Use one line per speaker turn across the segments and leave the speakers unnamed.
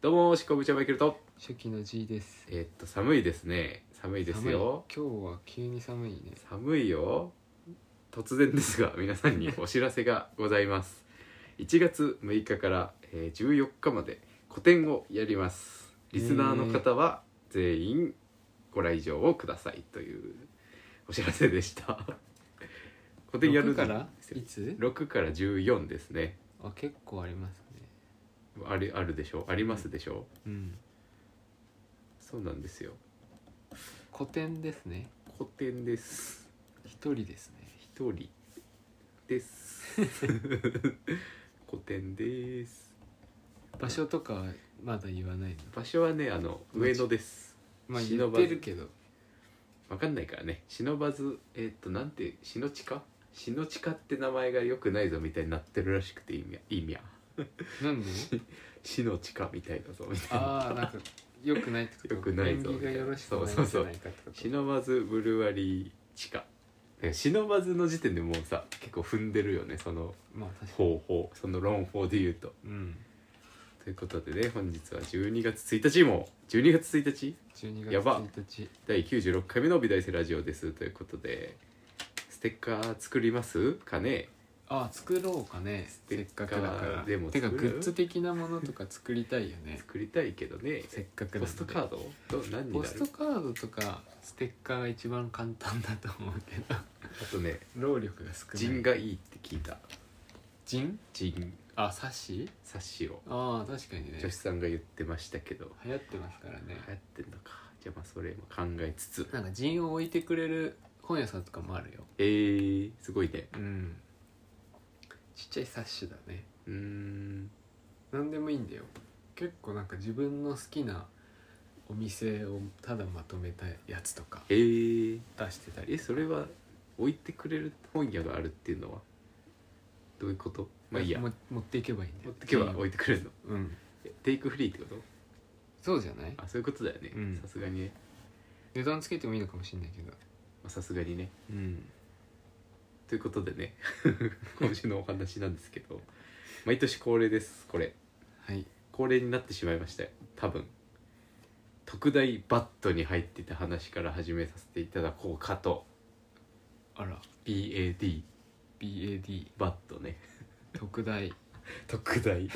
どうも、しこぶちゃマイケルと。
初期の G です
えーっと、寒いですね。寒いですよ。
寒い今日は急に寒いね
寒いよ。突然ですが、皆さんにお知らせがございます。1月6日から、えー14日まで個展をやります。リスナーの方は全員ご来場をくださいというお知らせでした。個展やる
6からいつ
?6 から14ですね。
あ結構ありますね
あれあるでしょありますでしょ
うん
そうなんですよ。
古典ですね
個展です。
一人ですね
一人です。古典です。
場所とかはまだ言わないの
場所はね、あの上野です。
まあ言
忍
っ
ばず
てるけど
わかんないからね。忍ばず、えっ、となんて篠地か？篠地かって名前が良くないぞみたいになってるらしくて意味や意味や。
なん で
篠地かみたいだぞみたいな。
ああなんか良くないってこと
良くないぞ
縁起がよろしくないん
そう
じ
そうそ
ゃ
う
ないかってこと
忍ばずブルワリー地下。忍ばずの時点でもうさ結構踏んでるよねその
まあ確かに
方法その論法で言うと
うん
ということでね本日は12月1日も12月1日
12
やば
月1日
第96回目の美大生ラジオですということでステッカー作りますかね
あ作ろうかね
ステ
せっ
ッカ
か
ー
くだから
でも
てか
作
グ
る
ッズ的なものとか作りたいよね
作りたいけどね
せっかくなん
ポ
で
ストカードど何に
ポ
なる
ストカードとかステッカーが一番簡単だと思うけど
あとね
労力が少な
陣
い
がいいって聞いた
陣
陣
あサッシ
冊子を
ああ確かにね
女子さんが言ってましたけど
流行ってますからね
流行ってんのかじゃあまあそれも考えつつ
なんか陣を置いてくれる本屋さんとかもあるよ
えー、すごいね
うんちっちゃいサッシだね
うーん
何でもいいんだよ結構なんか自分の好きなお店をただまとめたやつとか
えー、
出してたり
えそれは置いてくれる本屋があるっていうのはどういうことまあいいや
も
持
持っていけばいいんだよ
ってけば
陣を
置いてくれるの
うん
えテイクフリーってこと
そうじゃない
あそういうことだよね
うん
さすがにね
値段つけてもいいのかもしれないけど
まあさすがにね
うん
ということで ね今週のお話なんですけど毎年恒例ですこれ
はい
恒例になってしまいましたよ多分特大バットに入ってた話から始めさせていただこうかと
あら
BAD
BAD
バットね
特大
特大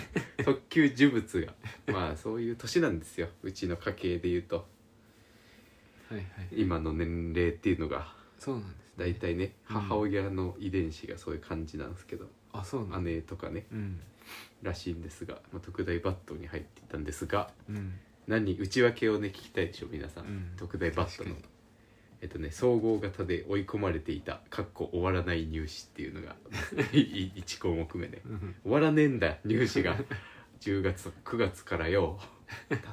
特級呪物がまあそういう年なんですようちの家系でいうと
はいはい
今の年齢っていうのが
そうなんです
大体ね
うん
母親の遺伝子がそういう感じなんですけど、
あそうなんだ
姉とかね
うん
らしいんですが、まあ、特大バットに入っていたんですが
うん
何内訳をね聞きたいでしょ皆さん、
うん
特大バットの
確か
えっとね総合型で追い込まれていたかっこ終わらない入試っていうのが1項目目ね
にうん
終わらねえんだ入試 が10月とか9月からよ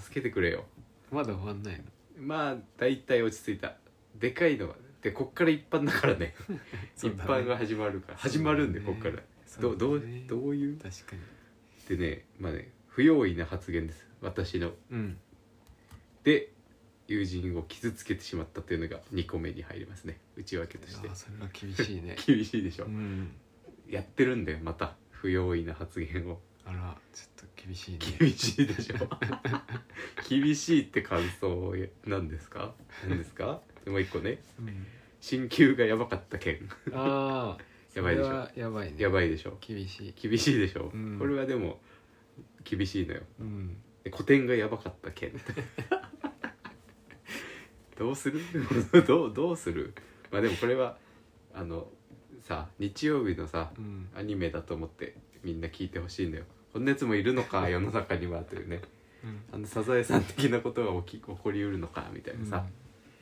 助けてくれよ
まだ終わんないの
まあ大体落ち着いたでかいのはでこっから一般だからね一
そうだね
般が始まるから始まるんで、
そうだ
こ
ね
っから
そ
ど
うだ
どう
ね
どういう
確かに
でねまあね不用意な発言です私の
うん
で友人を傷つけてしまったというのが2個目に入りますね内訳として
あそれは厳し いね
厳しいでしょ、
うん
やってるんだよまた不用意な発言を
あらちょっと厳しいね
厳しいでしょ厳しいって感想なんですかなんですかでもう一個ね
うん
進級がやばかった件
ああ
やばいでしょ
やばいね
やばいでしょ
厳しい
厳しいでしょ、
うん
これはでも厳しいのよ
うん
で古典がやばかった件 どうする どうどうするまあでもこれはあのさ日曜日のさ
うん
アニメだと思ってみんな聞いてほしいのよこんなやつもいるの か世の中にはというね
うん
あのサザエさん的なことが起き起こりうるのかみたいなさ、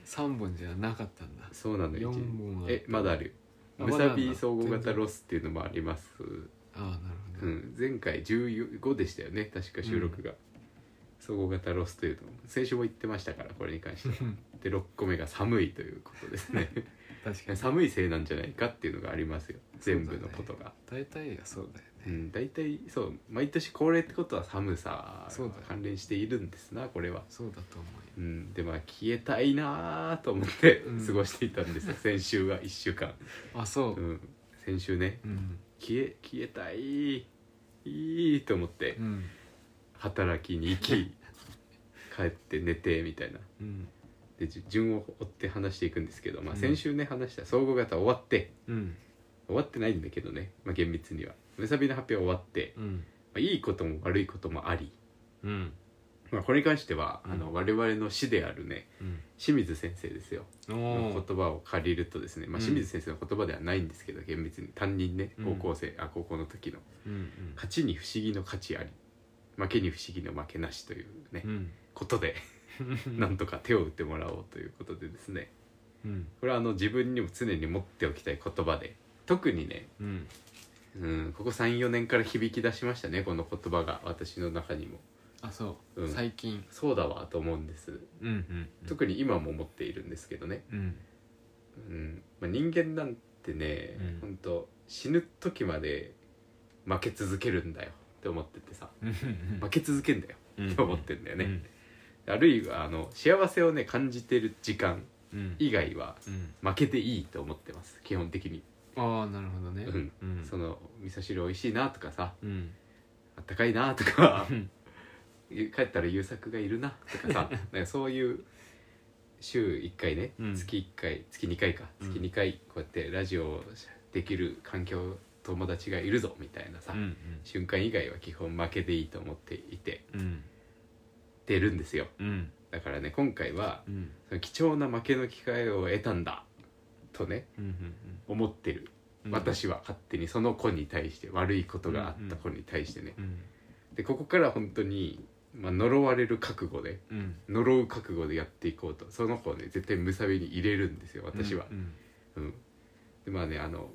3本じゃなかったんだ
そうなのよ
四本ある
えまだあるよ
あ
む
まだあ
さ
んだ
び総合型ロスっていうのもあります、
ああなるほ
う
どね
ん、前回15でしたよね確か収録が、総合型ロスというのも先週も言ってましたからこれに関して はで6個目が寒いということですね
確かに
寒いせいなんじゃないかっていうのがありますよ全部のことが
大体がそうだよ
う,、
ね
ん大体そう毎年恒例ってことは寒さ
そう
が
だね
関連しているんですなこれは
そうだと思うよ
うん、でまあ消えたいなーと思って
うん
過ごしていたんです よ、先週は1週間、、
あそううん
先週ね
うん
消え消えたいいいと思って
うん
働きに行き帰って寝てみたいな
うん
でじ順を追って話していくんですけど、まあ、
うん
先週ね、話した総合型終わって
うん
終わってないんだけどね、まあ、厳密にはムサビの発表終わって、
うん
まあ、いいことも悪いこともあり、
うん
まあ、これに関しては、
うん
あの我々の師であるね
うん
清水先生ですよ
お
の
ー
言葉を借りるとですね、まあ、
うん
清水先生の言葉ではないんですけど厳密に担任ね
うん
高校生、あ高校の時の
うん
「勝ちに不思議の価値あり負けに不思議の負けなし」というね、
うん
ことで
うん
なんとか手を打ってもらおうということでですね
うん
これはあの自分にも常に持っておきたい言葉で特にね
うん
うんここ34年から響き出しましたねこの言葉が私の中にも
あそう、
うん
最近
そうだわと思うんです
うんうん
特に今も持っているんですけどね、
うん
うんまあ、人間なんてね、
う
ほ
ん
んと死ぬ時まで負け続けるんだよって思っててさ負け続けんだよって思ってんだよね、あるいはあの幸せをね感じてる時間
うん
以外は
うん
負けていいと思ってます基本的に、
ああなるほどね
うん
うん
その味噌汁美味しいなとかさ
うん
あったかいなとか
うん
帰ったら優作がいるなとかさなんかそういう週1回ね、
うん
月1回月2回か
うん
月2回こうやってラジオをできる環境友達がいるぞみたいなさ、
うん
瞬間以外は基本負けでいいと思っていて
うん
出るんですよ
うん
だからね今回は
うんうん
その貴重な負けの機会を得たんだとね
うん
思ってる、
うん
私は勝手にその子に対して悪いことがあった子に対してね、
うん
でここから本当にまあ、呪われる覚悟で
うん
呪う覚悟でやっていこうとその子をね絶対むさびに入れるんですよ私は
う、ん
うんでまあねあの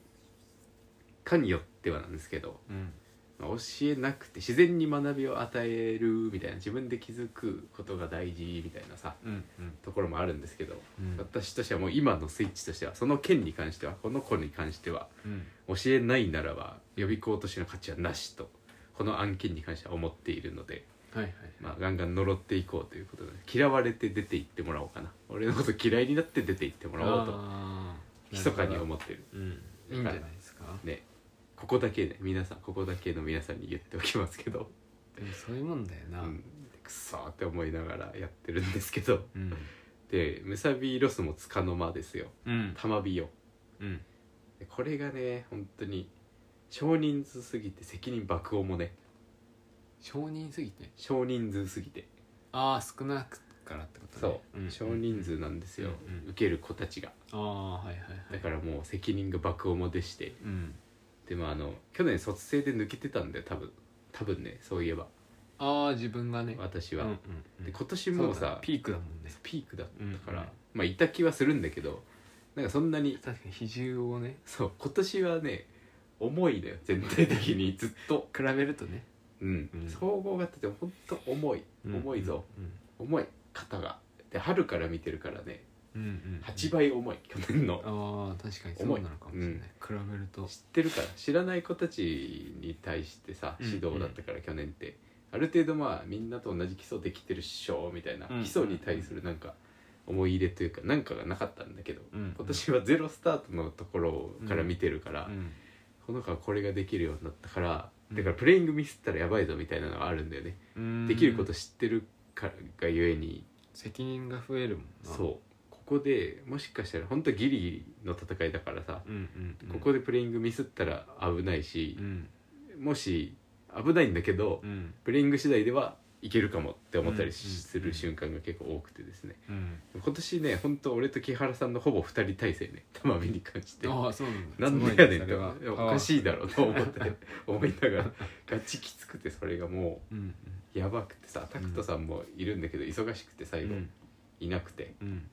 かによってはなんですけど、
うん
まあ教えなくて自然に学びを与えるみたいな自分で気づくことが大事みたいなさ
うんうん
ところもあるんですけど、
うん
私としてはもう今のスイッチとしてはその件に関してはこの子に関しては
うん
教えないならば予備校としての価値はなしとこの案件に関しては思っているので、
はいはい
まあ、ガンガン呪っていこうということで嫌われて出て行ってもらおうかな俺のこと嫌いになって出て行ってもらおうと
あー
密かに
なるほ
思ってる
どうんいいんじゃないですか
ねここだけね皆さんここだけの皆さんに言っておきますけど、
でもそういうもんだよ
う
なうん
ん、くそーって思いながらやってるんですけど
うん
でムサビロスもつかの間ですよ
うん
玉火よ
うん
でこれがね本当に少人数すぎて責任爆音もね
少人すぎて
少人数すぎて
ああ少なくからってことね
そう、
ん
少人数なんですよ、
うんうん
受ける子たちが
ああはいはいはい
だからもう責任が爆音もでして
うん
でもあの去年卒生で抜けてたんだよ多分多分ねそういえば
ああ自分がね
私
う
は、
んうんうん
で今年もう
そうだ
さ
ねピークだもんね
ピークだったから、
うんうん
まあいた気はするんだけどなんかそんなに
確かに比重をね
そう今年はね重いだよ全体的 にずっと
比べるとね
うん、
うん
総合型ってほんと重い重いぞ、重い肩がで春から見てるからね
うんうんうん
8倍重い去年 の
ああ確かにそうなのかもしれない比べると
知ってるから知らない子たちに対してさ
うん
指導だったから去年って、ある程度まあみんなと同じ基礎できてるっしょみたいな、
うん
基礎に対するなんか思い入れというかなんかがなかったんだけど、
うん
今年はゼロスタートのところから見てるから、
うん
この子はこれができるようになったから、
うん
だからプレイングミスったらやばいぞみたいなのがあるんだよね、
うん
できること知ってるからがゆえに
責任が増えるもんな
そうここでもしかしたら本当ギリギリの戦いだからさ、
うんうんうん
ここでプレイングミスったら危ないし
う、ん
もし危ないんだけど、
うん
プレイング次第ではいけるかもって思ったり
うんうん
しする瞬間が結構多くてですね
うん
今年ね本当俺と木原さんのほぼ2人体制ねたまみに感じて。
ああそうなんだ
なんでやねん
すごい
っ
そ
て
れは
おかしいだろうと思って思いながら
パ
ガチきつくてそれがも
ワーうん
うやばくてさタクトさんもいるんだけど忙しくて
う
最後
ん
いなくて
うん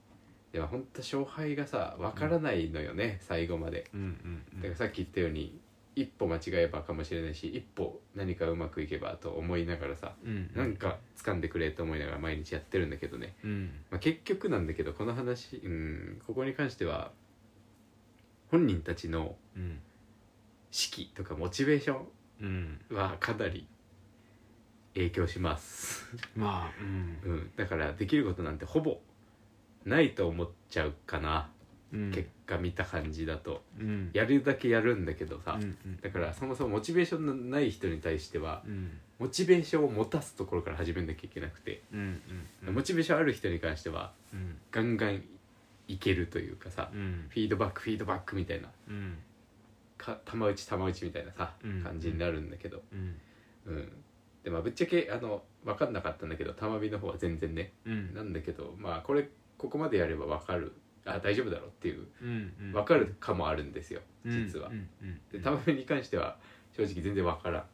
でも本当勝敗がさわからないのよね最後まで
うんうんうん
だからさっき言ったように一歩間違えばかもしれないし一歩何かうまくいけばと思いながらさ
うん
なんか掴んでくれと思いながら毎日やってるんだけどね、
うん
まあ、結局なんだけどこの話うんここに関しては本人たちの
うん
士気とかモチベーショ
うん
ンはかなり影響します、
まあうん
うん、だからできることなんてほぼないと思っちゃうかな
うん
結果見た感じだと
うん
やるだけやるんだけどさ、
うんうん
だからそもそもモチベーションのない人に対しては
うん
モチベーションを持たすところから始めなきゃいけなくて、
うんうん
モチベーションある人に関しては
うん
ガンガンいけるというかさ、
うん
フィードバックフィードバックみたいな
うん
か玉打ち玉打ちみたいなさ、
うん
感じになるんだけど、
うん
うん、でまあぶっちゃけあの分かんなかったんだけど玉火の方は全然ね
うん
なんだけどまあこれここまでやれば分かるあ大丈夫だろうっていう
うんうん
分かるかもあるんですよ実は
う。んうんう
で
ん
玉火に関しては正直全然分からん。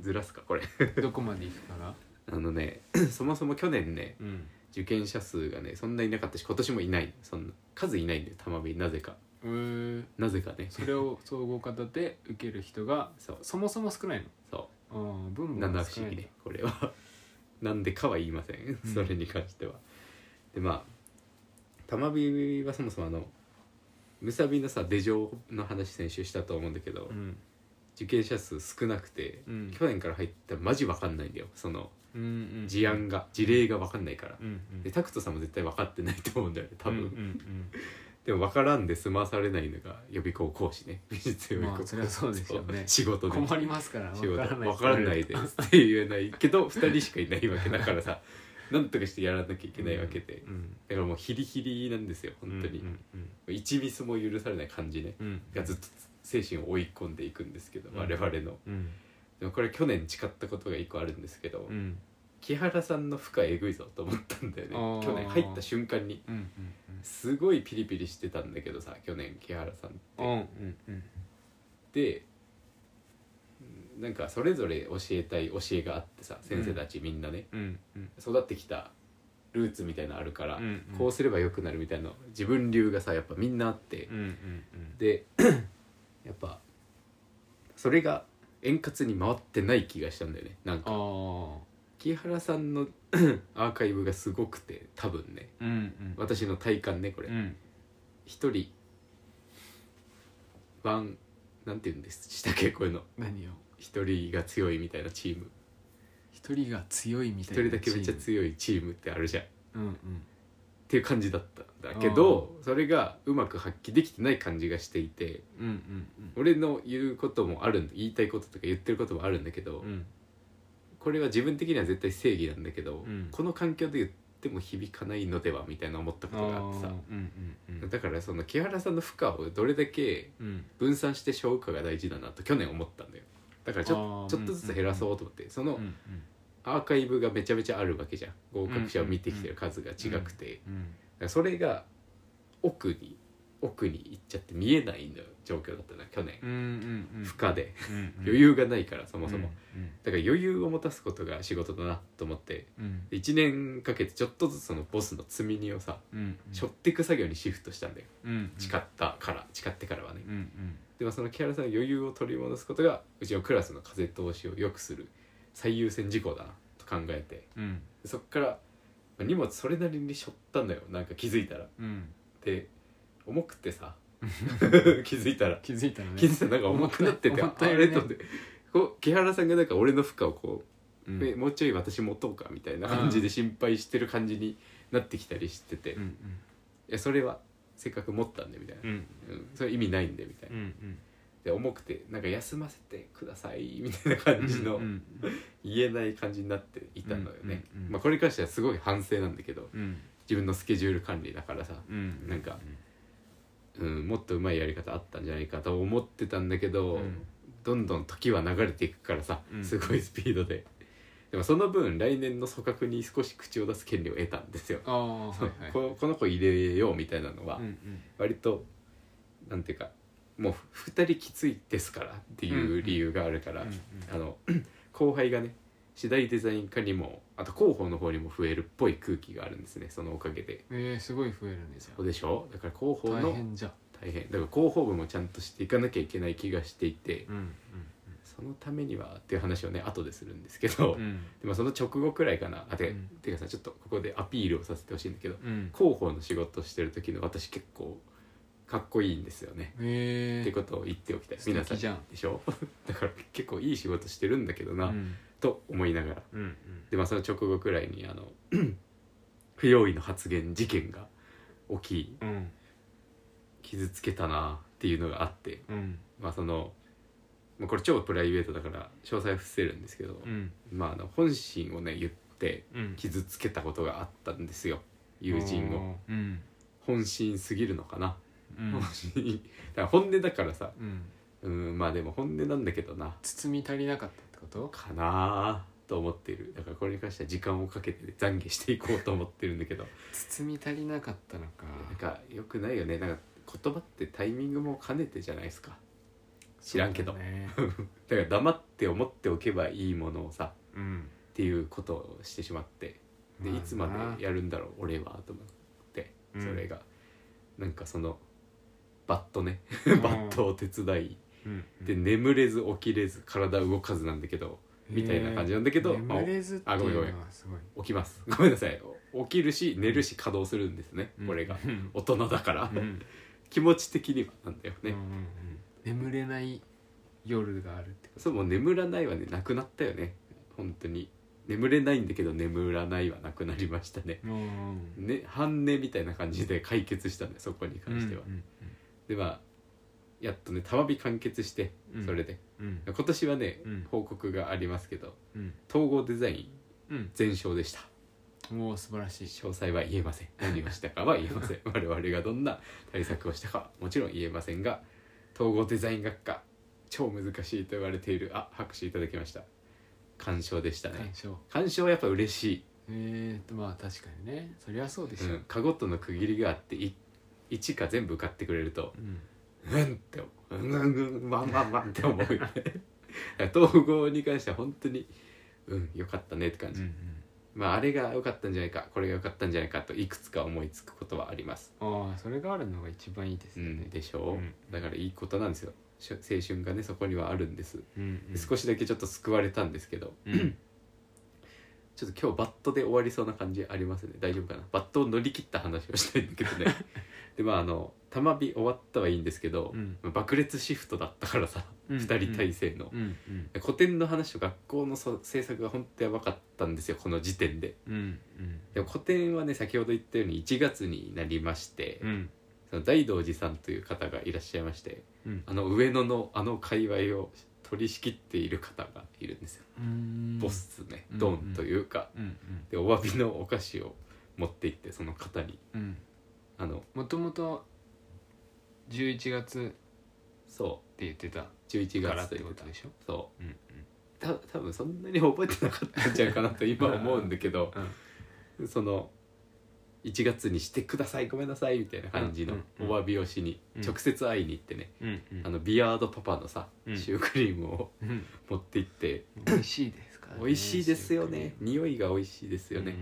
ずらすかこれ
どこまで行くから
あのね そもそも去年ね
うん
受験者数がねそんないなかったし今年もいないそんな数いないんだよ玉火なぜか
えー
なぜかね
それを総合型で受ける人が
そう
そもそも少ないの
そう
ああ分
七
母が
不
少
思
ない
議
んだ
ねこれは なんでかは言いません
うん
それに関しては、でまあ玉火はそもそもあのむさびのさ出城の話先週したと思うんだけど、
うん
受験者数少なくて、
うん
去年から入ったらマジ分かんないんだよその
うんうん
事案が、事例が分かんないから、
うんうん
でタクトさんも絶対分かってないと思うんだよね多分、
うんうん
でも分からんで済まされないのが予備校講師ね美術予備校
まあ
講師
そりゃそうです よね
仕事で
うん困りますから
仕事
わからない
分からないですって言えないけど2人しかいないわけだからさ なんとかしてやらなきゃいけないわけで、
うん
だからもうヒリヒリなんですよ本当に、
うんうん
一ミスも許されない感じね
うん
がずっと精神を追い込んでいくんですけど、
うん
我々の
うん
でもこれ去年誓ったことが一個あるんですけど、
うん
木原さんの負荷えぐいぞと思ったんだよね
あー
去年入った瞬間に
うんうん
すごいピリピリしてたんだけどさ去年木原さんって、
うんうんうん
でうんなんかそれぞれ教えたい教えがあってさ先生たちみんなね、
うんうん
育ってきたルーツみたいなのあるから、
うんうん
こうすれば良くなるみたいな自分流がさやっぱみんなあって、
うんうん
で やっぱそれが円滑に回ってない気がしたんだよねなん
ああ
か木原さんの アーカイブがすごくて多分ね
うんうん
私の体感ねこれ
うん
一、人ワンなんて言うんですしたっけこういうの
何を
一人が強いみたいなチーム
一人が強いみ
一
たいな
人だけめっちゃ強いチームってあるじゃん
いうんうん
っていう感じだったんだけどそれがうまく発揮できてない感じがしていて
うんうん
俺の言うこともあるん言いたいこととか言ってることもあるんだけど、
うん
これは自分的には絶対正義なんだけど、
うん
この環境で言っても響かないのではみたいな思ったことがあってさ
あーうんうんうん
だからその木原さんの負荷をどれだけ
うん
分散して背負うかが大事だなと去年思ったんだよだからちょ
あー
ちょっとずつ減らそうと思って、その
うん
アーカイブがめちゃめちゃあるわけじゃん合格者を見てきてる数が違くて。
うん
だからそれが奥に奥に行っちゃって見えないのよ状況だったな去年
うんうんうん
負荷で
うんうん
余裕がないからそもそも、
うん
だから余裕を持たすことが仕事だなと思って
うん
1年かけてちょっとずつそのボスの積み荷をさ
うん
背負っていく作業にシフトしたんだよ
うん
誓ったから誓ってからはね
うんうん
でもその木原さんの余裕を取り戻すことがうちのクラスの風通しを良くする最優先事項だなと考えて
うん
そっからまあ荷物それなりに背負ったんだよなんか気づいたら
うん
で重くて さ気づいたら
気づいたらね
気づいたらなんか重くなってて、
重
あ
たい重たいね
れと思ってこう木原さんがなんか俺の負荷をこ
う
う、
ん
えもうちょい私持とうかみたいな感じで心配してる感じになってきたりしてて、
う
い
ん
やそれはせっかく持ったんでみたいな、
うんうん
うんそれ意味ないんでみたいな、
うんうん
で重くてなんか休ませてくださいみたいな感じの、
うんうん
言えない感じになっていたのよね、
うんうんうん
まあ、これに関してはすごい反省なんだけど
うん
自分のスケジュール管理だからさ、
うん
なんかうん、もっとうまいやり方あったんじゃないかと思ってたんだけど、
うん
どんどん時は流れていくからさ、
うん
すごいスピードででもその分来年の組閣に少し口を出す権利を得たんですよ、
ああはいはい
ここの子入れようみたいなのは
うんうん
割と、なんていうかもう2人きついですからっていう理由があるから、
うんうん
あの 後輩がね次第デザイン科にもあと広報の方にも増えるっぽい空気があるんですねそのおかげで。
えーすごい増えるねじゃ
そうでしょだから広報
あ
の
大変じゃ
大変だから広報部もちゃんとしていかなきゃいけない気がしていて
うん
そのためにはっていう話をね後でするんですけど、
うんうん
でもその直後くらいかなあて,、
うん
てかさちょっとここでアピールをさせてほしいんだけど
うん
広報の仕事をしてる時の私結構かっこいいんですよね、
えー
ってことを言っておきたい
素
皆さ
敵
ん
じゃん
でしょ だから結構いい仕事してるんだけどな、
うん
と思いながら
うんうん
でまあその直後くら いにあの不用意の発言事件が起き
うん
傷つけたなっていうのがあって
うん
まあそのまあこれ超プライベートだから詳細は伏せるんですけど、
うん
まああの本心をね言って
うん
傷つけたことがあったんですよ友人を
うん
本心すぎるのかな、
うん
本心 だから本音だからさ
うん
うんまあでも本音なんだけどな
包み足りなかったってこと
かなーと思っているだからこれに関しては時間をかけて懺悔していこうと思ってるんだけど
包み足りなかったのか
なんかよくないよねなんか言葉ってタイミングも兼ねてじゃないですか知らんけど
そうだね
だから黙って思っておけばいいものをさ
うん
っていうことをしてしまってでいつまで
や
やるんだろう俺はと思って
うん
それが、なんかそのバットね
う ん
バットを手伝いで
み
眠れず起きれず体動かずなんだけどみたいな感じなんだけどまあ
眠れずって
あごめんご
い
め
うんのはすごい
起きます ごめんなさい起きるし寝るし稼働するんですね、これが
うん
大人だから、
うん
気持ち的にはなんだよね、
うんうんうん眠れない夜があるってこ
そうもう眠らないはねなくなったよね本当に眠れないんだけど眠らないはなくなりましたね
とうん
ね半値みたいな感じで解決したんでそこに関しては、
うん
でまあやっとねたまび完結して
うん
それで、
うん
今年はね、
うん
報告がありますけど
うん
統合デザイン
うん
全勝でした
うんもう素晴らしい
詳細は言えませ ん何をしたかは言えません我々がどんな対策をしたかはもちろん言えませんが統合デザイン学科超難しいと言われているあ拍手いただきました鑑賞でしたね
鑑賞
鑑賞はやっぱ嬉しい、
えーとまあ確かにねそりゃそうでし
う
ょ
ん、かごとの区切りがあってい1か全部受かってくれると
う
う
ん
んって思ううんうんうんまあまあまあって思うよ ねだから統合に関しては本当にうんよかったねって感
う
じ、
ん
まああれが良かったんじゃないかこれが良かったんじゃないかといくつか思いつくことはあります
うんああそれがあるのが一番いいです
う
よね
ん、でしょう、
うん
だからいいことなんですよしょ青春がねそこにはあるんです、
うんうん
少しだけちょっと救われたんですけど
うん
ちょっと今日バットで終わりそうな感じありますね大丈夫かなバットを乗り切った話をしたいんだけ どねでまああの玉火終わったはいいんですけど
う、ん
爆裂シフトだったからさ、
うん
二2人体制の、
うんうん
古典の話と学校のそ制作が本当やばかったんですよこの時点で
うん
でも古典はね先ほど言ったように1月になりまして、
うん
その大道寺さんという方がいらっしゃいまして
うん
あの上野のあの界隈を取り仕切っている方がいるんですよ、
うん
ボスですね、
うん
ドンというか、
うん
でお詫びのお菓子を持って行ってその方に
うんうん
あの
もともと11月って
そ
言ってた
う11
からっ
月と
て
い
こ
う
と
か
でしょ
そ
うんうん
うた多分そんなに覚えてなかったんじゃないかなと今思うんだけどその1月にしてくださいごめんなさいみたいな感じの
う
お
んうん
詫びをしに
うん
直接会いに行ってね、
うんうん
あのビアードパパのさ、
うん
シュークリームを
うん
持って行って
美味しいですからね
美味しいですよね匂いが美味しいですよね、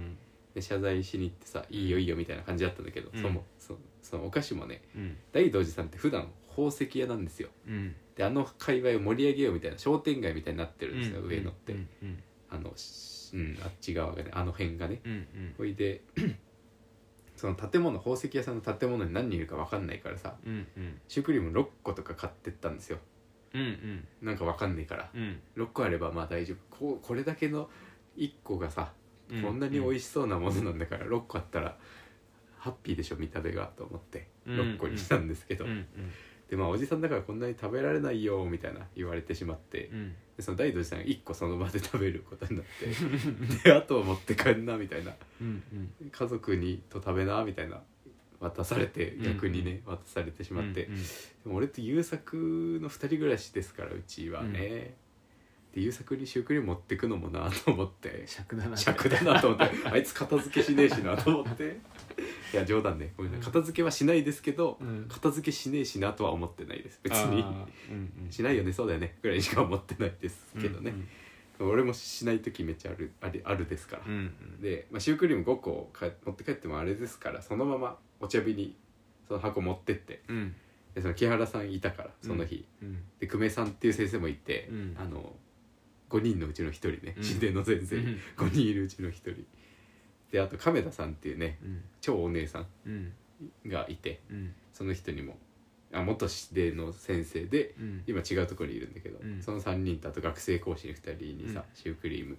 で謝罪しに行ってさ「いいよいいよ」みたいな感じだったんだけど、
うん
そのそそのお菓子もね
うん
大道寺さんって普段宝石屋なんですよ
うん
であの界隈を盛り上げようみたいな商店街みたいになってるんですよ、
うん
上野って、
うんうん
あの、しうん、あっち側がねあの辺がね
うんうん
ほいで その建物宝石屋さんの建物に何人いるか分かんないからさ
うんうん
シュークリーム6個とか買ってったんですよ
うんうん
なんか分かんないから
うん
6個あればまあ大丈夫こうこれだけの1個がさ
うん
こんなに美味しそうなものなんだから6個あったらハッピーでしょ見た目がと思って
うん
6個にしたんですけど、
うん
でまあおじさんだからこんなに食べられないよみたいな言われてしまって
うんうん
でその大道寺さんが1個その場で食べることになって であとを持って帰んなみたいな
うんうん
家族にと食べなみたいな渡されて逆にね、渡されてしまって、
うんうん
でも俺と優作の2人暮らしですからうちはね、で優作にシュークリーム持ってくのもなと思って
尺だな
尺だなと思ってあいつ片付けしねえしなと思っていや冗談ねごめんなさい片付けはしないですけど、
うん
片付けしねえしなとは思ってないです別に
あーうんうん
しないよねそうだよねぐらいしか思ってないですけどね、俺もしない時めっちゃあるありあるですから
うん、うん
で、まあ、シュークリーム5個をか持って帰ってもあれですからそのままお茶日にその箱持ってって
うん
でその木原さんいたからその日、
うん
で久米さんっていう先生もいて、
うん
あの5人のうちの1人ね
うん
自伝の先生、
うん
5人いるうちの1人であと亀田さんっていうね
うん
超お姉さん
うん
がいて
うん
その人にもあ元指定の先生で
うん
今違うところにいるんだけど、
うん
その3人とあと学生講師の2人にさ、シュークリーム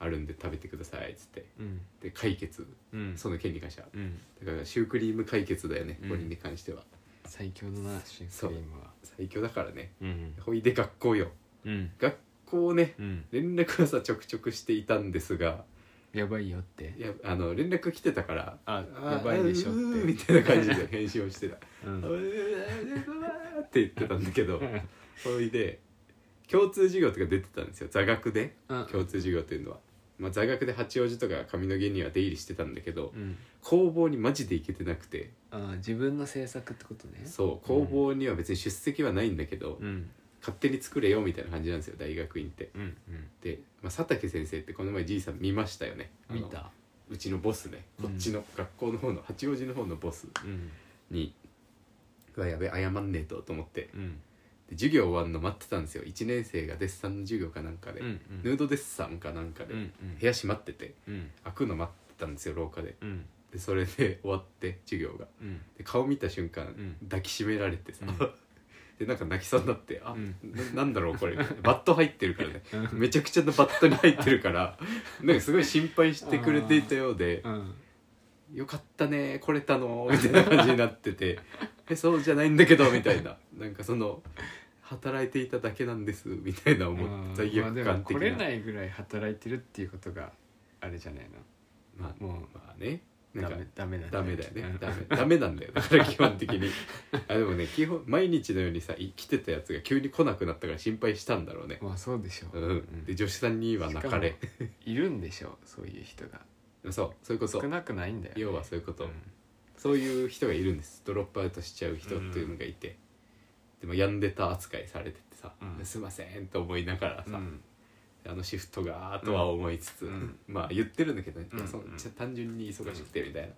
あるんで食べてくださいっつって
うん
で解決
うん
その件に関しては
うん
だからシュークリーム解決だよね、
うん
これに関しては
最強だなシュークリームは
最強だからね
うん
ほいで学校よ
うん
学校ね
うん
連絡はさちょくちょくしていたんですが
やばいよって
いやあの連絡来てたから
あ
あ
やばいでしょっ
うー
て
みたいな感じ で返信をしてた「う
う
んーって言ってたんだけど
うん
それで共通授業とか出てたんですよ座学で
うん
共通授業っていうのは、まあ、座学で八王子とか上野毛には出入りしてたんだけど
うん
工房にマジで行けてなくて
あー自分の制作ってことね
そう工房には別に出席はないんだけど、
うん
勝手に作れよみたいな感じなんですよ大学院って。
うんうん
で、まあ、佐竹先生ってこの前じいさん見ましたよねあの
見た
うちのボスねこっちの学校の方の八王子の方のボス
うん
に「うわやべ謝んねえと」と思って
うん
で授業終わんの待ってたんですよ1年生がデッサンの授業かなんかで、
うんうん
ヌードデッサンかなんかで、
うん
部屋閉まってて
うん
開くの待ってたんですよ廊下で
うん
でそれで終わって授業が
うん
で顔見た瞬間、
ん
抱きしめられてさ、
うん
でなんか泣きそうになって「あ、
うん
ななんだろうこれ」バット入ってるからね
うん
めちゃくちゃのバットに入ってるから なんかすごい心配してくれていたようで
うん
「よかったね来れたの」みたいな感じになってて 「えそうじゃないんだけど」みたいななんかその「働いていただけなんです」みたいな思
う
っ
ん
罪
まあで
悪
も
感的
来れ
な
ないぐらい働いてるっていうことがあれじゃない
まあ
のも
まあね
う
な
ダ
んか
メダメなん
ダメだよねダ
メ
メダメなんだよだから基本的 にあでもね基本毎日のようにさい来てたやつが急に来なくなったから心配したんだろうね
まあそうでしょ
う
うん
で女子さんには泣かれ
いるんでしょうそういう人が
そうそういうこと
少なくないんだよ
要はそういうこと、
うん
そういう人がいるんですドロップアウトしちゃう人っていうのがいて、でも病んでた扱いされててさ「
うん
すいません」と思いながらさ、
うん
あのシフトがとは思いつつ、
うん
まあ言ってるんだけど、ね
うん
いやそんちゃ単純に忙しくてみたいな。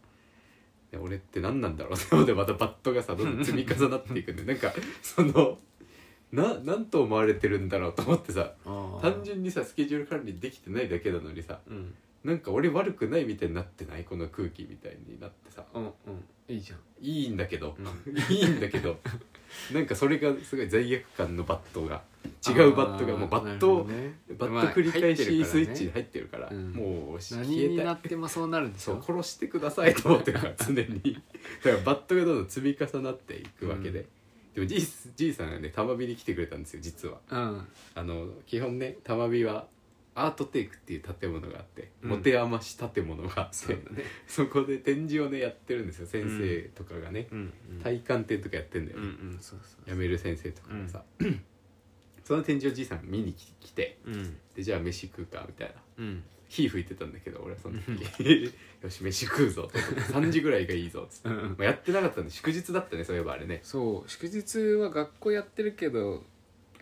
で俺って何なんだろう なのでまたバットがさどんどん積み重なっていくんでなん かそのななんと思われてるんだろうと思ってさ
ああ
単純にさスケジュール管理できてないだけなのにさ
うん
なんか俺悪くないみたいになってないこの空気みたいになってさ
うんうんいいじゃん
いいんだけど、
う
いいんだけ どなんかそれがすごい罪悪感のバットが違うバットがもうバットを、
あーなるほどね
バ
ま
ッ
あ
ト繰り返し
入ってるからね
スイッチに入ってるから、
うん
もう消
何に
えた
ないってもそうなるんでし
そ
ょ
う殺してくださいと思ってるから常に だからバットがどんどん積み重なっていくわけで、でもじいじいさんがね玉火に来てくれたんですよ実は
うん
あの基本ね玉火はアートテイクっていう建物があって、
うん
持て余し建物があって
そうだね
そこで展示をねやってるんですよ先生とかがね、
うん
体感展とかやってんだよ
う
ね、
んうんそうそう
やめる先生とかがさ、 その展示をじいさん見に来来て
うん
でじゃあ飯食うかみたいな
うん
火吹いてたんだけど俺はその時 よし飯食うぞと思って3時ぐらいがいいぞっつって、
うん
まあ、やってなかったんで祝日だったねそういえばあれね
そう祝日は学校やってるけど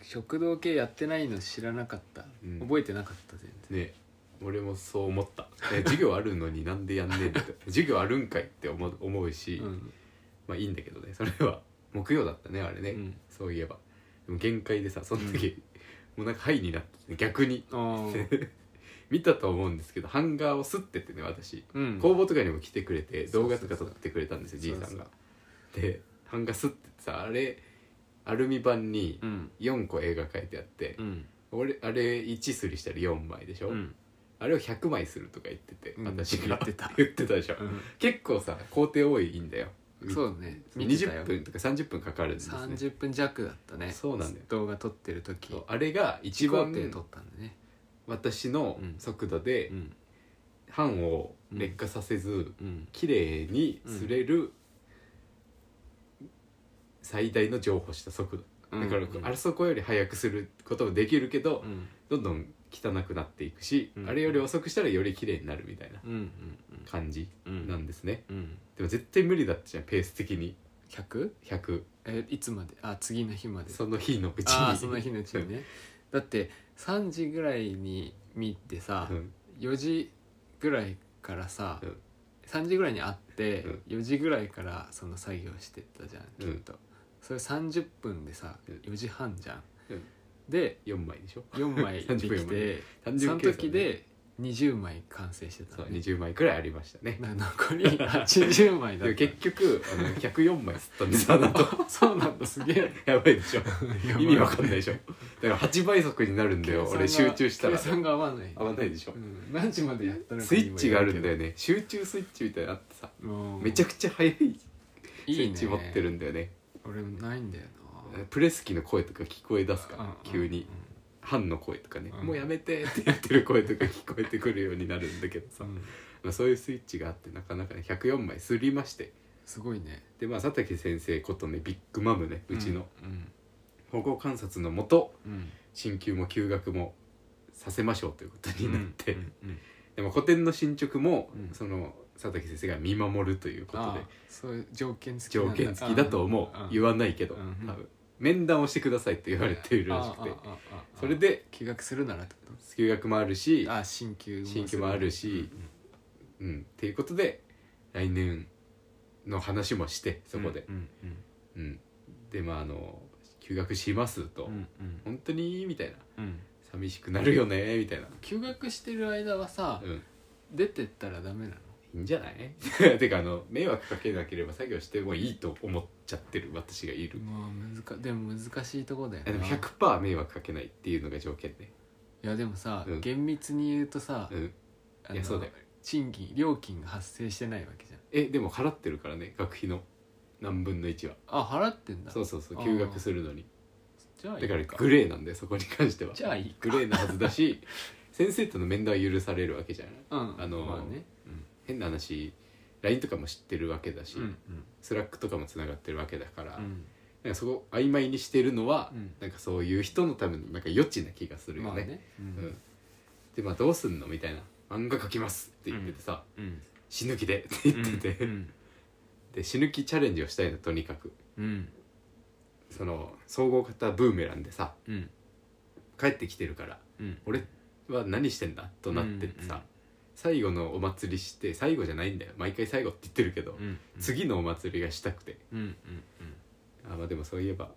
食堂系やってないの知らなかった、
うん
覚えてなかった全
ね俺もそう思った ね授業あるのになんでやんねえんだって授業あるんかいって思う思うし、
然うん
まあいいんだけどねそれは木曜だったねあれね、
うん
そういえばでも限界でさその時、もうなんかハイになってて逆に
あー
見たと思うんですけどハンガーをすってってね私、
うん
工房とかにも来てくれて
そう
動
そう
画と
そう
か撮ってくれたんですよじいさんが
そ
でハンガーすってってさあれアルミ板に
うん
4個絵が描いてあって
う、ん
俺あれ1すりしたら4枚でしょ、
うん
あれを100枚するとか言ってて、
うん
私が
言ってた
言ってたでしょ、結構さ工程多いんだよ
そうだね見てたよ
20分とか30分かかるんですね
30分弱だったね
そうなんだよ
動画撮ってる時
そうあれが一
一番
番
で撮ったんだね
私の
うん
速度で
うん
版を劣化させず、
うん
綺麗に擦れる最大の譲歩した速度だから、
うん
あそこより速くすることもできるけど
う、ん
どんどん汚くなっていくし、
うん
あれより遅くしたらより綺麗になるみたいな
うんうん
感じ
うん
なんですね、
うん
でも絶対無理だったじゃんペース的に
100?
100
えいつまであ次の日まで
その日のうちに
ああその日のうち にねだって3時ぐらいに見てさ、
うん
4時ぐらいからさ、
うん
3時ぐらいに会って、
うん
4時ぐらいからその作業してたじゃんきっと、それ30分でさ
うん
4時半じゃん、
うん
で
4枚でしょ
4枚でき
30分4枚
て、
単
その
純計算ね
時で20枚完成してた
そう
のね
20枚くらいありましたね
な残り80枚だ
で
っ
も結局あの104枚吸ったんですあなた
た そうなんだすげえ
やばいでしょ
やばい
意味わかんないで しょだから8倍速になるんだよ俺
計算
集
が
中したら
計算が合わない
合わないでしょ
うん何時までやったのか
スイッチがあるんだよ
ね
ね集中スイッチみたいなのあってさめ
め
ちゃくちゃ速いスイ
いい
ッチ持ってる
ね
んだよね
俺もないんだよな
プレス機の声とか聞こえ出すか
うん
ら急にハンの声とかね、
うん
もうやめてって言ってる声とか聞こえてくるようになるんだけど
う
さ、
んうん
まあ、そういうスイッチがあってなかなかね104枚すりまして
すごいね
でまあ佐竹先生ことねビッグマムねうちの
うん
保護観察のもと
うん
進級も休学もさせましょうということになって、
うんうん
でも古典の進捗も、
うん
その佐竹先生が見守るということ
あ
で
あそういう条件付きな
条
んだ
件付きだと思
ああ
う言わないけど、
うん
多分面談をしてくださいって言われているらしくて
ああああああ
それで
休学するならってこ
休学もあるし
とああ進級す
新
る
規もあるし、うんっていうことで来年の話もしてそこで、
うんうん
うんでまああの休学しますと、
うんうん
本当にみたいな
うん
寂しくなるよねみたいな、
休学してる間はさ
うん、
出てったらダメなの
いいんじゃない てかあの迷惑かけなければ作業してもいいと思っちゃってる私がいる、
まあ難でも難しいとこだよ
あでも
な
100%迷惑かけないっていうのが条件で、
いやでもさ、
うん
厳密に言うとさ、
うん、い
あの
やそうだよ
賃金料金が発生してないわけじゃん
えでも払ってるからね学費の何分の1は
あ払ってんだ
そうそうそう
あー
休学するのに
じゃあい
だ
い
からグレーなんでそこに関しては
じゃあいいか
グレーなはずだし 先生との面談は許されるわけじゃない
うん
あの
まあね
変な話 LINE とかも知ってるわけだし、
うんうん
スラックとかもつながってるわけだから、
うん
なんかそこ曖昧にしてるのは、
うん
なんかそういう人のためのなんか余地な気がするよ
まあ
ね,、
ねう
うんでまあどうすんのみたいな「漫画描きます」って言っててさ「
うん
死ぬ気で」って言ってて、
うん
で死ぬ気チャレンジをしたいのとにかく
うん
その総合型ブーメランでさ
うん
帰ってきてるから
うん
俺は何してんだとなってってさ、
うんうん
最後のお祭りして最後じゃないんだよ毎回最後って言ってるけど、
うん
次のお祭りがしたくて
うんうん
あまあでもそういえば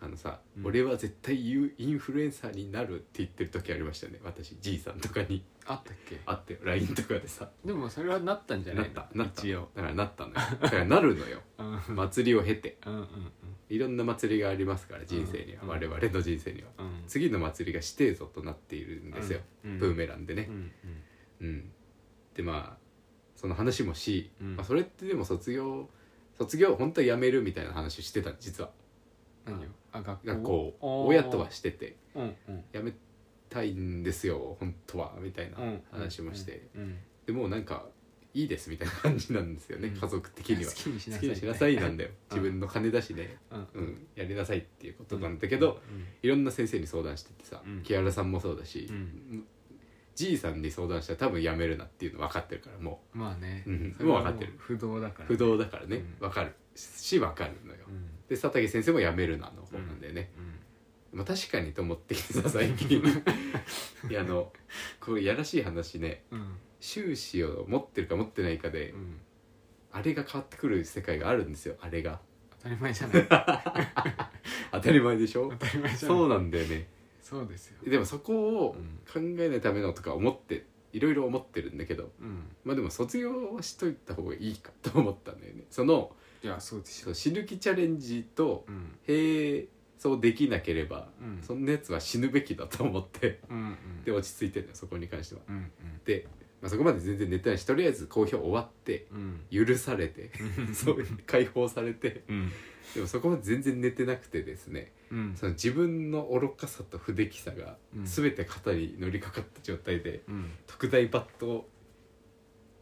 あのさ、
うん
俺は絶対インインフルエンサーになるって言ってる時ありましたね私じいさんとかに
あったっけ
会って LINE とかでさ
でもそれはなったんじゃ
な
ない
っ
の
たなった
一応
だからなったのよだからなるのよ
うんうん
祭りを経て
うん
いろんな祭りがありますから人生には、
うん
我々の人生には
うんうん
次の祭りがしてえぞとなっているんですよ、
うん
ブーメランでね、
うん
うん、でまあその話もし、
うん
まあ、それってでも卒業卒業本当は辞めるみたいな話をしてた実は
うん何をあ学校
学校
あー
親とはしてて
うんうん
辞めたいんですよ本当はみたいな
うん
話もして、
うん
でもうなんかいいですみたいな感じなんですよね、
うん
家族的
好
には
きにし
好
な
き
さい
にしなさいなんだよ、
うん
自分の金だしね、
うん
うん、やりなさいっていうことなんだけど、
うん
いろんな先生に相談しててさ、
うん
木原さんもそうだし、
うん
じいさんに相談したら多分辞めるなっていうの分かってるからもう
まあね、
うん
それ
も
は
う分かってる
不動だから
不動だからね、
うん
わかるしわかるのよ、
うん
で佐竹先生も辞めるなの方なんだよね、まあ、確かにと思ってきてさ最 近いやあのこれやらしい話ね
うんうん
収支を持ってるか持ってないかで、
うん
あれが変わってくる世界があるんですよあれが
当たり前じゃない
当たり前でしょ
当たり前じゃない
そうなんだよね
そうですよ
でもそこを
うん
考えないためのとか思っていろいろ思ってるんだけど
うん
まあでも卒業はしといた方がいいかと思ったんだよねその
いやそうでし
そ
ょ
の死ぬ気チャレンジと
うん
並走できなければ、
うん
そんなやつは死ぬべきだと思って
うんうん
で落ち着いてるのよそこに関しては。
うん
で、まあ、そこまで全然寝てないしとりあえず公表終わって
うんうん
許され てそう解放されて
うん
でもそこまで全然寝てなくてですね
うん
その自分の愚かさと不出来さが
うん
全て肩に乗りかかった状態で
うん
特大バット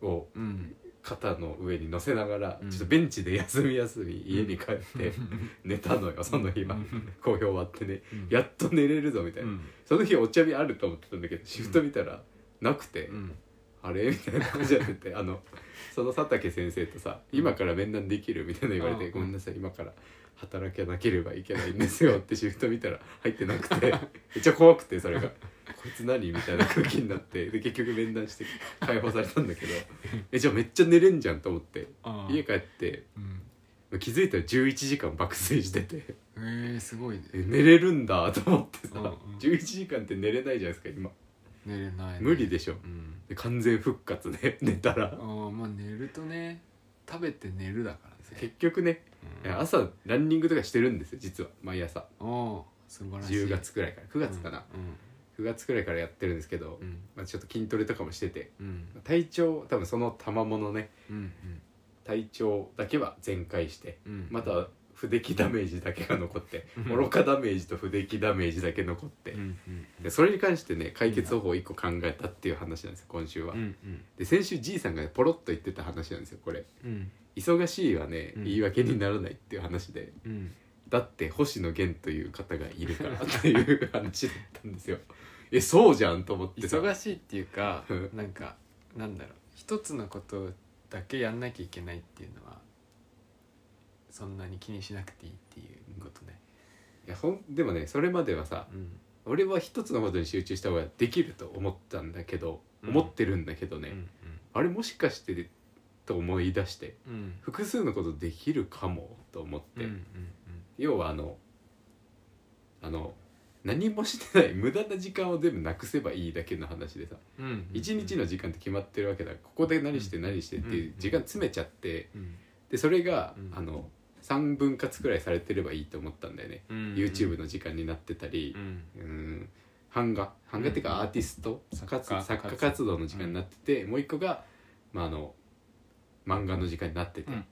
を
うん
肩の上に乗せながら、
うん
ちょっとベンチで休み休み家に帰って寝たのよその日は、
うん
公表終わってね
うん
やっと寝れるぞみたいうな、
ん
その日お茶日あると思ってたんだけどシフト見たらなくて、
うん
あれみたいな感じになっててあのその佐竹先生とさ「
うん
今から面談できる?」みたいなの言われて「
う
ご
ん
めんなさい今から働けなければいけないんですよ」ってシフト見たら入ってなくてめっちゃ怖くてそれが「こいつ何?」みたいな空気になってで結局面談して解放されたんだけどえじゃあめっちゃ寝れんじゃんと思って
あー
家帰って
うん
気づいたら11時間爆睡してて。
えーすごいね
え寝れるんだと思ってさ、
うんうん
11時間って寝れないじゃないですか今
寝れないね
無理でしょ
うん
で完全復活で 寝たら
あーまあ寝るとね食べて寝るだからね
結局ね
うん
朝ランニングとかしてるんですよ実は毎朝
おー素晴らしい
10月くらいから9月かな、9月くらいからやってるんですけど、
うんうん
まあ、ちょっと筋トレとかもしてて
うん
体調多分その賜物ね
うんうん
体調だけは全開して
うん
また不出来ダメージだけが残って
うん
愚かダメージと不出来ダメージだけ残って、
うん
でそれに関してね解決方法を1個考えたっていう話なんですよ今週は、
うんうん
で先週じいさんがねポロッと言ってた話なんですよこれ
うん
忙しいはね
うん
言い訳にならないっていう話で、
うん
だって星野源という方がいるからっていう話だったんです よえそうじゃんと思ってさ
忙しいっていうか
うん
なんかなんだろう一つのことだけやんなきゃいけないっていうのはそんなに気にしなくていいっていうことね
いやほんでもねそれまではさ
うん
俺は一つのことに集中した方ができると思ったんだけど、
うん
思ってるんだけど
う
ね、
ん
あれもしかしてと思い出して
うんうん
複数のことできるかもと思って、
うんうん
要はあのあの何もしてない 無駄な時間を全部なくせばいいだけの話でさ
うんうん
一日の時間って決まってるわけだここで何して何してっていう時間詰めちゃって
うん
でそれが、
うん
あの3分割くらいされてればいいと思ったんだよね、
うん
YouTube の時間になってたり
う、ん
うん版画版画っていう
うん
かアーティスト
作家
活作家活動の時間になってて、もう一個が、まあ、あの漫画の時間になってて、
うん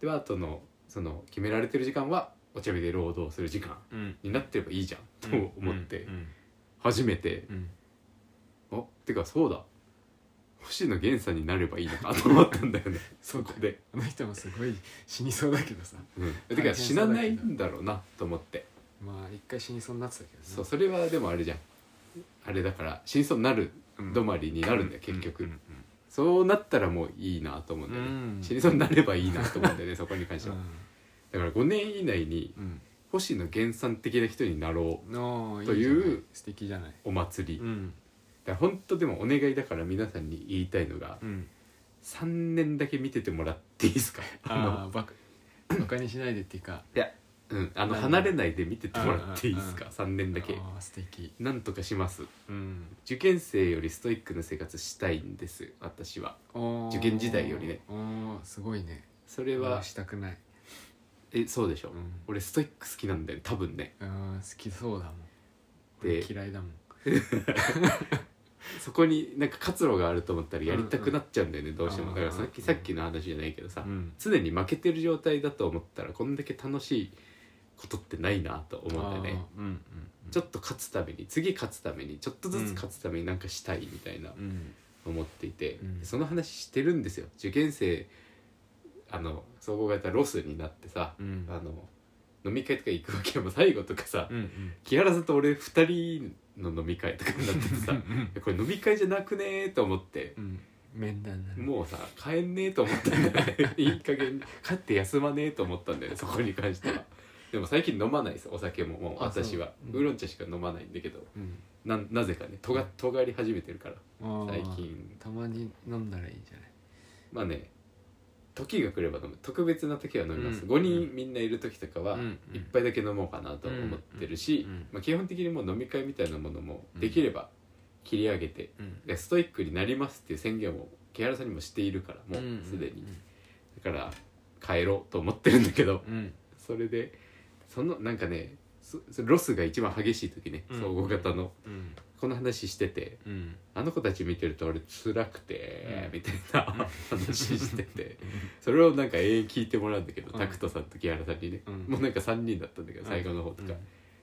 であとのその決められてる時間はお茶目で労働する時間
うんうん
になってればいいじゃんと思って
うん
初めて
うん
あてかそうだ星野源さんになればいいの かと思ったんだよねそこで、
あの人もすごい死にそうだけどさ
うん、てか死なないんだろうなと思って
まあ一回死にそうになってたけどね
そうそれはでもあれじゃんあれだから真相になる止まりになるんだよ、結局、
うん
そうなったらもういいなと思うん
う
だよね、
ん
死にそうになればいいなと思うんだ よねそこに関して
う
は、
ん
だから5年以内に
うん
星野源さん的な人になろう
の
という
素敵じゃない
お祭り、だか
ん
ら本当でもお願いだから皆さんに言いたいのが、
うん
3年だけ見ててもらっていいですか
ああバカバカにしないでっていうか
のうんあの
はい
離れないで見ててもらっていいですか
うん
3年だけ
ああ素敵
なんとかします
うん
受験生よりストイックな生活したいんです私は
おー
受験時代よりね
おーすごいね
それは
したくない
えそうでしょ、
うん
俺ストイック好きなんだよね多分ね
うん好きそうだもん
で
俺嫌いだもん
そこになんか活路があると思ったらやりたくなっちゃうんだよね、どうして
う
も
ん
だからさっき
うん
さっきの話じゃないけどさ、
うん
常に負けてる状態だと思ったらこんだけ楽しいことってないなと思うんだよね
あーうんうんうん
ちょっと勝つために次勝つためにちょっとずつ勝つためになんかしたいみたいな
うん
思っていて、
うん
その話してるんですよ受験生あの総合型ロスになってさ、
うん
あの飲み会とか行くわけも最後とかさ、
うんうん
木原さんと俺2人の飲み会とかになっててさいやこれ飲み会じゃなくねーと思って
う、ん面談なの
もうさ帰んねえと思ったんだよねいい加減帰って休まねえと思ったんだよねそこに関してはでも最近飲まないですお酒ももう
あそう
私は
うん
ウーロン茶しか飲まないんだけど
うん
ななぜかねとがとがり始めてるから
あー
最近
たまに飲んだらいいじゃない
まあね時が来れば飲む特別な時は飲みます、
うん
5人みんないる時とかは
うん
一杯だけ飲もうかなと思ってるし、
うんうん
まあ、基本的にもう飲み会みたいなものもできれば切り上げて、
うん
でストイックになりますっていう宣言を木原さんにもしているからも
んん
うすでに、
うん
だから帰ろうと思ってるんだけど
うん
それでそのなんかねそそロスが一番激しい時ね
うん
総合型の、
うん
この話してて
うん
あの子たち見てると俺辛くて、
うん
みたいな話して てそれをなんか永遠聞いてもらうんだけど、
うん
タクトさんと木原さんにね、
うん
もうなんか3人だったんだけど、
うん
最後の方とか、
うん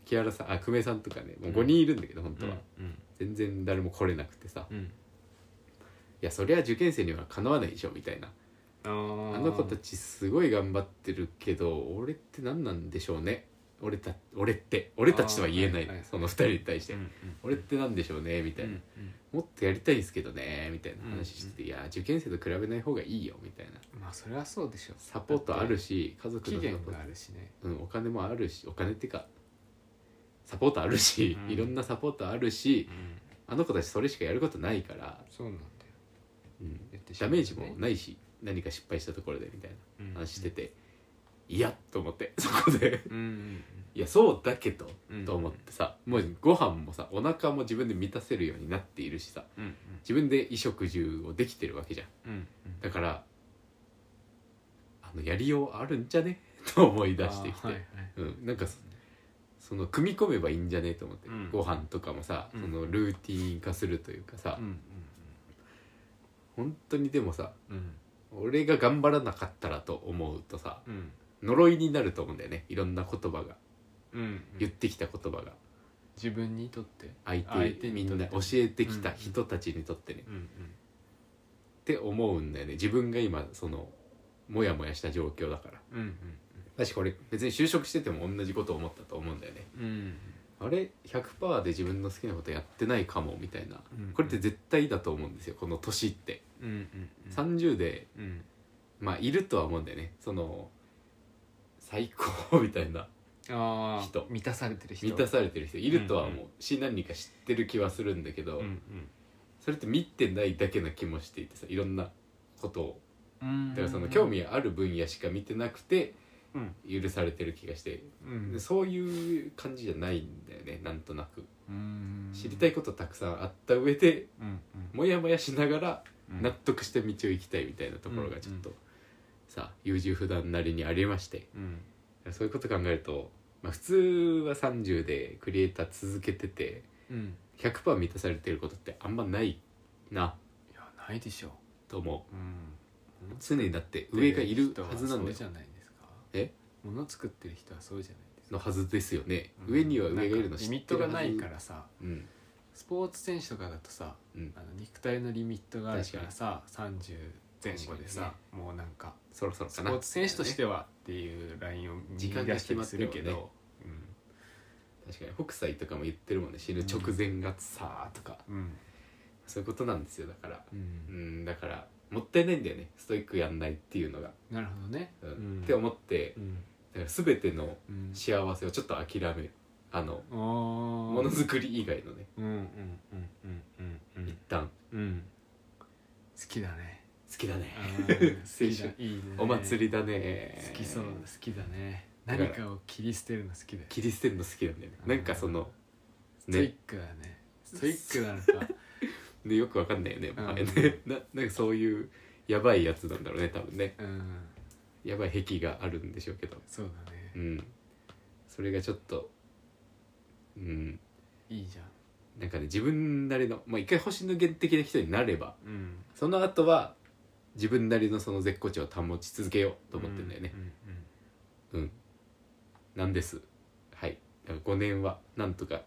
木原さんあ久米さんとかねもう5人いるんだけど本当は、
うん
全然誰も来れなくてさ、
う
い
ん
やそりゃ受験生にはかなわないでしょみたいな
あー
あの子たちすごい頑張ってるけど俺って何なんでしょうね俺た俺って俺たちとは言えない
あーはいはい
その2人に対して、
うんうん
俺って何でしょうねみた
う
い
ん
な、
うん
もっとやりたいんですけどねみたいな話してて、いや受験生と比べない方がいいよみたいな
まあそれはそうでしょ
サポートあるし家族
期
のサ
限
ポー
が
ト
あるしね
うん、お金もあるしお金っていうかサポートあるし、
うん
いろんなサポートあるし
うん
あの子たちそれしかやることないから、
そうなんだよ
うん、
言ってし
ダ
まう
メ
と
ー
ね
ジもないし何か失敗したところでみたいな
うん
話してて、いやと思って そこで
うんうん
いやそうだけど、
うん
と思ってさもうご飯もさお腹も自分で満たせるようになっているしさ
うん
自分で衣食住をできてるわけじゃん
うん
だからあのやりようあるんじゃね と思い出してきて、
あーはいはい
うん、なんかそその組み込めばいいんじゃねと思って、
うん
ご飯とかもさ、
うん
そのルーティン化するというかさ、
うん
本当にでもさ
うん
俺が頑張らなかったらと思うとさ
うん
呪いになると思うんだよねいろんな言葉が
うん
言ってきた言葉が
自分にとって
相手
相手
み
にと
ん
って
な教えてきた人たちにとってね、
うん
って思うんだよね自分が今そのモヤモヤした状況だから
うんうん
私これ別に就職してても同じこと思ったと思うんだよね
うんうん
あれ100%で自分の好きなことやってないかもみたいな
うん
これって絶対だと思うんですよこの年って
うんうんうん
30で
うん
まあいるとは思うんだよねその最高みたいな
ああ
人
満たされてる人
満たされてる人いるとは
うん
思うし何か知ってる気はするんだけど、
うん
それって見てないだけな気もしていてさいろんなことを
うん
だからその興味ある分野しか見てなくて
うん
許されてる気がして
うん
でそういう感じじゃないんだよねなんとなく
うん
知りたいことたくさんあった上で
うん
モヤモヤしながら
うん
納得した道を行きたいみたいなところがちょっとさ優柔不断なりにありまして
うん
そういうこと考えると、まあ、普通は30でクリエイター続けてて
うん
100%満たされてることってあんまないない
やないでしょ
と思
ううん
う常にだって上がいるはずなん
そう
だよ
じゃないですか
え
物作ってる人はそうじゃないですか
のはずですよね上には上がいるの
なんか
知
リ
っ
ミッ
て
ト
るは
が
ず
ないからさ
うん
スポーツ選手とかだとさ
うん
あの肉体のリミットがあるからさ30前後でさ、もうなんか
そろそろ
ス
か
ポ
な
ーツ選手としてはっていうラインを
時間
見
が
出し
決
た
ま
り
っ
す
てる
る
け
け
ど
ど、
確かに北斎とかも言ってるもんね死ぬ直前がさーとか
うん
そういうことなんですよだから
うん
うんだからもったいないんだよねストイックやんないっていうのが、
なるほどね、
う
うんん、
って思って
うん
だから全ての
うん
幸せをちょっと諦めるあの
あー
ものづくり以外のね
うんうんうんうんうん
一旦
うんうん好きだね
好きだね
あー
青春
好きだいいね
お祭りだね
好きそう好きだね
だから
何かを切り捨てるの好きだよ
切り捨てるの好きなんだよね
うん
なんかその
ストイッ
ね
クだねストイックなのか
ねよくわかんないよね
うん
前ねななんかそういうやばいやつなんだろうね多分ね
うん
やばい癖があるんでしょうけど
そうだね
うんそれがちょっとうん
いいじゃん
なんかね自分なりのまあ一回星の源的な人になれば
うん
その後は自分なりのその絶好調を保ち続けようと思ってんだよねうん、なんですはいだから5年はなんとか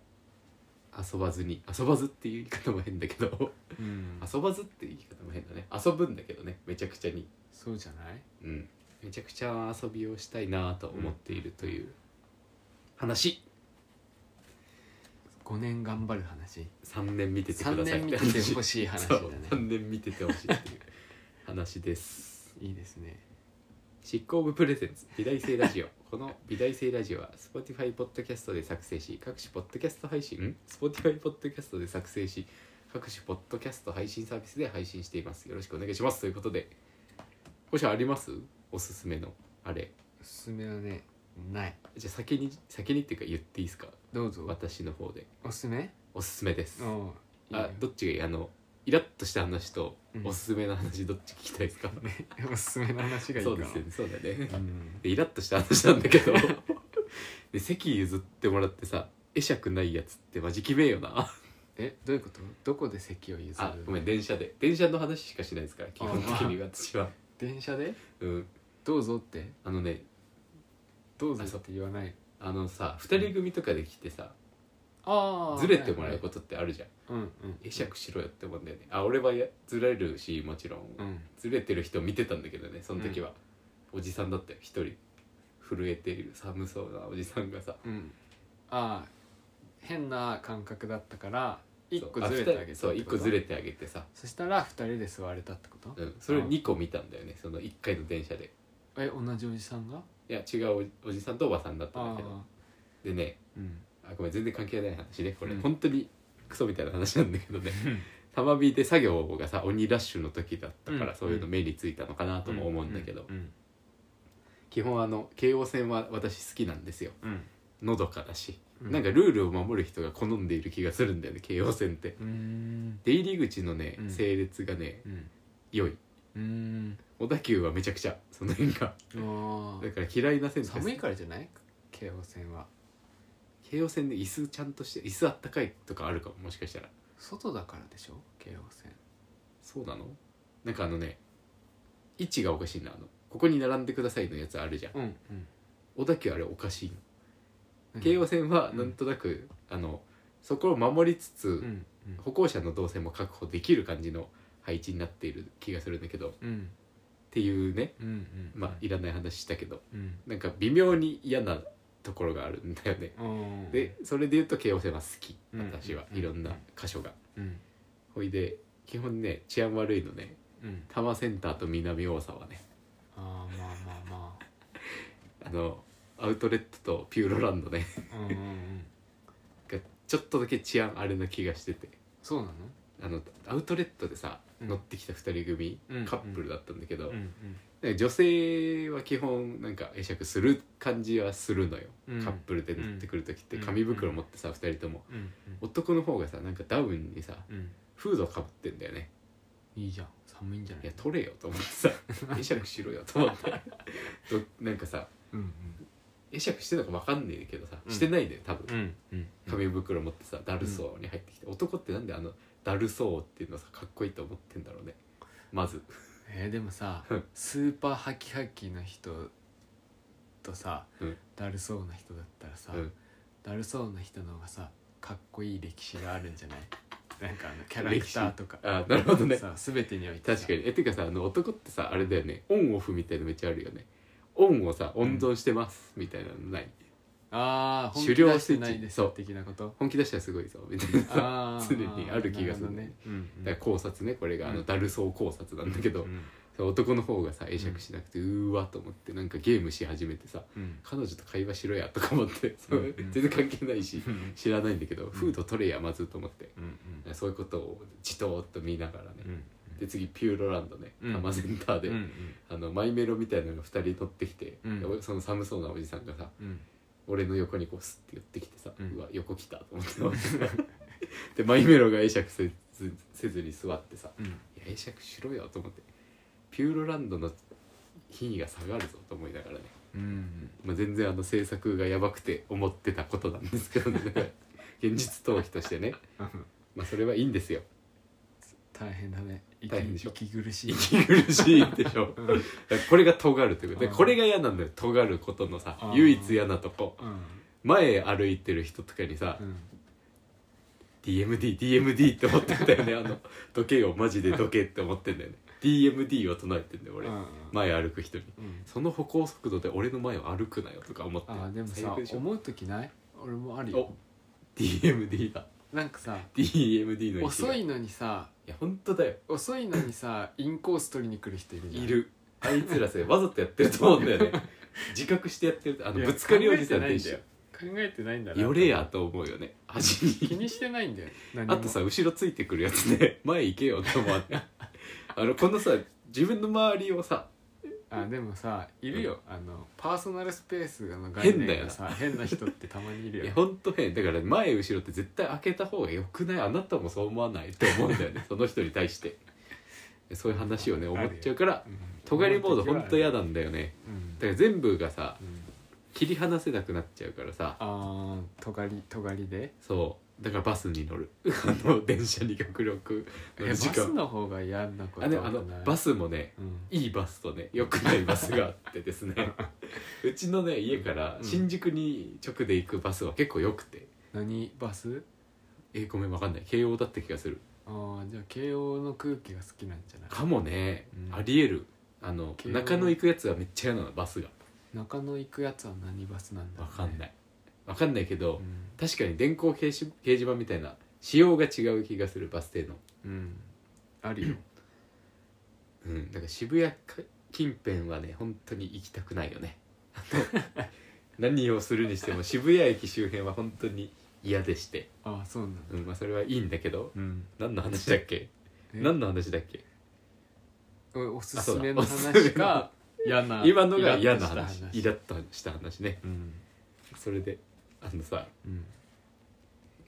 遊ばずに遊ばずっていう言い方も変だけど
うんうんうん
遊ばずっていう言い方も変だね遊ぶんだけどねめちゃくちゃに
そうじゃない
うんめちゃくちゃ遊びをしたいなと思っているという話
5年頑張る話
3年見ててく
3
ださい
年見ててほしい話
そ
だ
う
ね
3年見ててほしいっていう話です
いいですね
執行部プレゼンツ美大生ラジオこの美大生ラジオは Spotify ポッドキャストで作成し各種ポッドキャスト配信ん Spotify ポッドキャストで作成し各種ポッドキャスト配信サービスで配信していますよろしくお願いしますということでもしありますおすすめのあれ
おすすめはねない
じゃあ先に先にっていうか言っていいですか
どうぞ
私の方で
おすすめ
おすすめです
おういいよ
あどっちがいいあのイラッとした話と
うん
おすすめの話どっち聞きたいですか、
おすすめの話がいいか
そう
な
ですよねそうだね
うん
でイラッとした話なんだけど で席譲ってもらってさ会釈ないやつってマジきめえよな
えどういうことどこで席を譲る
あごめん電車で電車の話しかしないですから基本的に私 は
電車で
うん
どうぞって
あのね
どうぞって言わない
あのさ2人組とかで来てさ
あ
ずれてもらうことってあるじゃん
とうんうん
会釈しろよって思うんだよねあ俺はやずれるしもちろん
うん
ずれてる人見てたんだけどねその時は、おじさんだったよ一人震えている寒そうなおじさんがさ
うんああ変な感覚だったから一
そ
個
うあ
ずれて
二
あげ
人
た
そう一個ず
れ
れてあげてさ
そしたら二人で座れたってこと
うん、それ2個見たんだよねその1回の電車で
え同じおじさんが
いや違うおおじさんとおばさんだったんだ
あ
けど
あ
でね
うん
あごめん全然関係ない話ねこれ、
うん
本当にクソみたいな話なんだけどね玉火で作業がさ鬼ラッシュの時だったから、
うん
そういうの目についたのかなとも思うんだけど、
うん
基本あの京王線は私好きなんですよ
うん
のどかだし、
うん
なんかルールを守る人が好んでいる気がするんだよね京王線って
うん
出入り口のね
うん
整列がね、
うん
良い
うん
小田急はめちゃくちゃその辺が
あ
だから嫌いな線で
あ
す
寒いからじゃない京王線は
京王線で椅子ちゃんとして椅子あったかいとかあるかももしかしたら
外だからでしょ京王線
そうなのなんかあのね位置がおかしいなあのここに並んでください」のやつあるじゃん
うん
小田急あれおかしいの
うん
京王線はなんとなく、あのそこを守りつつ、
うんうん
歩行者の動線も確保できる感じの配置になっている気がするんだけどっ
うん
ていうね
うんうん
まあいらない話したけど
うん
なんか微妙に嫌なところがあるんだよね
うん
でそれで言うと京王線は好き
うん
私は
うん
いろんな箇所が
うん
ほいで基本ね治安悪いのね
うん
多摩センターと南大沢ね
ああまあまあまあ
あのアウトレットとピューロランドね
うんうんうん
がちょっとだけ治安あれな気がしてて
そうなの
あのアウトレットでさ、
うん
乗ってきた2人組、
うん
カップルだったんだけど、
うん
で女性は基本なんか会釈する感じはするのよ、
うん
カップルで乗ってくる時って
うん
紙袋持ってさ2人とも
うんうん
男の方がさなんかダウンにさ
うん
フードかぶってんだよね
いいじゃん寒いんじゃない
いや取れよと思ってさ会釈しろよと思 ってどなんかさ
うん
会釈してんのか分かんねえけどさ
うん
してないんだよ多
う
分、
んうん
紙袋持ってさだるそうに入ってきて、男ってなんであのだるそうっていうのさかっこいいと思ってんだろうねまず
えーでもさ
うん
スーパーハキハキな人とさ
うん
だるそうな人だったらさ
うん
だるそうな人の方がさかっこいい歴史がある んじゃないなんかあのキャラクターとか
あなるほどね
さ全てにおいてさ
確かにえてかさあの男ってさあれだよねオンオフみたいのめっちゃあるよねオンをさ温存してます、みたいなのない
ああ本
狩
気
猟
出してないで
スイッ
す
チ
的なこと
本気出したらすごいぞみたいなさ
あー
常にある気がする
なほどうんうん
だから考察ねこれがあ
う
の
ん
ダルソー考察なんだけど、
うん
その男の方がさ会釈しなくて、うーわと思ってなんかゲームし始めてさ
うん
彼女と会話しろやとか思って、そう
うんうん
全然関係ないし
うん
知らないんだけど、フード取れやまずと思って
うん
そういうことをじとーっと見ながらね、
うん
で次ピューロランドね多
うん
摩センターで、
うん
あのマイメロみたいなのが2人乗ってきて、
うん
その寒そうなおじさんがさ
うん
俺の横にこうスッて寄ってきてさ、う
うん
わ横来たと思ってでマイメロが会釈せずせずに座ってさ「
うん
いや会釈しろよ」と思ってピューロランドの品位が下がるぞと思いながらね、
うん
まあ、全然あの制作がやばくて思ってたことなんですけど ね現実逃避としてね
うん
まあそれはいいんですよ
大変だね息
大変でしょ
息苦しい
息苦しいでしょ
うん
だからこれが尖るということ
う
で
ん
これが嫌なんだよ尖ることのさ
うん
唯一嫌なとこ
うん
前歩いてる人とかにさ
うん
DMDDMD って思ってたよねあの時計をマジで時計って思ってんだよね DMD を唱えてんだよ俺
うん
前歩く人に
うん
その歩行速度で俺の前を歩くなよとか思って
あーでも
最
さ
悪でしょ
思う時ない俺もあるよ
お DMD だ
なんかさ
DMD の位置が
遅い
い
のにさ
や本当だよ
遅いのにさインコース取りに来る人いるじゃん
いるあいつらさわざとやってると思うんだ よね自覚してやってるあ
い
の
や
ぶつかりおじさん
考
と
え
一緒
てないんだよ考えてないんだな
よれやと思うよね端
気
に
にしてないんだよ何も
あとさ後ろついてくるやつね 前行けよって思わない あのこのさ自分の周りをさ
あでもさいるよ、あのパーソナルスペースの概
変だよ
念がさ 変な人ってたまにい
い
る
や
よ
ほんと 変だから前後ろって絶対開けた方がよくないあなたもそう思わないって思うんだよ ねその人に対してそういう話をね思っちゃうから
うん
尖りモードほんと嫌なんだよね
うん
だから全部がさ
うん
切り離せなくなっちゃうからさ
あー尖り尖りで
そうだからバスに乗る あの電車に極 力乗
え
る
バ
時
ス
間
の方が嫌なこと
あでもあのバ
ス、
スもね
うん、
いいバスとね良くないバスがあってですね うちのね家から
うん
新宿に直で行くバスは結構良くて
何バス
えごめんわかんない慶応だった気がする
あーじゃあ慶応の空気が好きなんじゃない
かもね、
うん
ありえるあの
慶応
中野行くやつはめっちゃ嫌なのバスが
中野行くやつは何バスなんだ、
わかんないいわかんないけど、
うん
確かに電光掲示掲示板みたいな仕様が違う気がするバス停の
うん、あ るよ
うんだから渋谷か近辺はね本当に行きたくないよねあの 何をするにしても渋谷駅周辺は本当に嫌でして、
ああそうなんだ
うんまあ、それはいいんだけど
うん
何の話だっけ何の話だっけ
おおす
あそ
す
うだ
めの
おすす
話
めの
か 嫌な
今のが嫌な話イ
イ
ラ
ラ
ッとした話ね
うん
それであのさ
うん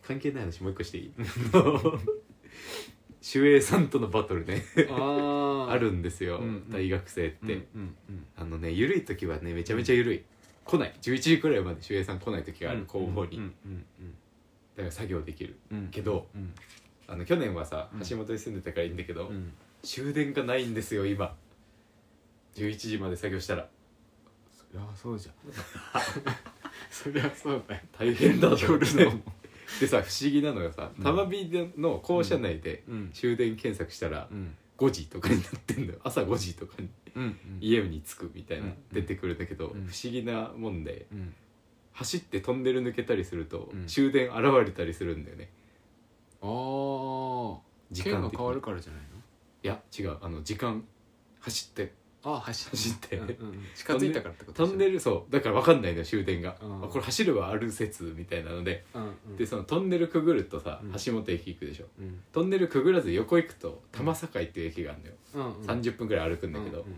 関係ない話もう一個してい いあの守衛さんとのバトルね
あー
あるんですよ、
うんうん
大学生って、
うんうんうん
あのね緩い時はねめちゃめちゃ緩い来ない11時くらいまで守衛さん来ない時がある工房に、
うんうんうん
だから作業できる
うん
けど
うん
あの去年はさ
うん
橋本に住んでたからいいんだけど、
うん
終電がないんですよ今11時まで作業したら
そりゃそうじゃん そりゃそうだよ
大変だと思って
夜 の
でさ不思議なのがさ
うん
たまびの校舎内で
うん
終電検索したら
うん
5時とかになってんのよ朝5時とかに
うん
家に着くみたいな
うん
出てくるんだけど
う
不
ん
思議なもんで
うん
走ってトンネル抜けたりすると
うん
終電現れたりするんだよね
ああ
時
県
間
が
的
変わ
に
るからじゃない
いや違うあの時間走って
のああ走
走って
うんうんうん近づいたからってこと
トンネルそうだから分かんないのよ終電が、
うん
あこれ走ればある説みたいなので、
うんうん
でそのトンネルくぐるとさ
うん
橋本駅行くでしょ、
うん
トンネルくぐらず横行くと多摩境っていう駅があるのよ、
うんうん
30分ぐらい歩くんだけど、
うん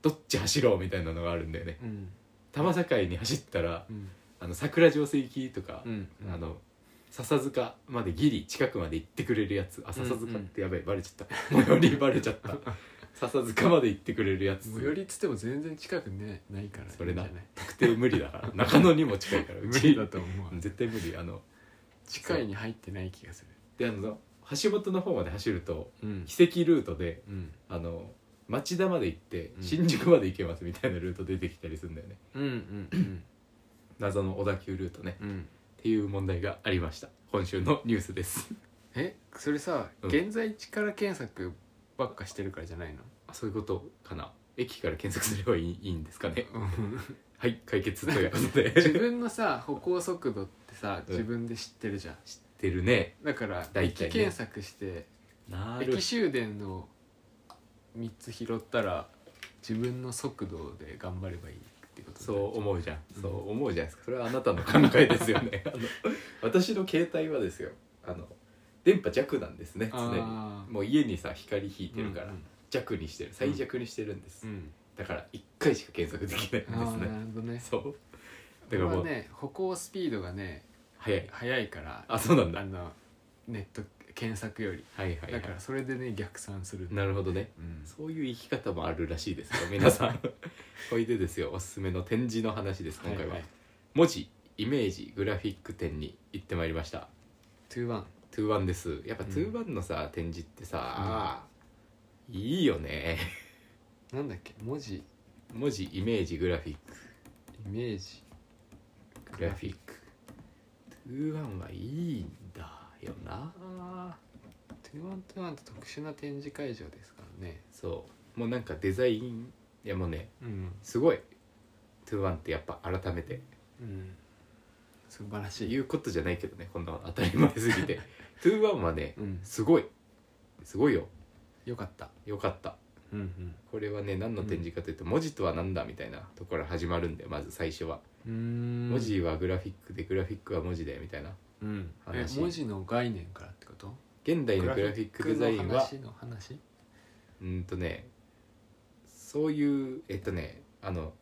どっち走ろうみたいなのがあるんだよね
うん
多摩境に走ったら
うん
あの桜上水行きとか、
うんうん
あの笹塚までギリ近くまで行ってくれるやつあ笹
うん
塚
う
っ
ん
てやべえバレちゃった最寄りバレちゃった 笹塚まで行ってくれるやつ
最寄りっつっても全然近くねないから
それない
いんじゃい
確定無理だから中野にも近いからう
無
ち
理だと思う
うん絶対無理あの
近いに入ってない気がする
であの橋本の方まで走ると
うん
奇跡ルートで
うん
あの町田まで行って
うん
新宿まで行けますみたいなルート出てきたりするんだよね、
うんうん
謎の小田急ルートね
うんう
っ
ん
ていう問題がありました今週のニュースです
えそれさ
うん
現在地から検索ばっかしてるからじゃないの
あそういうことかな駅から検索すればいいいいんですかね
うん
はい解決ということ
自
で
分のさ歩行速度ってさ
うん
自分で知ってるじゃん
知ってるね
だから
大
駅
体ね
検索して
な
駅終電の3つ拾ったら自分の速度で頑張ればいいってことだ
そ
ね
う思うじゃん、
うん
そう思うじゃないですかそれはあなたの考えですよねあの私の携帯はですよあの電波弱なんですね常に
あー
もう家にさ光引いてるから、
うん
弱にしてる最弱にしてるんです、
うん
だから1回しか検索でき
あ
ないん
ー
です
な
ね
るほどね
そうだ
だ
か
から
もう、
ね歩行スピードがね
早い
速いから
あそうなんだ
あのネット検索より
はいはいは
だ
い
からそれでね逆算する
なるほどね
うん
そういう生き方もあるらしいですよ皆さん おいでですよおすすめの展示の話です今回は、
はいはい
文字イメージグラフィック展に行ってまいりました
トゥーワン
トゥーワンですやっぱ
うん
トゥーワンのさ、展示ってさ、いいよね
なんだっけ文字イ
文字イメージグラフィッ
メージ
クグラフィックトゥーワンはいいんだよな
トゥーワントゥーワンって特殊な展示会場ですからね
そうもうなんかデザインいやもうね
うん、
すごいトゥーワンってやっぱ改めて
うん、素晴らしい
言うことじゃないけどねこんな当たり前すぎ てトゥーワンはね
うん、
すごいすごいよ
よかった
よかった
うんうん
これはね何の展示かというと、文字とは何だみたいなところから始まるんでまず最初は
うーん
文字はグラフィックでグラフィックは文字でみたいな
うんえ
話
文字の概念からってこと
現代のグラフィックデザイン
グラ
は
フィックの話の話
うーんとねそういうえっとねあの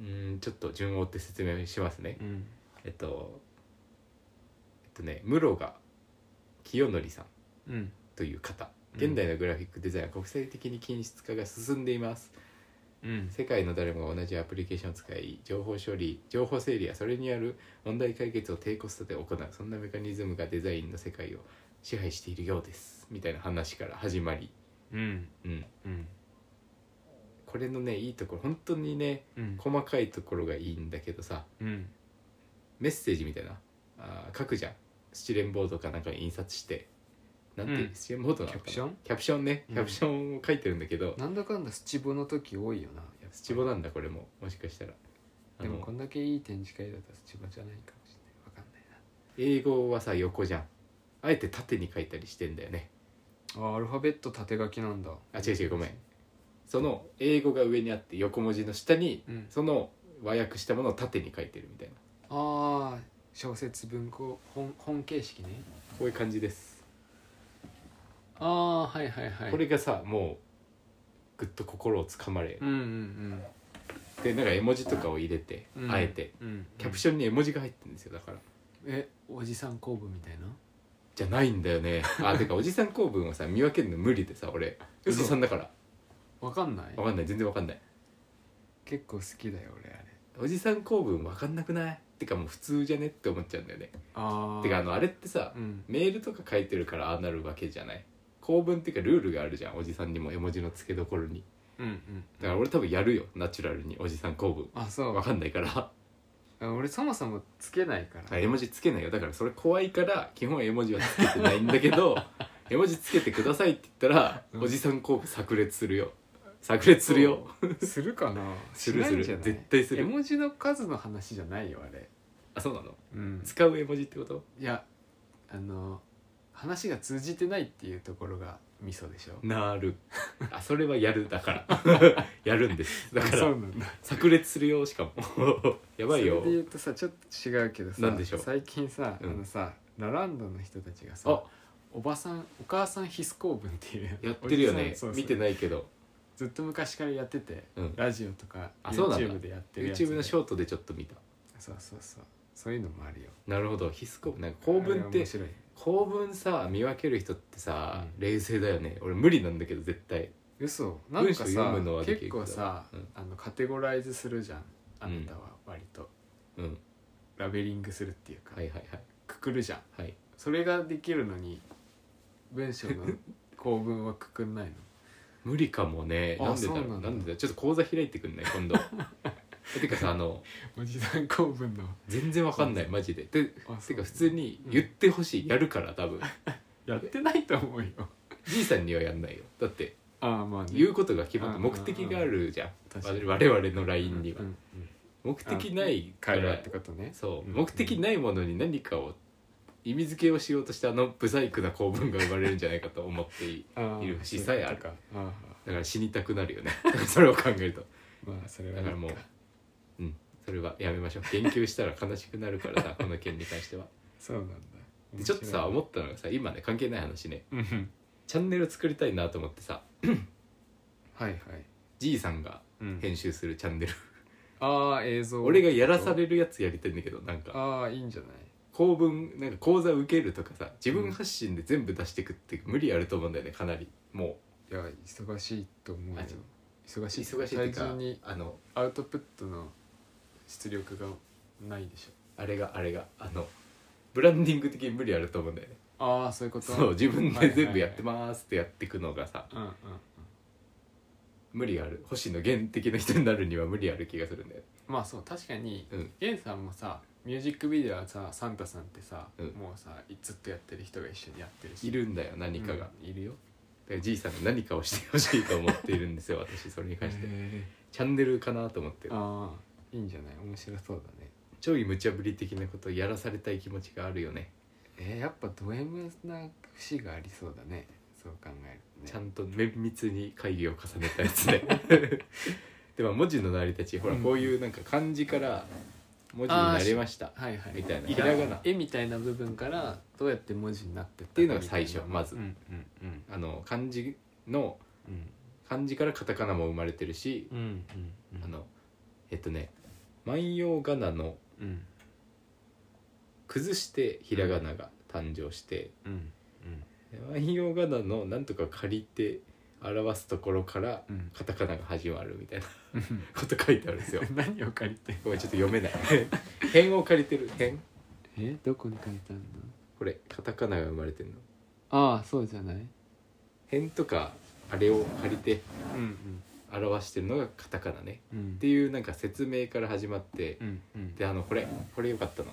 うーんちょっと順を追って説明しますね
うん
えっとえっとね室賀清則さん
うん
という方
うん
現代のグラフィックデザインは国際的に均質化が進んでいます
うん
世界の誰もが同じアプリケーションを使い情報処理情報整理やそれによる問題解決を低コストで行うそんなメカニズムがデザインの世界を支配しているようですみたいな話から始まり、
うん
うん、
うん
これのねいいところ本当にね
うん
細かいところがいいんだけどさ
うん
メッセージみたいなあー書くじゃんスチレンボードかなんかに印刷してなんて、
うん
スチレンボードなのかな
キャプション
キャプションね
う
キ
ん
ャプションを書いてるんだけど、
なんだかんだスチボの時多いよなやっぱり
スチボなんだこれももしかしたらあ
でもこ
の
んだけいい展示会だったらスチボじゃないかもしれないわかんないな
英語はさ横じゃんあえて縦に書いたりしてんだよね
あアルファベット縦書きなんだ
あ違う違うごめんその英語が上にあって横文字の下に
うん、
その和訳したものを縦に書いてるみたいな
ああ小説文庫本本形式ね
こういう感じです、
ああはいはいはい
これがさもうぐっと心をつかまれ
うんうん
でなんか絵文字とかを入れて、
うん
あえて
うんうん
キャプ
ョン
ションに絵文字が入ってるんですよだから
えおじさん公文みたいな
じゃないんだよ ねあてかおじさん構文をさ見分けるの無理でさ俺おじさんだから
わかんない
わかんない全然わかんない
結構好きだよ俺あれ
おじさん構文わかんなくないてかもう普通じゃねって思っちゃうんだよね
ああ
てかあのあれってさ
うん
メールとか書いてるからああなるわけじゃない構文っていうかルールがあるじゃんおじさんにも絵文字の付けどころに
うんうん
だから俺多分やるよナチュラルにおじさん構
あそ
文
う
わかんないから
あ俺そもそもつけないから、
あ絵文字つけないよだからそれ怖いから基本絵文字はつけてないんだけ ど絵文字つけてくださいって言ったら、
うん
おじさん公文炸裂するよ炸裂するよ
そうするかな
する
し
す
ないん
る
じゃない
絶対す
絵
る
文字の数の話じゃないよあれ
あそうなの
うん
使う絵文字ってこと
いやあの話が通じてないっていうところがミソでしょ
な るあそれはやるだからやるんですだか
あそう
ら
なんだ
炸裂するよしかも やばいよ
それで言うとさちょっと違うけどさ
なんでしょう
最近さ、
うん
あのさラランドの人たちがさ
あ
おばさんお母さんヒス公文っていう
やってるよね
おじさんそうそう
見てないけど
ずっと昔からやってて、
うん
ラジオとか
あそうなんだ
YouTube でやってるやつで
YouTube のショートでちょっと見た
そうそうそうそういうのもあるよ
なるほどヒスコなんか構文っ
あれ
て
面白い
構文さ見分ける人ってさ、
う
冷静だよね俺無理なんだけど絶対
嘘なんか
文章読
さ
むのはできる
結
けど
構さ、
うん
あのカテゴライズするじゃんあなたは割と、
うん
ラベリングするっていうか、
はいはい
くくるじゃん
はいはい
それができるのに文章の構文はくくんないの
無理かもね
あ
なんでだろ
そう
う
な
なんん
だ
でだろうちょっと講座開いてくんない 今度えてかさあの
おじさん構文の
全然わかんないマジでで
あ
てか普通に言ってほしい、やるから多分
やってないと思うよ
じいさんにはやんないよだって
ああまあね
言うことが決まって
うん
目的があるじゃん
確かに
我々の LINE には、
うんうん
目的ないか
会話
ら
ってことね
そう、
ん
目的ないものに何かを意味付けをしようとしたあのブサイクな構文が生まれるんじゃないかと思って い
あー
いる節さえある
そういうことかあ
だから死にたくなるよね それを考えると
ーまあそれは
だからもううんそれはやめましょう言及したら悲しくなるから さこの件に関しては
そうなんだ
でちょっとさ思
面
ったのがさ今ね関係ない話ね
白いうん
チャンネル作りたいなと思ってさ
はいはい
じいさんが
うん
編集するチャンネル、
ああ映像
俺がやらされるやつやりたいんだけどなんか
ああいいんじゃない
公文なんか講座受けるとかさ自分発信で全部出してくって無理あると思うんだよねかなりもう
いや忙しいと思うよ
あそう
忙しい
忙しいってい
単
うか
純に
あの
アウトプットの出力がないでし
あれがあれがあのブランディング的に無理あると思うんだよね
ょああそういうこと
そう自分
は
で
いはいはい
全部やってますってやっていくのがさ
うんうんうん
無理ある星野源的な人になるには無理ある気がするんだよね
まあそう確かに
うん
源さんもさミュージックビデオはさサンタさんってさ、
うん
もうさずっとやってる人が一緒にやってるし
いるんだよ何かが、だか
うんいるよ
らじいさんが何かをしてほしいと思っているんですよ私それに関して
へ
チャンネルかなと思って
ーああいいんじゃない面白そうだね
ちょい無茶ぶり的なことをやらされたい気持ちがあるよね
えー、やっぱド M な節がありそうだねそう考える
ち
と
ゃ
ね
んと綿密に会議を重ねたやつで でも文字の成り立ちほら
うん
こういうなんか漢字から文字になりましたっ
はいはい
みたいな
ひらが
ひらが
な
な
絵みたいな部分からどうやって文字になってって
いうのが最初まず、
うんうんうん
あの漢字の
うん
漢字からカタカナも生まれてるし、
うんうんうん
あのえっとね万葉仮名の
うん
崩してひらがなが誕生して、
うん
万葉仮名のなんとか借りて表すところから
うん
カタカナが始まるみたいな
うん
こと書いてあるんですよ
何を借りてんの
ごめんちょっと読めない 辺を借りてる辺
えどこに書いてあるの
これカタカナが生まれてるの
ああそうじゃない
辺とかあれを借りて
うんうん
表してるのがカタカナね
うん
っていうなんか説明から始まって
うんうん
であのこれこれよかったの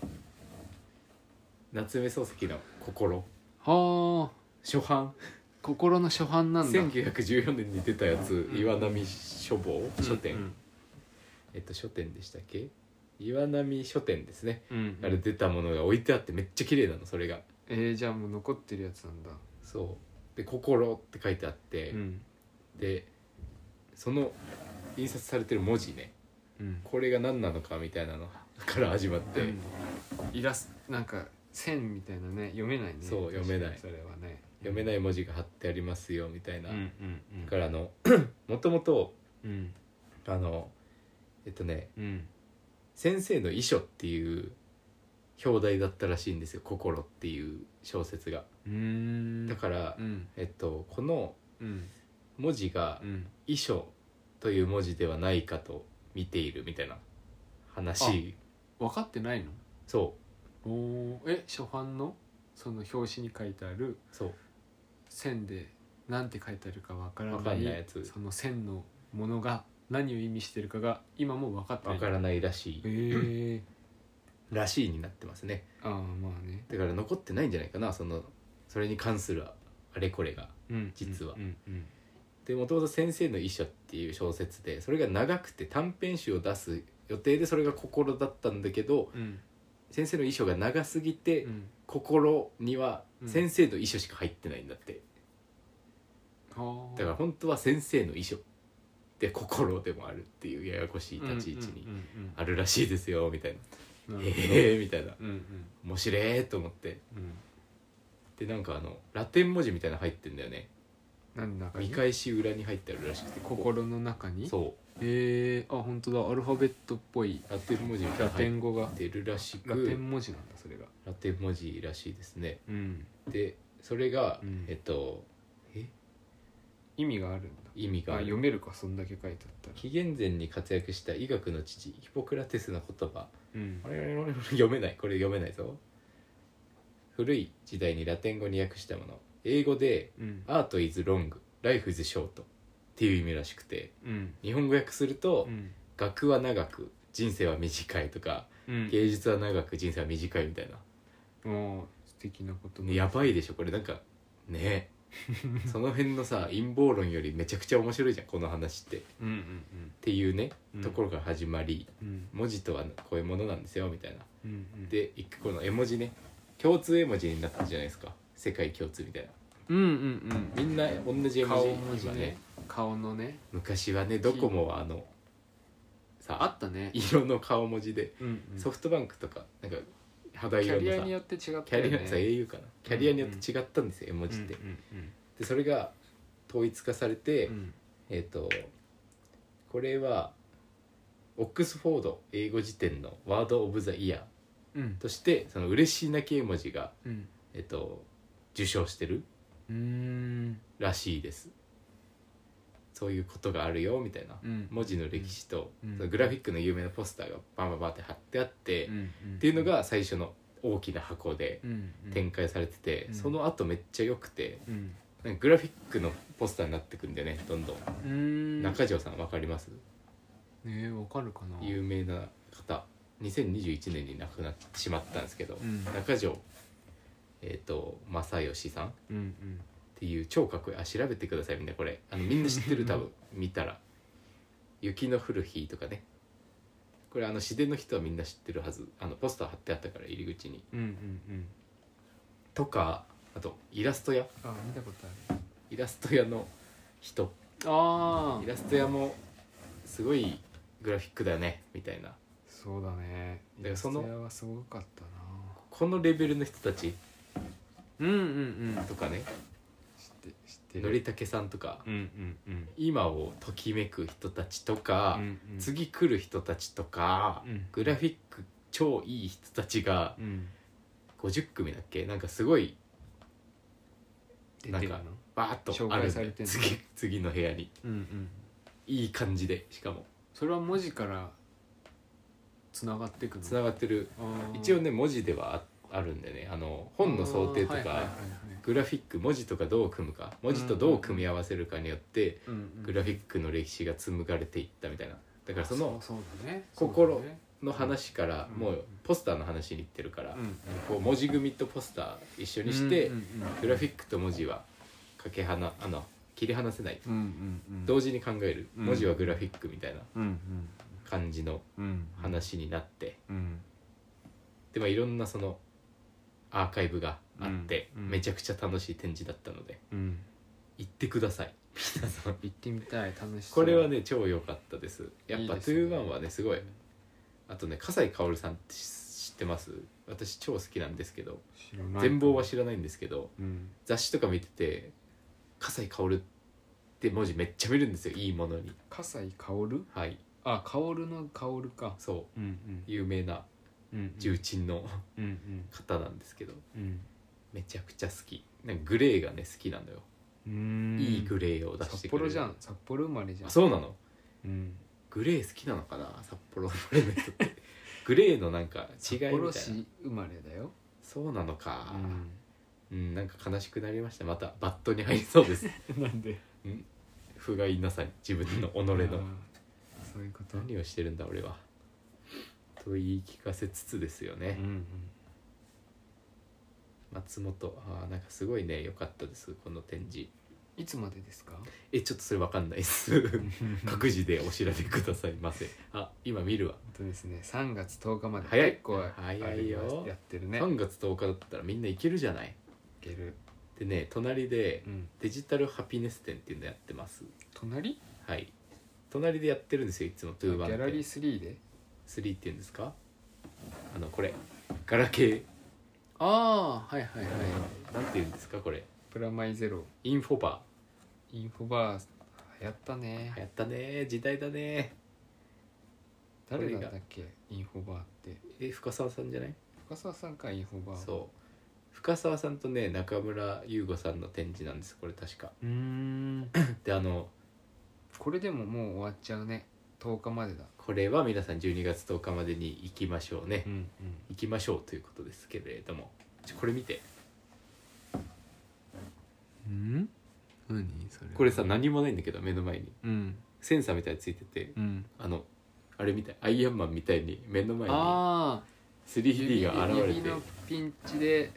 夏目漱石の「心
はあ」
初版
心の初版なんだ
1914年に出たやつ
うん
岩波書房書店、
うん
えっと書店でしたっけ岩波書店ですね
うんうん
あれ出たものが置いてあってめっちゃ綺麗なのそれが
えー、じゃあもう残ってるやつなんだ
そうで「心」って書いてあって、
ん
でその印刷されてる文字ね
うん
これが何なのかみたいなのから始まって、
うんイラスなんか線みたいなね読めないね
そう読めない
確かにそれはね
読めない文字が貼ってありますよみたいな、
うんうんうん
だからあの もともと
うん
あのえっとね
うん
先生の遺書っていう表題だったらしいんですよ「心」っていう小説が
うーん
だから、
うん
えっとこの
うん
文字が
うん
「遺書」という文字ではないかと見ているみたいな話
分かってないの
そ
おーえ初版のその表紙に書いてある
うそう
線でなんて書いてあるかわから
わか
なんい
ないやつ
その線のものが何を意味してるかが今もう分かってない
わからないらしい
えー、
らしいになってますね
ああまあね
だから残ってないんじゃないかなそのそれに関するあれこれが
うん
実は
うんうん
でもともと「先生の遺書」っていう小説でそれが長くて短編集を出す予定でそれが心だったんだけど
うん
先生の遺書が長すぎて、
うん
心には
うん
先生の遺書しか入ってないんだって、
はあ
だから本当は先生の遺書で心でもあるっていうややこしい立ち位置に
うんうん
あるらしいですよみたいな
うんう
「え
ん
えー」みたいな
うん
「面白え」と思って
うんうん
でなんかあのラテン文字みたいなの入ってんだよね
何だか
見返し裏に入ってあるらしくてここ
心の中に
そ
えー、あ本当だアルファベットっぽいう
ラテン文字みたい
ラ
なの入
テ
っ
ン語が
てるらしく
ラテン文字なんだそれが
ラテン文字らしいですね
うん
でそれが、
うん
えっとえ
意味があるんだ
意味が
まあ
あ
読
る
めるかそんだけ書いてあったら
紀元前に活躍した医学の父ヒポクラテスの言葉
うん
あれあれあれ読めないこれ読めないぞ古い時代にラテン語に訳したもの英語で
うん
「アート is long life is short」っていう意味らしくて
うん
日本語訳すると
うん
「学は長く人生は短い」とか
う
「
ん
芸術は長く人生は短い」みたいな、
もう素敵な言葉
やばいでしょこれなんか ねえその辺のさ陰謀論よりめちゃくちゃ面白いじゃんこの話ってっ
うんうん
ていうね、
うん
ところから始まり
うんうん
文字とはこういうものなんですよみたいな
うんうん
で一個この絵文字ね共通絵文字になったじゃないですか世界共通みたいな
うんうん
みんな同じ
う
絵
ん顔
文
文
字
字
今ね
ね顔のね
昔はねドコモはあのさ
あったね
色の顔文字で、
うんうん
ソフトバンクとかなんか肌
キ
色の
ャ
さ
リアによって違ったよね
キャリアさ au かなキャリアによって違ったんですよ、絵文字って、
うんうん
でそれが統一化されて、
うん
えっ、とこれはオックスフォード英語辞典のワード・オブ・ザ・イヤ
うん
ーとしてその嬉しい泣き絵文字が、
うん
えっと受賞してる
うーん
らしいですそういうことがあるよみたいな、
うん
文字の歴史と、
うん
そのグラフィックの有名なポスターがバンバンバンって貼ってあって、
う
っ
んうん
ていうのが最初の大きな箱で
うんうん
展開されてて、
うん
その後めっちゃ良くて
うん
なんかグラフィックのポスターになってくんだよねどんどん、
うーん
中条さんわかります
ねえわかるかな
有名な方2021年に亡くなってしまったんですけど、
うん
中条、えー、と正義さんっ
うんうん
ていう超かっこいいあ調べてくださいみんなこれあのみんな知 ってる多分見たら「雪の降る日」とかねこれあの市電の人はみんな知ってるはずあのポスター貼ってあったから入り口に
うんうんうん
とかあとイラスト屋
あ見たことある
イラスト屋の人
あ
イ
あ
ラスト屋もすごいグラフィックだよねみたいな
そうだね
だからその
イラスト屋はすごかったな
このレベルの人たち
うんうんうん
とかね
知って知ってる
のりたけさんとか
うんうんうん
今をときめく人たちとか、
うんうん
次来る人たちとか、
うん
グラフィック超いい人たちが
うん
50組だっけなんかすごい
出てるの
なんバーッ
紹
とあるん
介
だ
され
よ
てんの
次次の部屋に
うんうん
いい感じでしかも
それは文字からつながっていくの
つながってる
あー
一応ね文字ではああるんでねあの本の想定とか、
あーはいはいはいはい
グラフィック文字とかどう組むか文字とどう組み合わせるかによって、
うんうん
グラフィックの歴史が紡がれていったみたいなだからその
そうそうだね
心
そうだね
の話から
うん
もうポスターの話に行ってるから、
うん
こう文字組みとポスター一緒にして、
うんうんうん
グラフィックと文字はかけ離あの切り離せない、
うんうんうん
同時に考える
うん
文字はグラフィックみたいな
うんうん
感じの
うん
話になって
うん
でまあいろんなそのアーカイブがあって、
うんうん
めちゃくちゃ楽しい展示だったので
うん
行ってください皆さん
行ってみたい楽しそう
これはね超良かったですやっぱ
いいですね
21はねすごいあとね笠井薫さんって知ってます私超好きなんですけど
知らない
全貌は知らないんですけど
うん
雑誌とか見てて笠井薫って文字めっちゃ見るんですよいいものに
笠井薫
はい
あ薫の薫か
そ
うん
う有名な
うんうん
重鎮の
うんうん
方なんですけど
うん
めちゃくちゃ好きなんかグレーがね好きなんだよ、
うん
いいグレーを出して
札
くれ
幌
る
じゃん札幌生まれじゃん
あそうなの
うん
グレー好きなのかな札幌のレベルって グレーのなんか違いみた
札
い
幌
な
市生まれだよ
そうなのか、
うん
うん、なんか悲しくなりましたまたバットに入りそうです
なんで
不甲斐なさに自分の己の
あーそういうこと
何をしてるんだ俺はと言い聞かせつつですよね
う、んうん
松本あーなんかすごいね良かったですこの展示
いつまでですか
えちょっとそれわかんないです 各
本
自でお調べくださいませあ今見るわ
当ですね3月10日まで
早い
結構
早いよ
あれはやってるね
3月10日だったらみんな行けるじゃない
いける
でね隣で
うん
デジタルハピネス展っていうのやってます
隣
はい隣でやってるんですよいつも
ギ
トゥーバン
ャラリー
展
3で
3っていうんですかあのこれガラケー、
ああはいはいはい
なんていうんですかこれ
プラマイゼロ
インフォバ
インフォバー流行ったね
ー流行ったね時代だね
誰なん
こ
だ
れが
っけインフォバーって
え深澤さんじゃない
深澤さんかインフォバー
そう深澤さんとね中村優吾さんの展示なんですこれ確か
ううーん
であの
これでももう終わっちゃうね10日までだ
これは皆さん12月10日までに行きましょうね、
ん
行きましょうということですけれどもちょこれ見て
うん何それ
これさ何もないんだけど目の前に
うん
センサーみたいについてて
うん
あのあれみたいアイアンマンみたいに目の前に
ああ
3D が現れ
指
て
のピンチで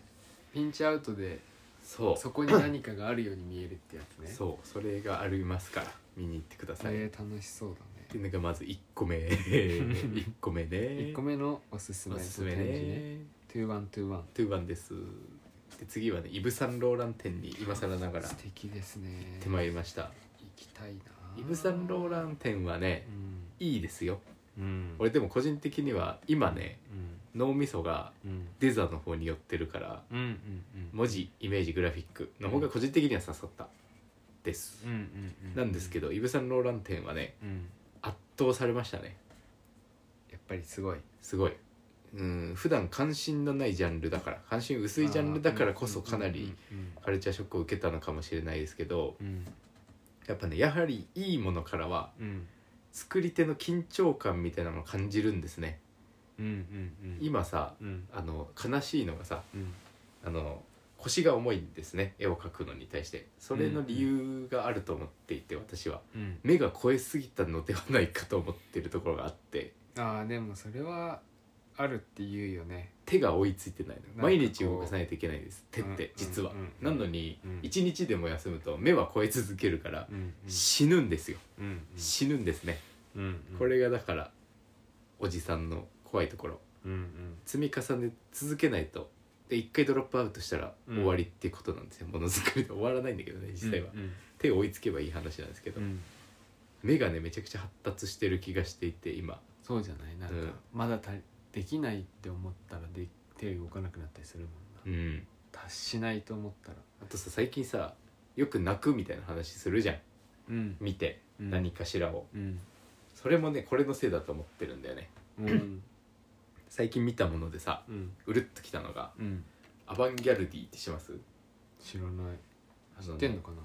ピンチアウトで
そう
そこに何かがあるように見えるってやつねう
そうそれがありますから見に行ってください、
えー、楽しそうだ
っ
ね
ていうのがまず1個目1個目ね
1個目のおすすめ
おすすめね
2121
トゥーバンですで次はねイブ・サンローラン展に今更ながら行
素敵ですね
ってまいりました
行きたいな
イブ・サンローラン展はね
うん
いいですよ
うん
俺でも個人的には今ね
うん
脳みそが
うん
デザの方に寄ってるから
うんうんうん
文字イメージグラフィックの方が個人的には刺さったです
うんうんうん
なんですけどイブ・サンローラン展はね
うん
圧倒されましたね
やっぱりすごい
すごいうん普段関心のないジャンルだから関心薄いジャンルだからこそかなり
うん
カルチャーショックを受けたのかもしれないですけど
うん
やっぱねやはりいいものからは
うん
作り手の緊張感みたいなのを感じるんですね
うんうんうん
今さ
うん
あの悲しいのがさ
うん
あの腰が重いんですね絵を描くのに対してそれの理由があると思っていて私は
うん
目が超えすぎたのではないかと思ってるところがあって
ああでもそれはあるって言うよね
手が追いついてない
んかこ
の
う
毎日動かさないといけないです手っ
うんうん
て実は
うん
なのに
うん
一日でも休むと目は超え続けるから
うん
死ぬんですよ
うん
死ぬんですね
うん
これがだからおじさんの怖いところ
うんうん
積み重ね続けないとで一回ドロップアウトしたら
うん
終わりっていうことなんですよものづくりで終わらないんだけどね実際は
うん
手を追いつけばいい話なんですけど
うん
目がねめちゃくちゃ発達してる気がしていて今
そうじゃないなんか
うん
まだたできないって思ったらで手動かなくなったりするもん
う
なん達しないと思ったら
あとさ最近さよく泣くみたいな話するじゃん
うん
見て
うん
何かしらを
うん
それもねこれのせいだと思ってるんだよね
うん
最近見たものでさ
うん
うるっときたのが
うん
アバンギャルディってします
知らない
あ
知
のね
ってんのかな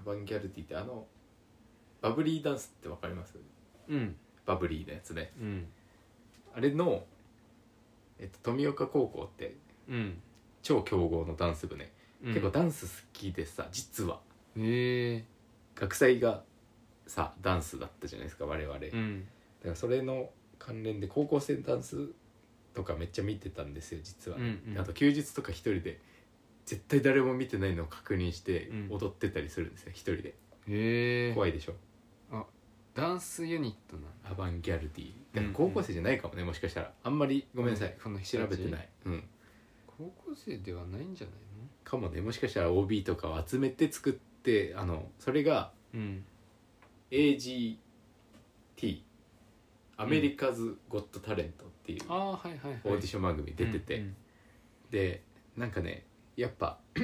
アバンギャルディってあのバブリーダンスってわかります
うん
バブリーなやつね
うん
あれの、えっと、富岡高校って
うん
超強豪のダンス部ね、結構
だ
ダンス好きでさ実は
へえ
学祭がさダンスだったじゃないですか我々、だ
う
か
ん
らそれの関連で高校生ダンスとかめっちゃ見てたんですよ実は、
うんうん
あと休日とか一人で絶対誰も見てないのを確認して
うん
踊ってたりするんですよ一人で
へえ
怖いでしょ
ダンスユニットなの
アバンギャルディだか
うん
ら高校生じゃないかもねもしかしたらあんまりごめんなさい、
うんこの人
調
たち
べてない、うん、
高校生ではないんじゃない
かもねもしかしたら OB とかを集めて作ってあのそれが
のうん
AGT アメリカズ・ゴット・タレントっていう
ああはいはいはい
オーディション番組出てて、
うん
でなんかねやっぱ
う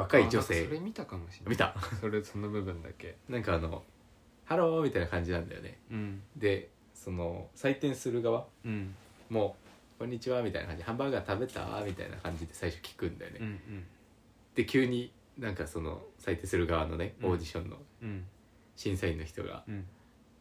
若
ん
い女
あなんかそれ
性
見たかもしれない
見た
それその部分だけ
なんかあの「ハロー」みたいな感じなんだよね
うん
でその採点する側
うん
も「こんにちは」みたいな感じ「ハンバーガー食べた?」みたいな感じで最初聞くんだよね、
うんうん
で急になんかその採点する側のね
うん
オーディションの
うん
審査員の人が
う
「
ん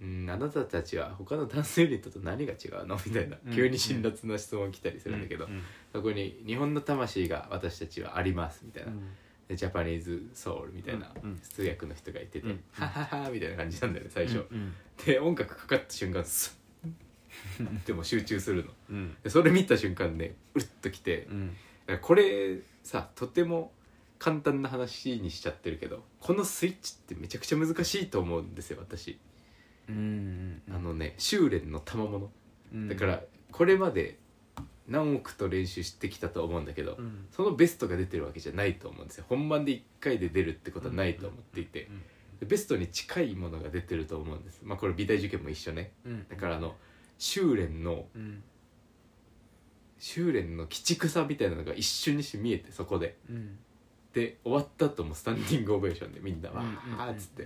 うんあなたたちは他のダンスユニットと何が違うの?」みたいな
うん
急に辛辣な質問来たりす
す
るんだけど
うん
そこに「日本の魂が私たちはあります」みたいな
うん
でジャパニーズソウルみたいな
うんうん
通訳の人がいてて
うん
「ははは」みたいな感じなんだよね最初、
うん
で音楽かかった瞬間スッ でも集中するの
うん
でそれ見た瞬間ねうるっときて、
うん
だからこれさとても簡単な話にしちゃってるけどこのスイッチってめちゃくちゃ難しいと思うんですよ私、
うん
あのね修練の賜物
うん
だからこれまで何億と練習してきたと思うんだけど、
うん
そのベストが出てるわけじゃないと思うんですよ本番で1回で出るってことはないと思っていて、
うん
でベストに近いものが出てると思うんですまあこれ美大受験も一緒ね
うん
だからあの修練の
うん
修練の鬼畜さみたいなのが一瞬にして見えてそこで
うん
で終わった後もスタンディングオベーションでみんなわーっつって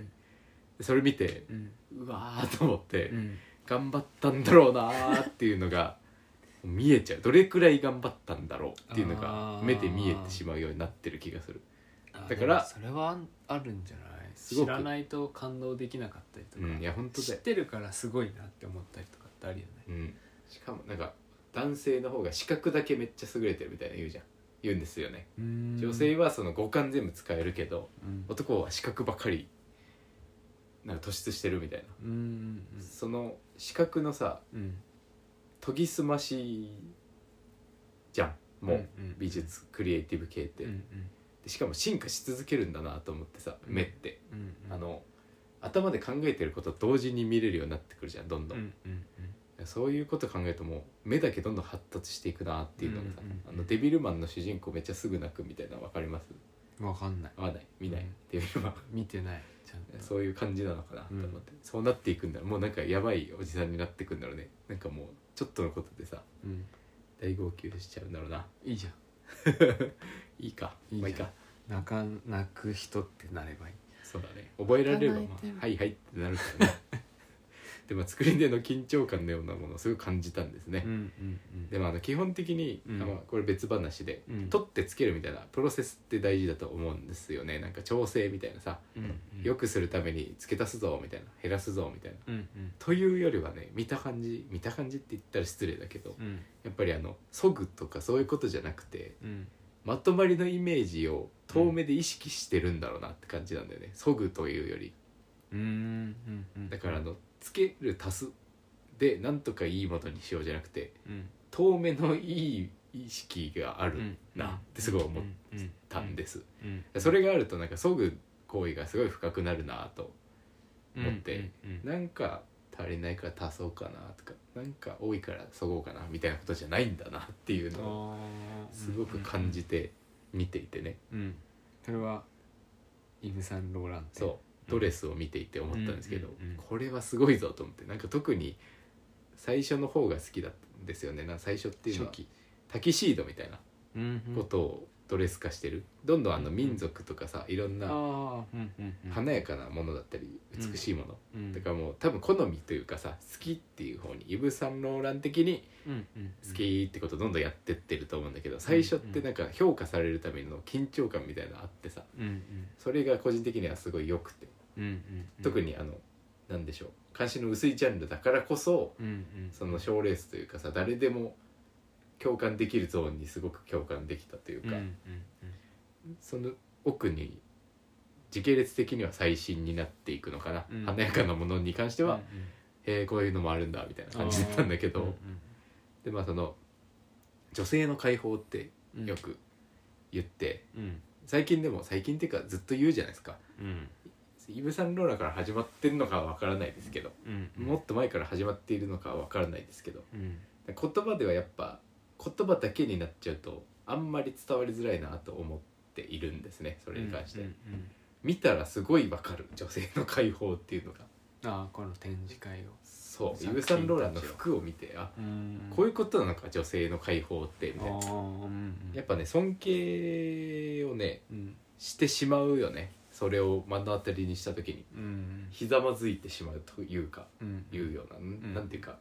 でそれ見て
うん
うわーと思って
うん
頑張ったんだろうなーっていうのが 見えちゃうどれくらい頑張ったんだろうっていうのが
あー
目で見えてしまうようになってる気がする
あ
だから
でもそれはあるんじゃない
すご
知
く
らないと感動できなかったりとか、
うんいや本当
知
だ
っ
よ、
てるからすごいなって思ったりとかってあるよね
うん、しかもなんか男性の方が視覚だけめっちゃ優れてるみたいな言うじゃん言うんですよね女性はその五感全部使えるけど
うん
男は視覚ばかりなんか突出してるみたいな、
うん
その視覚のさ
うん
研ぎ澄ましじゃんもう、
うん
美術クリエイティブ系って、
うんうん
でしかも進化し続けるんだなと思ってさ
うん
目って、
うんうん
あの頭で考えてることと同時に見れるようになってくるじゃんどん
う
どん、
んうん
そういうこと考えるともう目だけどんどん発達していくなっていうのがさ、
うんうん
あのデビルマンの主人公めっちゃすぐ泣くみたいなの分かります
うんわかんない
合わない見ない、
うん
デビルマン
見てないちゃんと
そういう感じなのかなと思って、そうなっていくんだろうもうなんかやばいおじさんになってくんだろうねなんかもうちょっとのことでさ
うん
大号泣しちゃうんだろうない
いじゃん
いいか
いいじゃん
まあいいか
泣かん泣く人ってなればいい
そうだね覚えられれば、ま
また泣いてる
あ、はいはいってなるからね でも作り手の緊張感のようなものをすごく感じたんですね、
んうんうん
でもあの基本的に、
うん
あのこれ別話で、
うん
取ってつけるみたいなプロセスって大事だと思うんですよねなんか調整みたいなさ、
うんうん
良くするために付け足すぞみたいな減らすぞみたいな
うん
というよりはね見た感じ見た感じって言ったら失礼だけど、
うんうん
やっぱりあのそぐとかそういうことじゃなくて
うん
まとまりのイメージを遠目で意識してるんだろうなって感じなんだよね、そぐというより
うんうんうん
だからあのつける足すでなんとかいいものにしようじゃなくて
うん
遠目のいい意識があ
う
る
ん
なってすごい思ったんですす、
うん
それがあるとなんかそぐ行為がすごい深くなるなと
うん
持って
うんうん
なんか足りないから足そうかなとかなんか多いからそごうかなみたいなことじゃないんだなっていうのを
あー
すごく感じて見ていてね
うんうんうんそれはイヴ・サンローランテ
そうドレスを見ていて思ったんですけど、
うんうんうん
これはすごいぞと思ってなんか特に最初の方が好きだったんですよねな最初っていうのは
初期
タキシードみたいな
うんうん
ことをドレス化してるどんどんあの
うん
民族とかさいろんな
あーうんうんうん
華やかなものだったり
うん
美しいもの、
うん
だからもう多分好みというかさ好きっていう方にイヴ・サンローラン的に
うんうん
好きってことをどんどんやってってると思うんだけど最初ってなんか評価されるための緊張感みたいなのあってさ
うん
それが個人的にはすごい良くて
うんうんうんうん
特にあのなんでしょう関心の薄いジャンルだからこそ
うんうん
その賞レースというかさ誰でも共感できるゾーンにすごく共感できたという
うん
か、
うん
その奥に時系列的には最新になっていくのかな、
うん
華やかなものに関して
で
は、えーこういうのもあるんだみたいな感じだったんだけど、でまあその女性の解放ってよく言って、
うん
最近でも最近っていうかずっと言うじゃないですか
うん
イブ・サンローラから始まってるのかはわからないですけど、
うん
もっと前から始まっているのかはわからないですけど
うん
言葉ではやっぱ言葉だけになっちゃうとあんまり伝わりづらいなと思っているんですねそれに関して、
うんうんうん
見たらすごいわかる女性の解放っていうのが
ああこの展示会を
そうイ
作
ブ・
品
サンローランの服を見てあこういうことなのか女性の解放ってみ
あ
たいな
ーうんうん
やっぱね尊敬をね
うん
してしまうよねそれを目の当たりにした時に
うん
ひざまずいてしまうというか
うん
いうような、
ん
なんていうか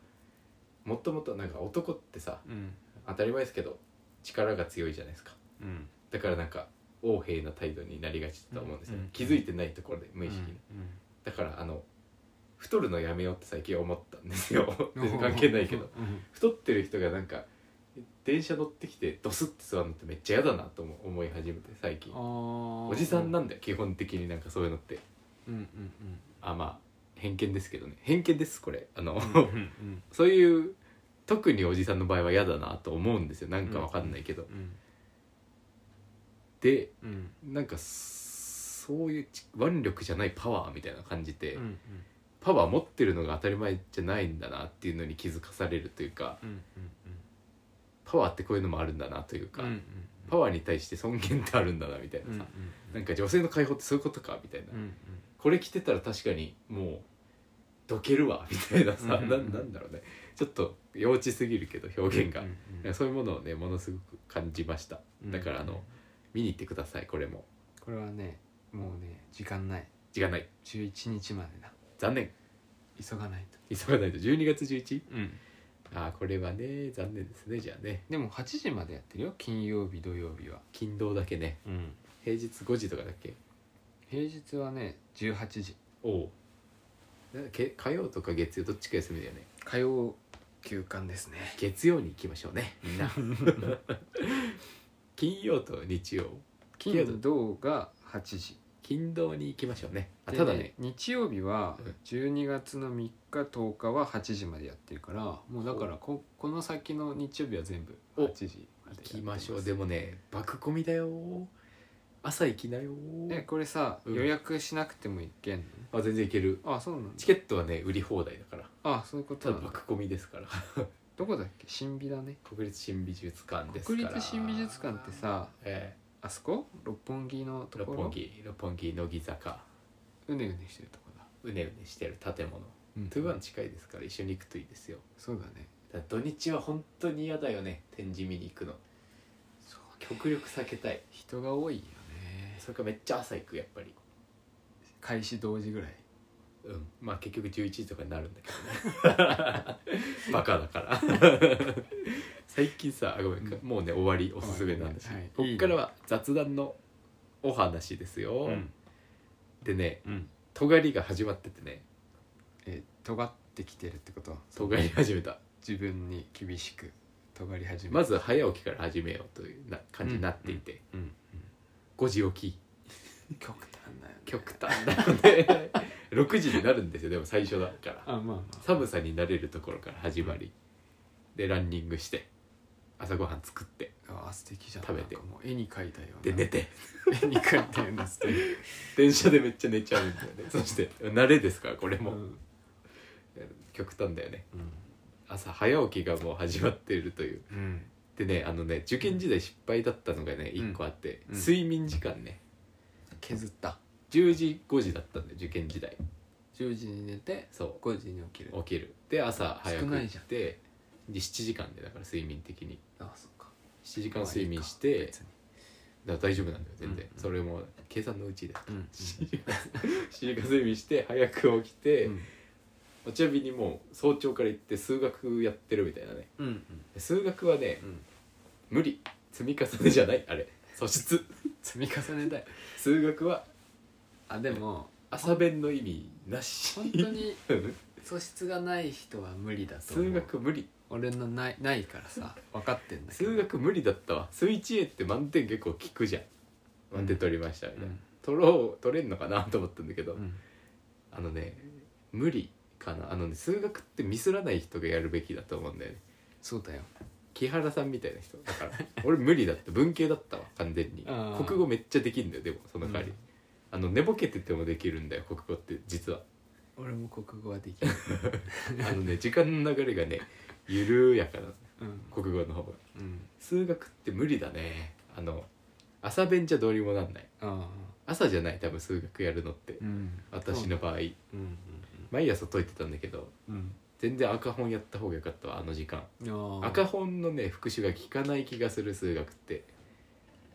もともとなんか男ってさ
うん
当たり前ですけど力が強いじゃないですか
うん
だからなんか横柄な態度になりがちだと思うんですよね、
うん
気づいてないところで無
無
意識に、だからあの太 るのやめようって最近思ったんですよ全然関係ないけど太ってる人がなんか電車乗ってきてドスって座るのってめっちゃ嫌だなとも思い始めて最近お
お
じさんなんだよ基本的になんかそういうのって
うんうん
あまあ偏見ですけどね偏見ですこれあの、
うんうんうん
そういう特におじさんの場合は嫌だなと思うんですよなんかわかんないけど、
うん
で
うんうん
なんかそういうち腕力じゃないパワーみたいな感じで、
うんうん
パワー持ってるのが当たり前じゃないんだなっていうのに気づかされるというか
うんうん
パワーってこういうのもあるんだなというか、
うんうん
パワーに対して尊厳ってあるんだなみたい
うんう
なさ、
ん
なんか女性の解放ってそういうことかみたいな、
うんうん
これ着てたら確かにもうどけるわみたいなさ、
うん
ななんだろうねちょっと幼稚すぎるけど表現が、
うんうんうん
そういうものをねものすごく感じましただからあの、
うん
見に行ってくださいこれも
これはねもうね時間ない
時間ない
11日までだ
残念
急がないと
急がないと12月11
うん
ああこれはね残念ですねじゃあね
でも8時までやってるよ金曜日土曜日は
勤労だけね
うん
平日5時とかだっけ
平日はね18時
おうなんだっけ火曜とか月曜どっちか休みだよね
火曜休館ですね
月曜に行きましょうねみんな金曜と日曜金
金土が8時
金土に行きましょうねあ
で
ただね
日曜日は
うん
12月の3日10日は8時までやってるからもうだからここの先の日曜日は全部
お
8時までや
行
ってす
きましょうでもね爆込みだよ朝行きなよ
えこれさ、
うん
予約しなくてもいけんの
あ全然行ける
あそうなの
チケットはね売り放題だから
あそういうこ
た
と
だ
なの
爆込みですから
どこだっけ新美だね
国立新美術館ですから
国立新美術館ってさ
え
あそこ六本木の
え
とこ
六本
ろ
木六本木乃木坂
うねうねしてるとこだ
うねうねしてる建物
うん
トゥーワン近いですから一緒に行くといいですよ
そうだね
だから土日は本当に嫌だよね展示見に行くの極力避けたい
人が多いよね
それかめっちゃ朝行くやっぱり
開始同時ぐらい
うんまあ結局11時とかになるんだ けどねバカだから最近さあごめん、
うん
もうね終わりおすすめなんです、
はい
こっからは雑談のお話ですよ、でね
うん
尖りが始まっててね
え尖ってきてるってこと
尖り始めた
自分に厳しく尖り始め
まず早起きから始めようというな感じになっていて、
うん
5時起き
極端だよね
極端だよね 6時になるんですよでも最初だから
あまあまあ
寒さに慣れるところから始まりでランニングして朝ごはん作って
ああ素敵じゃん
食べて
なんかもう絵に描いたような
で寝て
絵に描いたような素敵、
電車でめっちゃ寝ちゃうんだよね そして慣れですからこれ
う
も、
ん
極端だよね
うん
朝早起きがもう始まっているという
うん、
でねあのね受験時代失敗だったのがね
うん
1個あって、
うん
睡眠時間ね
削った
10時5時だったんだよ受験時代
10時に寝て
そ
5時に起きる
う起きるで朝早
少
く
ない
起
じゃん
きてで7時間でだから睡眠的に
あそうか
7時間睡眠し
まあいい
て
か別に
だから大丈夫なんだよ全然、
うんうん
それも計算のうちで
うん
7時間7時間睡眠して早く起きて、
うん
ちなみにもう早朝から行って数学やってるみたいなね
うんうん
数学はね
うん
無理積み重ねじゃないあれ素質
積み重ねだよ
数学は
あでも
朝弁の意味なし
本当に
うん
素質がない人は無理だと思 う
数学無理
俺のないないからさ分かってんだけど
数学無理だったわ数一 a って満点結構聞くじゃん
うん
満点取りましたみた
う
いな、
ん
取ろう取れんのかなと思ったんだけど、
うん
あのね無理かなあのね数学ってミスらない人がやるべきだと思うんだよね
そうだよ
木原さんみたいな人だから 俺無理だった文系だったわ完全に
あー
国語めっちゃできるんだよでもその代わり、
うん
あの寝ぼけててもできるんだよ国語って 実は
俺も国語はできる
あのね時間の流れがね緩やかな
うん
国語の方が
うん
数学って無理だねあの朝弁じゃどうにもなんない
ああ
朝じゃない多分数学やるのって、
うん
私の場合
うんうん
毎朝解いてたんだけど
うん
全然赤本やった方がよかったわあの時間
うんああ
赤本のね復習が効かない気がする数学って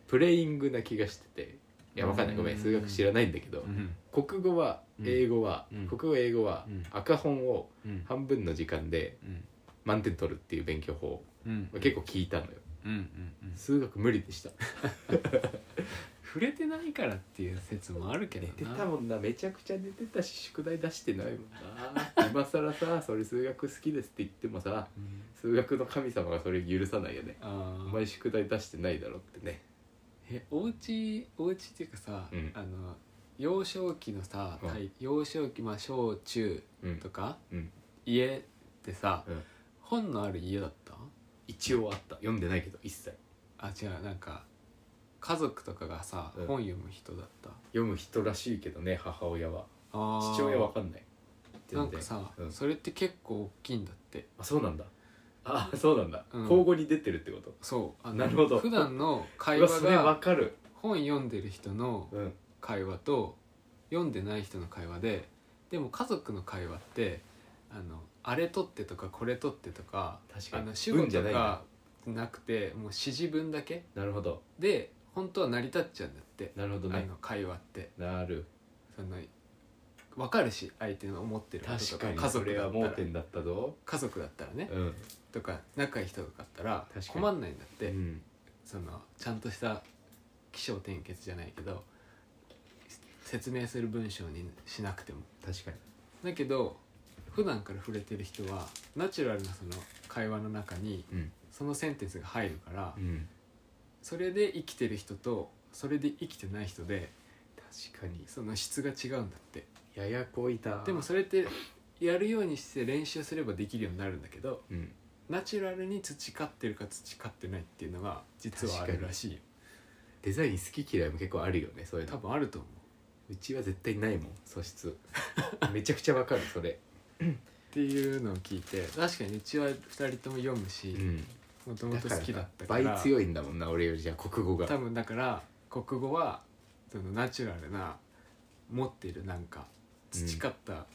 プレイングな気がしてていやわかんないごめん
うん
数学知らないんだけど
うん
国語は
うん
英語は、
うん
国語英語は
うん
赤本を
うん
半分の時間で
うん
満点取るっていう勉強法
うん
結構聞いたのよ
うんうんうん
数学無理で した
触れてないからっていう説もあるけど
寝
な
てたもんなめちゃくちゃ寝てたし宿題出してないもんな
今更さそれ数学好きですって言ってもさ数学の神様がそれ許さないよね
あ
お
ー
前宿題出してないだろってね
えおうちおうちっていうかさ、
うん
あの幼少期のさ、
うん
はい幼少期まあ小中
うん
とか、
うん
家ってさ、
うん
本のある家だった
一応あった読んでないけど一切
あ違うなんか家族とかがさ、
うん
本読む人だった
読む人らしいけどね母親は
あー
父親わかんない全然
なんかさ、
うん
それって結構大きいんだって
あそうなんだあそうなんだ、
うん
交互に出てるってこと
そうあの
なるほど
普段の会
うわ
話
それわ
が
かる
本読んでる人の
うん
会話と読んでない人の会話ででも家族の会話ってあのあれ取ってとかこれ取ってとか
確
あ
か
の
に
主
文
語
じゃ
と
ないな
かなくてもう指示文だけ
なるほど
で本当は成り立っちゃうんだって
なるほど
あ
ね
の会話って
なる
その分かるし相手の思ってることと
確
か
かに
家
そ
族
れ
だ
は
った
盲
ら
点だったぞ
家族だったらね
うん
とか仲いい人とかだったら
確かに
困んないんだって、
うん
そのちゃんとした起承転結じゃないけど説明する文章にしなくても
確かに
だけど普段から触れてる人はナチュラルなその会話の中に
うん
そのセンテンスが入るから、
うん
それで生きてる人とそれで生きてない人で
確かに
その質が違うんだって
ややこいた
でもそれってやるようにして練習すればできるようになるんだけど
うん
ナチュラルに培ってるか培ってないっていうのが実はあ
確
る
かに
らしいよ
デザイン好き嫌いも結構あるよねそういう
多
の
分あると思う
うちは絶対ないもん素質めちゃくちゃわかるそれ
っていうのを聞いて確かにうちは2人とも読む
う
し
ん
もともと好きだったから
倍強いんだもんな俺よりじゃあ国語が
多分だから国語はそのナチュラルな持っているなんか培った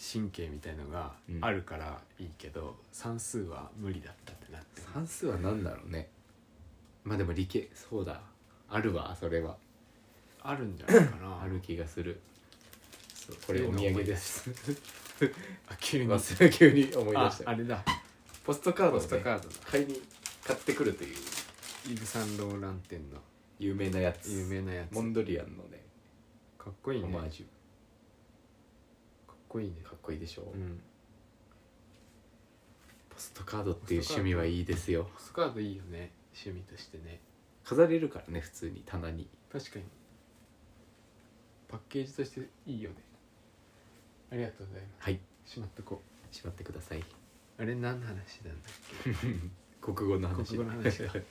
神経みたいのがあるからいいけど、算数は無理だったってなってる
算数は何だろうねまあでも理系そうだあるわそれは
あるんじゃないかな
ある気がするそうこれお土産です
あ急に
忘れ急に思い出
あ
した
あれだ
ポストカード
ポ
を
ストカ
ね
ードだ
買いに買ってくるという
イブ・サンローラン店の
有名なやつ
有名なやつ
モンドリアンのね
かっこいい
オ
ね
マ
か
ー
っ
ジ
こいいね
ュかっこいいでしょ
うん
ポストカードっていう趣味はいいですよ
ポストカードいいよね趣味としてね
飾れるからね普通に棚に
確かにパッケージとしていいよねありがとうございま
はい
すしまっとこ
しまってください
うあれ何の話なんだっ
国語の
け
話
国語の話
す
だ
い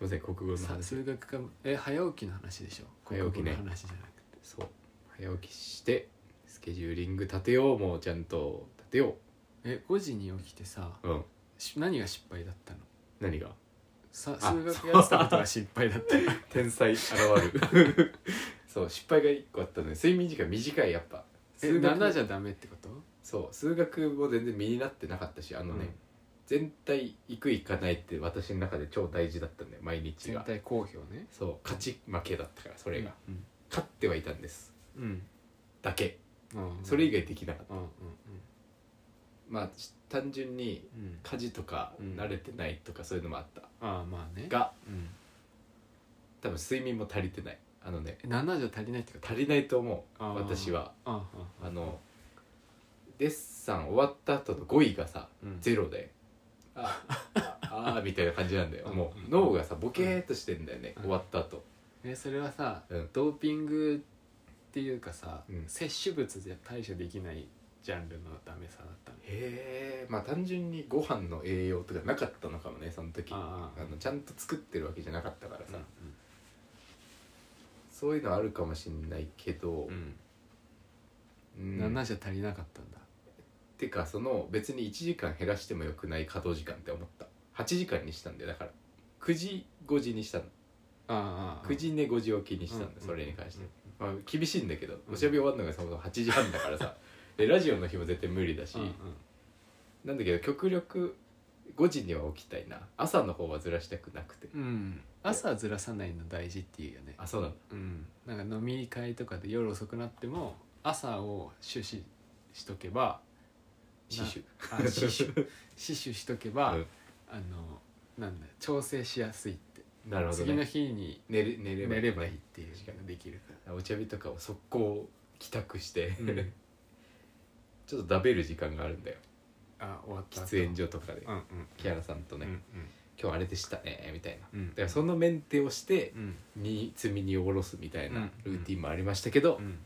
ません国語の
さ
話
数学かえ早起きの話でしょ
早起きね
国語の話じゃなくて
そう早起きしてスケジューリング立てようもうちゃんと立てよ
え5時に起きてさ
ううん
し何が失敗だったの
何が
さ
あ
数学やってたことが失敗だった
天才現る そう失敗が1個あったので睡眠時間短いやっぱ
え
数学
7じゃダメってこと
そう数学も全然身になってなかったしあのね、
うん
全体行く行かないって私の中で超大事だったんだよ毎日
全
が
体好評ね
そう勝ち負けだったからそ
そ
れが、
うん
勝ってはいたんです
うん、
だけ
うん
それ以外できなかった、
うんうん
まあ単純に
うんうん
家事とか
うん
慣れてないとかそういうのもあった、
ああまあね
が
うん
多分睡眠も足りてないあのね
え7じゃ足りないってこと
足りないと思う
あー
私は
ああ
あのデッサン終わった後の語彙がさ
うん
ゼロでああーみたいな感じなんだよ
うん
もう脳がさボケーっとしてんだよね、
うん
終わった後
えそれはさ、
うん
ドーピングっていうかさ、
うん
摂取物じゃ対処できないジャンルのダメさだったの
へえまあ単純にご飯の栄養とかなかったのかもねその時あ
ああ
のちゃんと作ってるわけじゃなかったから
う
さ、
ん
そういうのあるかもしんないけど
う、ん
うん
7じゃ足りなかったんだ
てかその別に1時間減らしてもよくない稼働時間って思った8時間にしたんだよだから9時5時にしたの
あ
9時寝5時起きに
に
したんだ、それに関して、
うん
まあ、厳しいんだけど
うん
おしゃべり終わるのがそもそも8時半だから さでラジオの日も絶対無理だし、
うんうん
なんだけど極力5時には起きたいな朝の方はずらしたくなくて、
うんうん朝ずらさないの大事っていうよね
あそうなんだ
うんなんか飲み会とかで夜遅くなっても朝を死守しとけば
死守
あ死守死守しとけば、
うん
あのなんだ調整しやすいって
なるほど
次の
ね
日に
寝れ寝れば
寝ればいいっていう
確か
のができるか
お茶日とかを速攻帰宅して、
うん
ちょっとだべる時間があるんだよ
あ終わった後
喫煙所とかで
うんうん
木原さんとね、
うん
今日あれでしたねみたいな
うんうん
だからそのメンテをして
うん
に積みに下ろすみたい
うんう
なんルーティンもありましたけど、
うん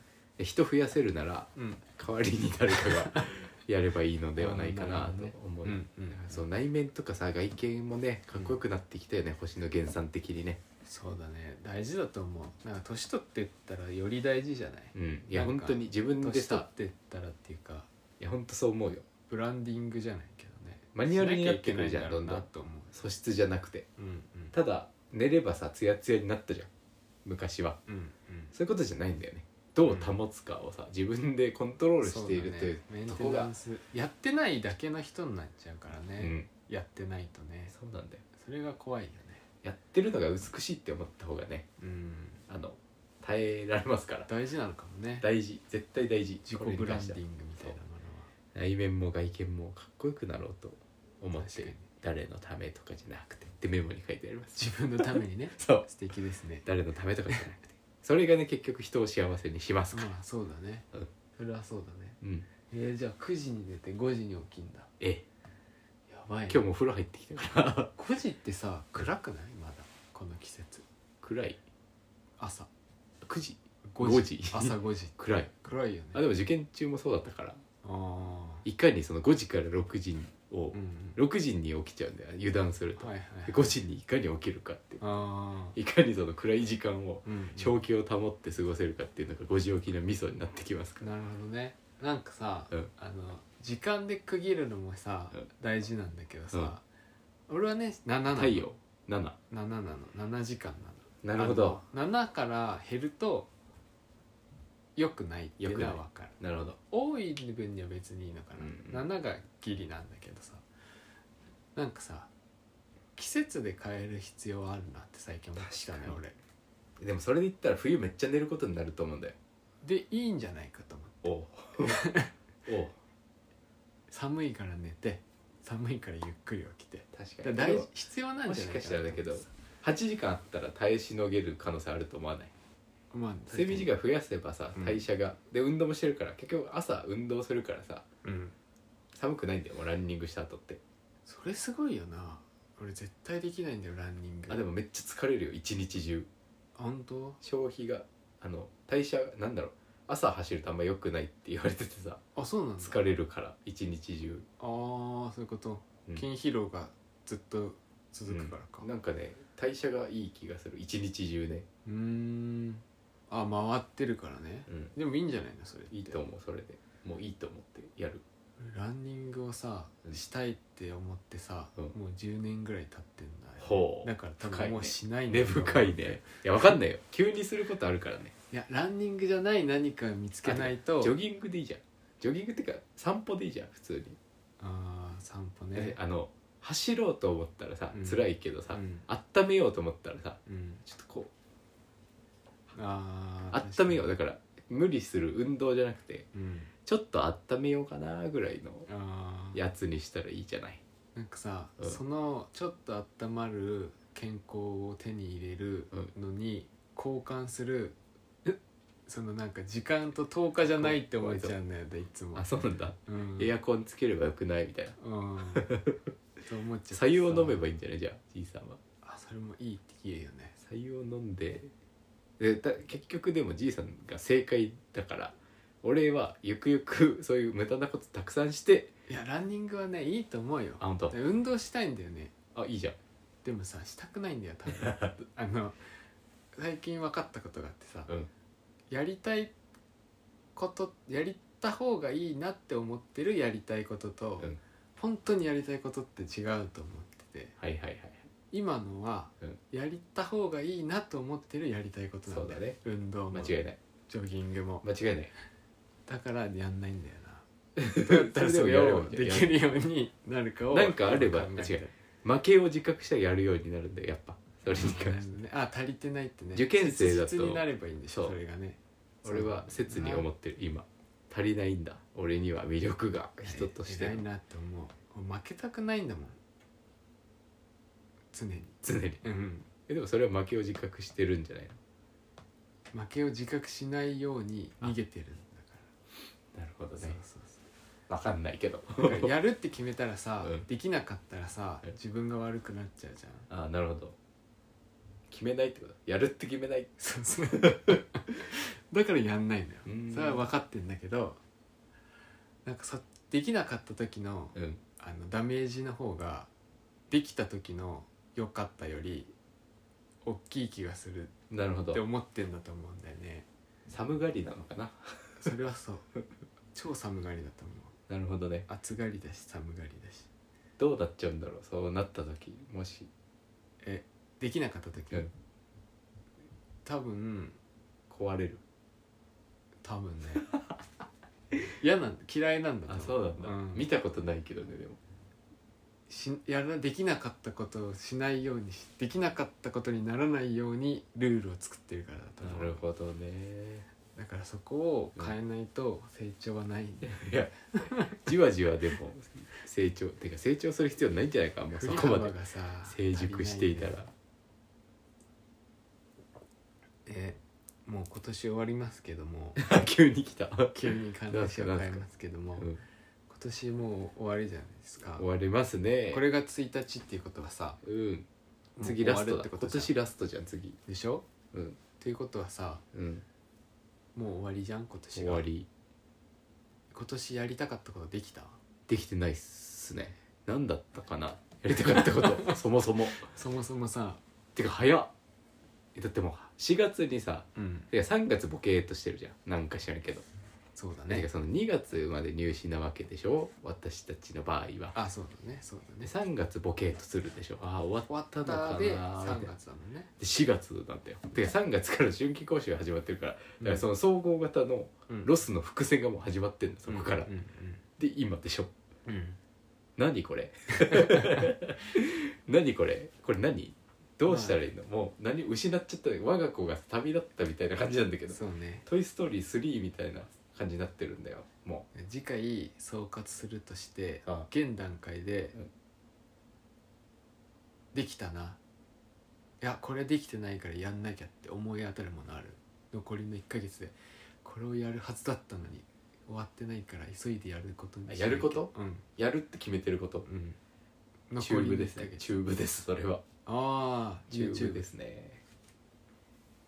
人増やせるなら
うん
代わりに誰か がやればいいのではないか
あーな
な
るほどね
と思う、
うんうん
そう内面とかさ外見もねかっこよくなってきたよね、星野源さん的にね
そうだね大事だと思うなんか年取ってったらより大事じゃない
うんいや
なん
本
か
当に自分で
年取
さ
ってったらっていうか
いや本当そう思うよ
ブランディングじゃないけどね
マニュアルになってくるじゃん
しなきいけないだろうな
どんどん
と思
素質じゃなくて
ううんうん
ただ寝ればさツヤツヤになったじゃん昔は
うんうん
そういうことじゃないんだよねどう保つかをさ自分でコントロールしているという
そうだねメン
と
テ
こ
ナ
が
ンスやってないだけの人になっちゃうから
う
ね、
ん
やってないとね
そうなんだよ
それが怖いよね
やってるのが美しいって思った方がね
うん
あの耐えられますから
大事なのかもね
大事絶対大事
自
これ
己
に
ブラ
関
ン
し
デ
て
ィ
は
ングみたいなも
内面も外見もかっこよくなろうと思っ
確か
て
に
誰のためとかじゃなくてってメモに書いてあります
のは自分のためにね
そう
素敵ですね
誰のためとかじゃなくてそれがね結局人を幸せにしますから
まあそうだね、
うん
それはそうだね
うん
えー、じゃあ9時に寝て5時に起きんだ
ええ
やばい、ね、
今日もお風呂入ってきたから
5時ってさ暗くないまだこの季節
暗い
朝
9時
5
5
時
時
朝5時
暗い
暗いよね
あでも受験中もそうだったから
あ
いかにその5時から6時を
ーうん
6時に起きちゃうんだよ油断する
う
と
んはいはい
で5時にいかに起きるかっていう
ああ
いかにその暗い時間を
うんうん
正気を保って過ごせるかっていうのが5時起きのミソになってきますから
なるほどねなんかさ、
うん
あの時間で区切るのもさ、
うん
大事なんだけどさ、俺はね7なの
太陽7
7なの7時間な
な
の
るほど
あの7から減ると良くないっていうの
良
は
く
分
な
かる
なるほど
多い分には別にいいのかな、
うん
7がギリなんだけどさなんかさ季節で変える必要はあるなって最近思ってきたね
確かに
俺
でもそれで言ったら冬めっちゃ寝ることになると思うんだよ
でいいんじゃないかと思って
おう おう
寒いから寝て寒いからゆっくり起きて
確
だ
か
から
に
大事必要なん
も
じ
し
ゃない
かしたらだけど
と思って
8時間あったら耐えしのげる可能性あると思わない
さまあ
睡眠時間増やせばさ
うん
代謝が、で運動もしてるから結局朝運動するからさ
うん
寒くないんだよもうランニングした後って
それすごいよな俺絶対できないんだよランニング
あでもめっちゃ疲れるよ一日中
本当
消費があの代謝なんだろう朝走るとあんま良くないって言われててさ
あそうなんだ
疲れるから一日中、
あーそういうこと
うん
筋疲労がずっと続くからか
なんかね代謝がいい気がする一日中ね、
うーんあ回ってるからね
うん、
でもいいんじゃないのそれって
いいと思うそれでもういいと思ってやる
ランニングをさ
うん
したいって思ってさ、
うん
もう10年ぐらい経ってんだよ
ほ
だから多
深い
分
ね
もうしないんだ
根
よ
深いねいやわかんないよ急にすることあるからね
いやランニングじゃない何か見つけないと
ジョギングでいいじゃんジョギングってか散歩でいいじゃん普通に、
あー散歩
で
ね
あの走ろうと思ったらさ、
うん
辛いけどさ、
うん
温めようと思ったらさ
うん
ちょっとこう
あー
温めようだから無理する運動じゃなくて
うん
ちょっと温めようかなぐらいの
あー
やつにしたらいいじゃない
なんかさ、
うん
そのちょっと温まる健康を手に入れるのに交換する、そのなんか時間と10日じゃないって思っちゃうんだよねいつも
あ、そうなんだ、
うん、
エアコンつければよくないみたいな
うんそう思っちゃって
白
さ
湯を飲めばいいんじゃないじゃあじいさんは
あそれもいいって言えよね
白湯を飲んででだ結局でもじいさんが正解だから俺はゆくゆくそういう無駄なことたくさんして
いやランニングはねいいと思うよ
あ本当
で運動したいんだよね
あいいじゃん
でもさしたくないんだよ多分あの最近分かったことがあってさ、
うん
やりたいことやりた方がいいなって思ってるやりたいことと、
うん
本当にやりたいことって違うと思ってて
はいはいはい
今のは、
うん
やりた方がいいなと思ってるやりたいことなんだ
そ
よ
うだね
運動も
間
ジ
違いない
ョギングも
間違いない
だからやんないんだよ などうやったらそ
それ
れ
でもやれば
をできるようになるかを
なんかあれば
考えて
違う負けを自覚したらやるようになるんだよやっぱそれに
なる
関
ほ
して
どねあ足りてないってね
受験生だと
切実になればいいんでしょ
そう
それがね
俺は切に思
っ
ってる今足りないんだ俺には魅力が人として
偉いなって思う俺負けたくないんだもん常に
常に
うん
えでもそれは負けを自覚してるんじゃない
負けを自覚しないように逃げてるんだか
のなるほ
らそうそうそう
わかんないけど
なんかやるって決めたらさ、
うん
できなかったらさ
うん
自分が悪くなっちゃうじゃ ん
ああなるほど決めないってことやるって決めない
そうそう だからやんないんだよ
うん
それは分かってんだけどなんかそできなかった時の
うん
あのダメージの方ができた時の良かったより大きい気がする
なるほ
って
ど
思ってんだと思うんだよね
寒がりなのかな
それはそう超寒がりだと思う
なるほどね
暑がりだし寒がりだし
どうなっちゃうんだろうそうなった時もし
えできなかった時、
うん
多分
壊れる
多分ね嫌なん嫌いなんだと
あ
思
そうなんだ、
うん
見たことないけどねでも
しやらできなかったことをしないようにしできなかったことにならないようにルールを作ってるからだと思う
なるほどね
だからそこを変えないと成長はないんで、
いやじわじわでも成長てか成長する必要ないんじゃないかもうそ
振り
こま
幅
で
がさ
成熟していたら
足りなでえもう今年終わりますけど も
急に来た、
急に話を変えますけども、
うん
今年もう終わりじゃないですか
終わりますね
これが1日っていうことはさ
うん
もう
次ラス
終
ト
わ
だ
るってこ
今
とじゃん
年ラストじゃん次
でしょ
うん
ということはさ
うん
もう終わりじゃん今年
終
が
わり
今年やりたかったことできた
できてないっすね何だったかなやりたかったこと そもそも
そもそもさ
てか早っえだってもう4月にさ
うん
てか3月ボケーっとしてるじゃんなんか知らんけど、
そうだ
てか
ね
その2月まで入試なわけでしょ私たちの場合は
あそうだねそうだ
で
ね
3月ボケーっとするでしょああ終
終
わ
わ
っ
ったた
のかな
で
みたい
3
な
月だもんね
で4月なんだよで3月から春季講習が始まってるからだからその総合型の
うん
ロスの伏線がもう始まってんのそこから、
うん
で今でしょ
うんうん
何これ 何これこれ何どうしたらいいの、もう何失っちゃった我が子が旅立ったみたいな感じなんだけ
うん
ど
そうね
「トイ・ストーリー3」みたいな感じになってるんだよも
次回総括するとして
あ
現段階で
うん
できたないやこれできてないからやんなきゃって思い当たるものある残りの1ヶ月でこれをやるはずだったのに終わってないから急いでやることにしなき
あ
ゃ
やること
うん
うやるって決めてること
うん
チュ
残
ー
り
ブ
の
です
1ヶ
ね
月
チューブですそれは
ああ
チューブですすね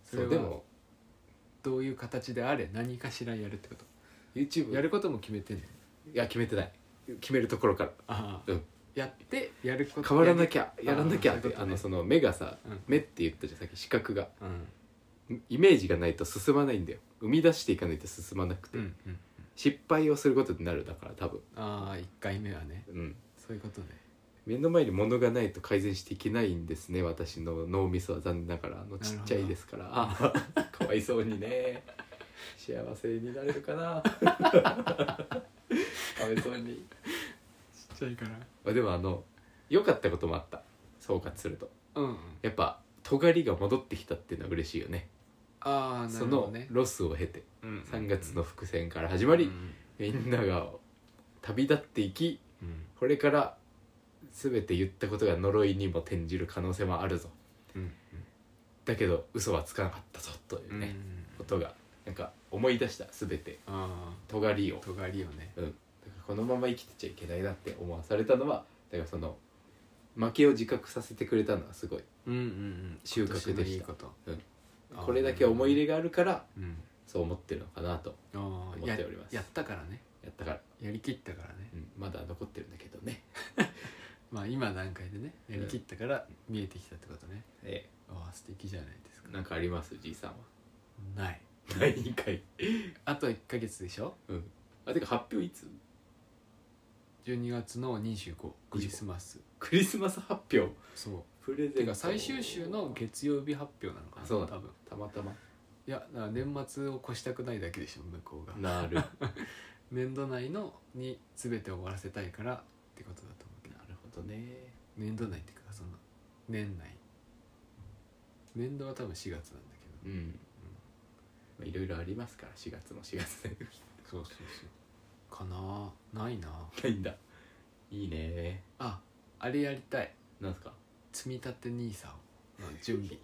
そ
そ
れ
うで
は
も
どういう形であれ何かしらやるってこと
YouTube
やることも決めてんの
いや決めてない決めるところから
あ
うん
やってやること
変わらな
ゃ
きゃやらなきゃって
あーそういうことね
あのその目がさ、
うん
目って言ったじゃんさっき視覚が
うん
イメージがないと進まないんだよ生み出していかないと進まなくて、
うんうん
失敗をすることになるだから多分、
ああ1回目はね
うん、
そういうことね
目の前に物がないと改善していけないんですね私の脳みそは残念ながらあの
なる
ち
ほ
っ
ど
ちゃいですからあー かわいそうにね幸せになれるか なかわいそうに
ちっちゃいから
まあでもあの良かったこともあった総括すると
うんうん
やっぱ尖りが戻ってきたっていうのは嬉しいよね
ああな
そ
るほど
の
ね
ロスを経て3
3
月の伏線から始まり、みんなが旅立っていきこれから全て言ったことが呪いにも転じる可能性もあるぞだけど嘘はつかなかったぞというね、ことがなんか思い出した全て
あ
尖りを
あ尖りをね
うん、だからこのまま生きてちゃいけないなって思わされたのはだからその負けを自覚させてくれたのはすごい
うんうんうん
収穫でした
今年のいいことあー
これだけ思い入れがあるから
うん
そう思ってるのかなと
ああ
思っ
や
ております
やったからね
やったから、
やりきったからね
うん、まだ残ってるんだけどね、
まあ今の段階でねやりきったから見えてきたってことね
え
ああ素敵じゃないですか
えなんかありますじいさんは
ない
第2回
あと1ヶ月でしょ
うん あてか発表いつ
12月の25クリスマス
クリスマス発表
そう
プレゼント
てか最終週の月曜日発表なのか
あ
な
そうなんだ
多分
たまたま
いやだから年末を越したくないだけでしょ向こうが
なる なる
年度内のに全てを終わらせたいからってことだと思うけど
ほどね
年度内っていうかその年内年度は多分4月なんだけ
う
ど
んまあいろいろありますから4月も4月で
そうそうそうかなあないなあ
ないんだいいね
ああれやりたい
なんすか
積み立て NISA の準備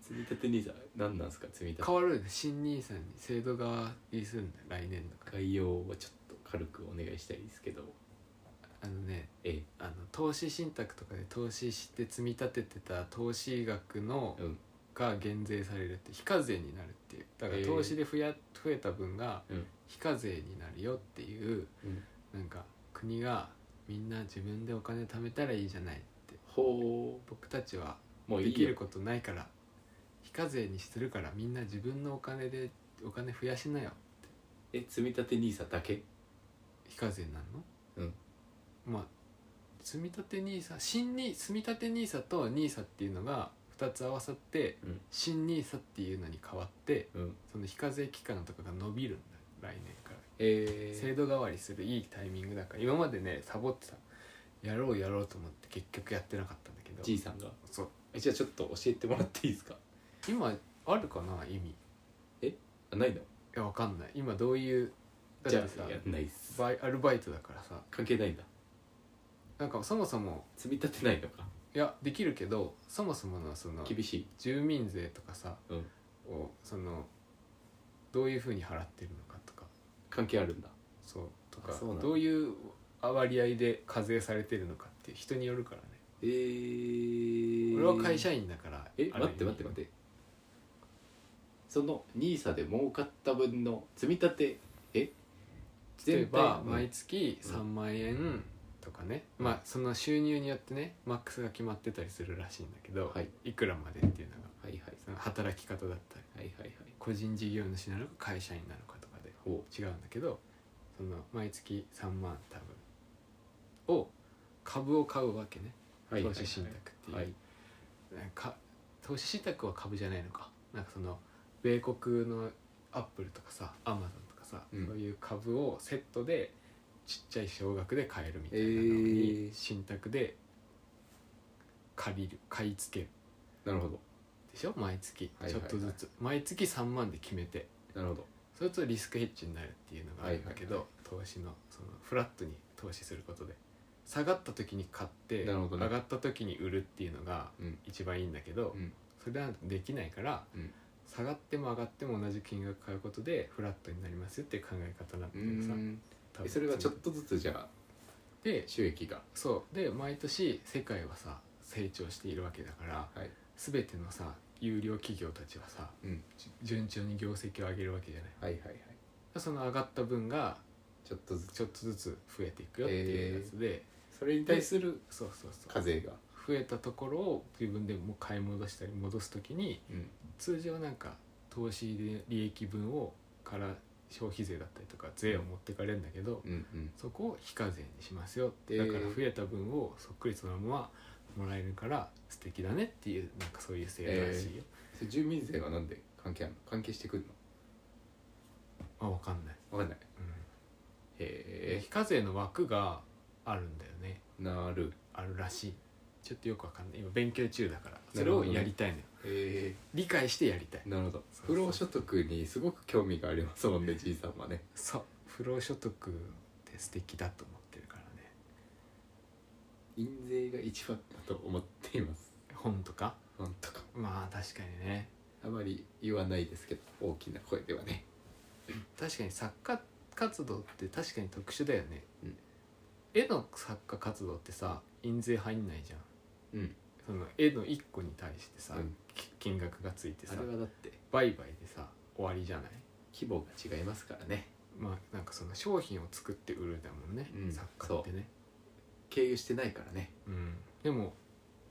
積み立て NISA 何なんすか積み立て
変わるよね新 NISA に制度がりするんだよ来年度から
概要はちょっと軽くお願いしたいですけど
あのね
え
あの投資信託とかで投資して積み立ててた投資額の
うん
が減税されるって非課税になるっていうだから
えー
投資で増や増えた分が
うん
非課税になるよっていう、
うん
なんか国がみんな自分でお金貯めたらいいじゃないって
ほ
僕たちは
うもうい
で
い
きる
よ
ことないから非課税にするからみんな自分のお金でお金増やしなよ
え積み立て NISA だけ
非課税になんの
うん
まあ積み立て NISA 新に積み立て NISA と NISA っていうのが2つ合わさって、
うん
新 NISA っていうのに変わって
うん
その非課税期間とかが伸びるんだ来年から
え
制度代わりするいいタイミングだから今までねサボってたやろうやろうと思って結局やってなかったんだけど
じいさんが
そう
えじゃあちょっと教えてもらっていいですか
今あるかな意味い
あないの
やわかんない今どういうだ
じ
っ
ゃ
てさ
あやんないっす
バイアルバイトだからさ
関係ないんだ
なんかそもそも
積み立てないのか
いやできるけどそもそものその
厳しい
住民税とかさ、
うん
をそのどういうふうに払ってるのかとか
関係あるんだ
そうとか
あそうなんだ
どういう割合で課税されてるのかって人によるからね、
えー、
俺は会社員だから
え
あ
待
る
っ
意
て
味
待って待ってその NISA で儲かった分の積み立てえ
例えば
全体うん
毎月
うん
3万円とかね、
うん
まあその収入によってねマックスが決まってたりするらしいんだけど、
はい
いくらまでっていうのが
はいはい
その働き方だった
は
り
いはいはい
個人事業主なのか会社員なのかとかで
ほ
違うんだけどその毎月3万多分を株を買うわけね
うはいはい
投
はい
資信託っていう、
はい
なんか投資信託は株じゃないのかなんかその米国のアップルとかさアマゾンとかさ、
うん
そういう株をセットでちっちゃい少額で買えるみたいなのに、
えー
信託で借りる買い付ける
なるほど
でしょ毎月
はい
ち
はい
ょっ
はい
とずつ、毎月3万で決めて
なるほど
それとリスクヘッジになるっていうのがあるんだけど、投資のそのフラットに投資することで下がった時に買って、
なるほどね
上がった時に売るっていうのが
うん
一番いいんだけど、
うん
それはできないから、
うん
下がっても上がっても同じ金額買うことでフラットになりますよっていう考え方なんだ
う
けどさ
んえ
多分
それはちょっとずつじゃあ
で
収益が
そうで毎年世界はさ成長しているわけだから
はい
全てのさ有料企業たちはさ
うん
順調に業績を上げるわけじゃない
はいはいはい
その上がった分が
ちょっとずつ
ちょっとずつ増えていくよっていうやつで、
それに対する
そうそうそ
課
う
税が
増えたところを自分でもう買い戻したり戻す時に
うん
通常なんか投資で利益分をから消費税だったりとか税を持ってかれるんだけど、
うんうん
そこを非課税にしますよって
え
だ
ー
から増えた分をそっくりそのままもらえるから素敵だねっていうなんかそういう制度らしいよ、
それ住民税はなんで関係あるの関係してくる
あ分かんない、
のわかんない
うん
へ
非課税の枠があるんだよね
えなる
あるらしいちょっとよくわかんない今勉強中だからそ
な
れ
るほ
を
どね
やりたいのよ
え
理解してやりたい
えなるほど
そう
不労所得にすごく興味がありますもんねじいさんはね
そう不労所得って素敵だと思ってるからね
印税が一番だと思っています
本とか
なんとか
まあ確かにね
あまり言わないですけど大きな声ではね
確かに作家活動って確かに特殊だよね、
うん
絵の作家活動ってさ印税入んないじゃん
うん
その絵の1個に対してさ、
うん
き金額がついて
あ
さ
れはだって
売買でさ終わりじゃない
規模が違いますからね
まあなんかその商品を作って売るだもんね、
うん
作家ってね
経由してないからね
うん、でも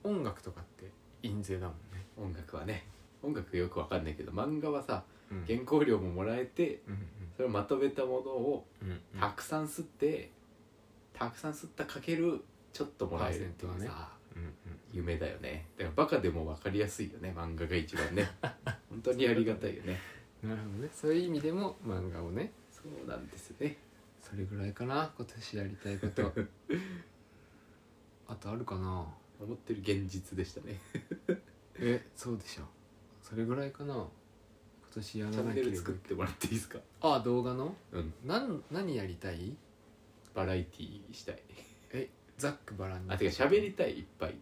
音楽とかって印税だもんね、
音楽はね音楽よくわかんないけど漫画はさ
うん、
原稿料ももらえて
うん
それをまとめたものを
うんうん
たくさん吸ってたくさん吸ったかけるちょっともらえるっていう
パーセント
さ
うんうん
夢だよねだからバカでも分かりやすいよね漫画が一番ね本当にありがたいよね
なるほどねそういう意味でも漫画をね
そうなんですね
それぐらいかな今年やりたいことあとあるかな
思ってる現実でしたね
えそうでしょそれぐらいかな今年やら
チャ
な
ン
け
ネル
れば
作ってもらっていいですか
あ動画の
うん
なん何やりたい
バラエティーしたい
えザックバラン
あてか喋りたいいっぱい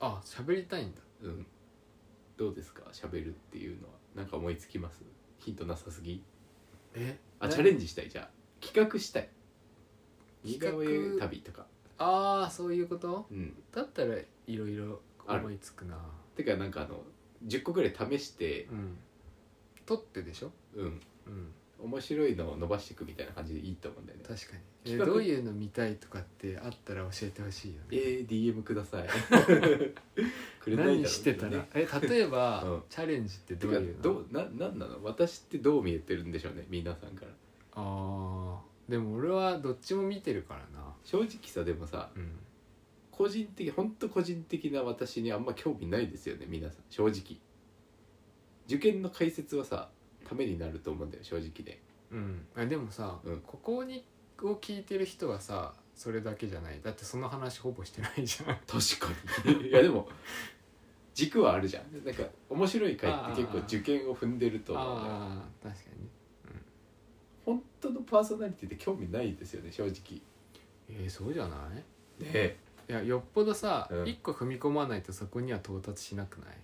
あ喋りたいんだ
うんどうですか喋るっていうのはなんか思いつきますヒントなさすぎ
え
あチャレ
ン
ンジしたいじゃあ企画したい似顔
企画
絵旅とか
ああそういうこと
うん
だったらいろいろ思いつくな
てかなんかあの10個ぐらい試して
うん撮ってでしょ
うん
うん
面白いのを伸ばしていくみたいな感じでいいと思うんだよね
確かにえ
企画
どういうの見たいとかってあったら教えてほしいよね
えー、DM くださ いくれないだろうけどね
何してたらえ例えば、
うん
チャレンジって
て
どう
か
いうの
どうななんなの私ってどう見えてるんでしょうね皆さんから
あーでも俺はどっちも見てるからな
正直さでもさ
うん
個人的本当個人的な私にあんま興味ないですよね皆さん正直受験の解説はさためになると思うんだよ正直で
うんあでもさ、
うん
ここにを聞いてる人はさそれだけじゃないだってその話ほぼしてないじゃん
確かに いやでも軸はあるじゃんなんか面白い回って結構受験を踏んでると思うんだよ
ああ確かにね
本当のパーソナリティって興味ないですよね正直
えー、そうじゃない
ねえ
いやよっぽどさ、
うん
一個踏み込まないとそこには到達しなくない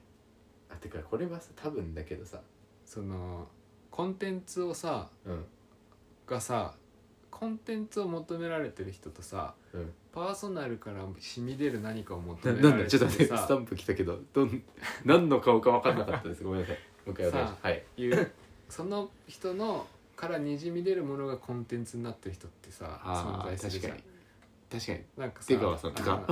あてかこれはさ多分だけどさ
そのコンテンツをさ
うん
がさコンテンツを求められてる人とさ
うん
パーソナルから染み出る何かを求
な
め
な
ら
ん
れ
だちょ
て
っと待って
る
ス
さ
タンプ来たけどどん何の顔か分かんなかったですごめんなさいもう一回お願いしますはい
いうその人のからにじみ出るものがコンテンツになってる人ってさ
あ
存
ー
在するじゃん
確確かに
なんかさ
出川さんとか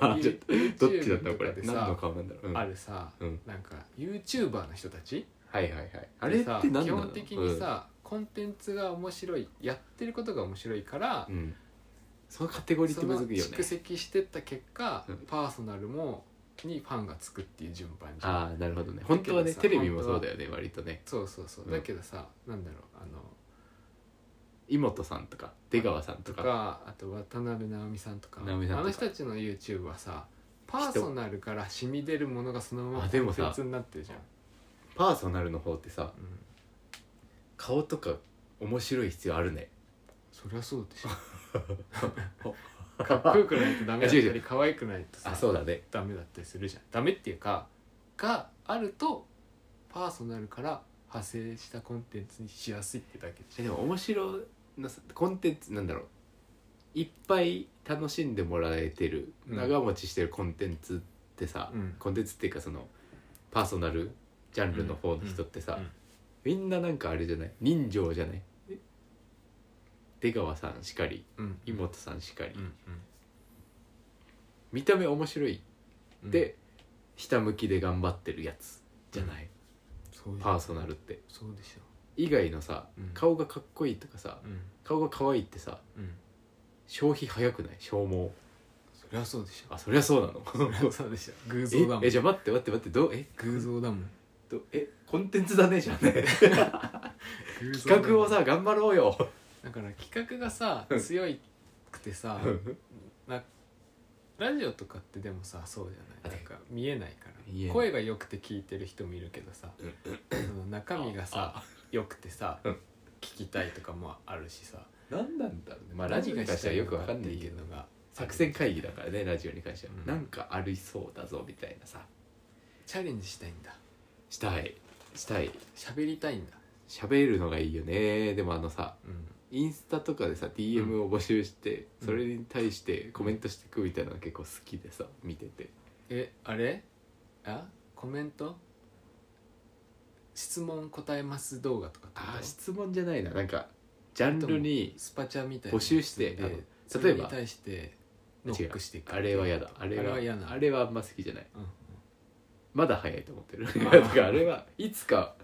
あの
あちょっ
YouTube
とどっちだったのこ
とか
れ
でさ
何の顔なんだろう、うん、
あ
はい
るさ、
うん
なんか YouTuber の人たち
はいはいあれって
さ
何なの
基本的にさ、コンテンツが面白いやってることが面白いから
うん、うんそのカテゴリーっ
そ
て
の
むずいよね
蓄積してった結果、
うん
パーソナルもにファンがつくっていう順番じゃん
ああなるほどね本当はね
だ
テ
けどさ
レビもそうだよね割とね
そうそうそう、
うん
だけどさなんだろうあの
井本さんとか出川さんと
と
か
かあと渡辺直美さんとか
直美さんとか
あの人たちの YouTube はさパーソナルから染み出るものがそのまま
あでもさ
コンテンツになってるじゃん、
パーソナルの方ってさ
うん、
顔とか面白い必要ある ね
そりゃそうでしょかっこよくないとダメだっ
違
た
う違
り可愛くないとさ
あそうだね
ダメだったりするじゃんダメっていうかがあるとパーソナルから派生したコンテンツにしやすいってだけでし
え
ょ
でも面白なさコンテンツなんだろういっぱい楽しんでもらえてる
うん
長持ちしてるコンテンツってさ、
うん
コンテンツっていうかそのパーソナルジャンルの方の人ってさ、
うんうん
みんななんかあれじゃない人情じゃない出川さんしかり
うん
井本さんしかり、
うん
見た目面白い
うん
で、ひたむきで頑張ってるやつじゃない、
そう
パー
で
ソナルって
そうでしょ
以外のさ、
うん
顔がかっこいいとかさ
うん
顔が可愛いってさ
うん
消費早くない消耗
そりゃそうでしょ
あそりゃそうなの
そうでしょ偶像だもん
ええじゃあ待って待って待ってどうえ
偶像だも ん
どえコンテンツだねじゃあね
偶像だもん
企画をさ頑張ろうよ
だから企画がさ
うん
強いくてさなラジオとかってでもさそうじゃないなんか見えないか
見えない
ら声が良くて聞いてる人もいるけどさ
うん
その中身がさ良くてさ
うん
聞きたいとかもあるしさ
何なんだろうねまあラジオに関してはよくわかんないけど
何がしたいのかっていうのが
作戦会議だからねラジオに関しては、
うん
なんかありそうだぞみたいなさ
チャレンジしたいんだ
したいしたい
喋りたいんだ
喋るのがいいよねでもあのさ
うん
インスタとかでさ DM を募集して、
うん
それに対してコメントしてくみたいなのが結構好きでさ見てて
えあれあコメント質問答えます動画とかってこと
あー質問じゃないななんかジャンルに
スパチャみたい
募集して
で
あの
そ
例え
れ
ば
に対してノックしていく
あれは嫌だあ
あれ
れは
は嫌な
あれはあんま好きじゃない
うん
まだ早いと思ってる
ー
だからあれはいつか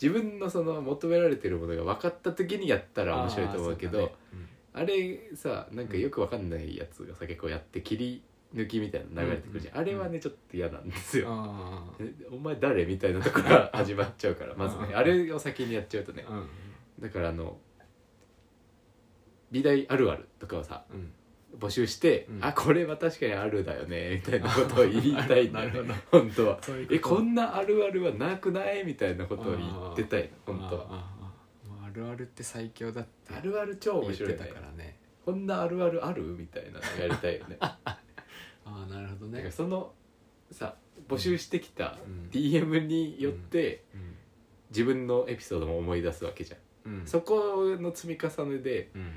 自分のその求められてるものが分かった時にやったら面白いと思うけどあ,、れさなんかよく分かんないやつがさ結構やって切り抜きみたいなの流れてくるじゃん、
うん
あ
うん
れはねちょっと嫌なんですよ、
あーそうだね
えお前誰みたいなとこから始まっちゃう からまずね
うん
あれを先にやっちゃうとね
うんうん
だからあの美大あるあるとかをさ
うん
募集して、
うん
あこれは確かにあるだよねみたいなことを言いたいんだよ
なるほ
ね
ど
本当は
そういうこと
えこんなあるあるはなくないみたいなことを言ってたいの本当は
あーあーあーあるあるって最強だって
あるある超
言
面
って
白いね
たからね
こんなあるあるあるみたいなのやりたいよねな
ああなるほど
んか
ね
そのさ募集してきた
うん
DM によって、
うん
自分のエピソードも思い出すわけじゃん
うん
そこの積み重ねで
うん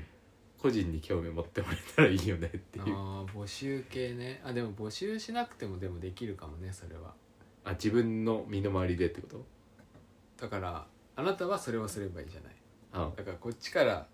個人に興味持ってもらえたらいいよねって
あ
いう
ー募集系ねあでも募集しなくてもでもできるかもねそれは
あ自分の身の回りでってこと
だからあなたはそれをすればいいじゃない
あ
だからこっちから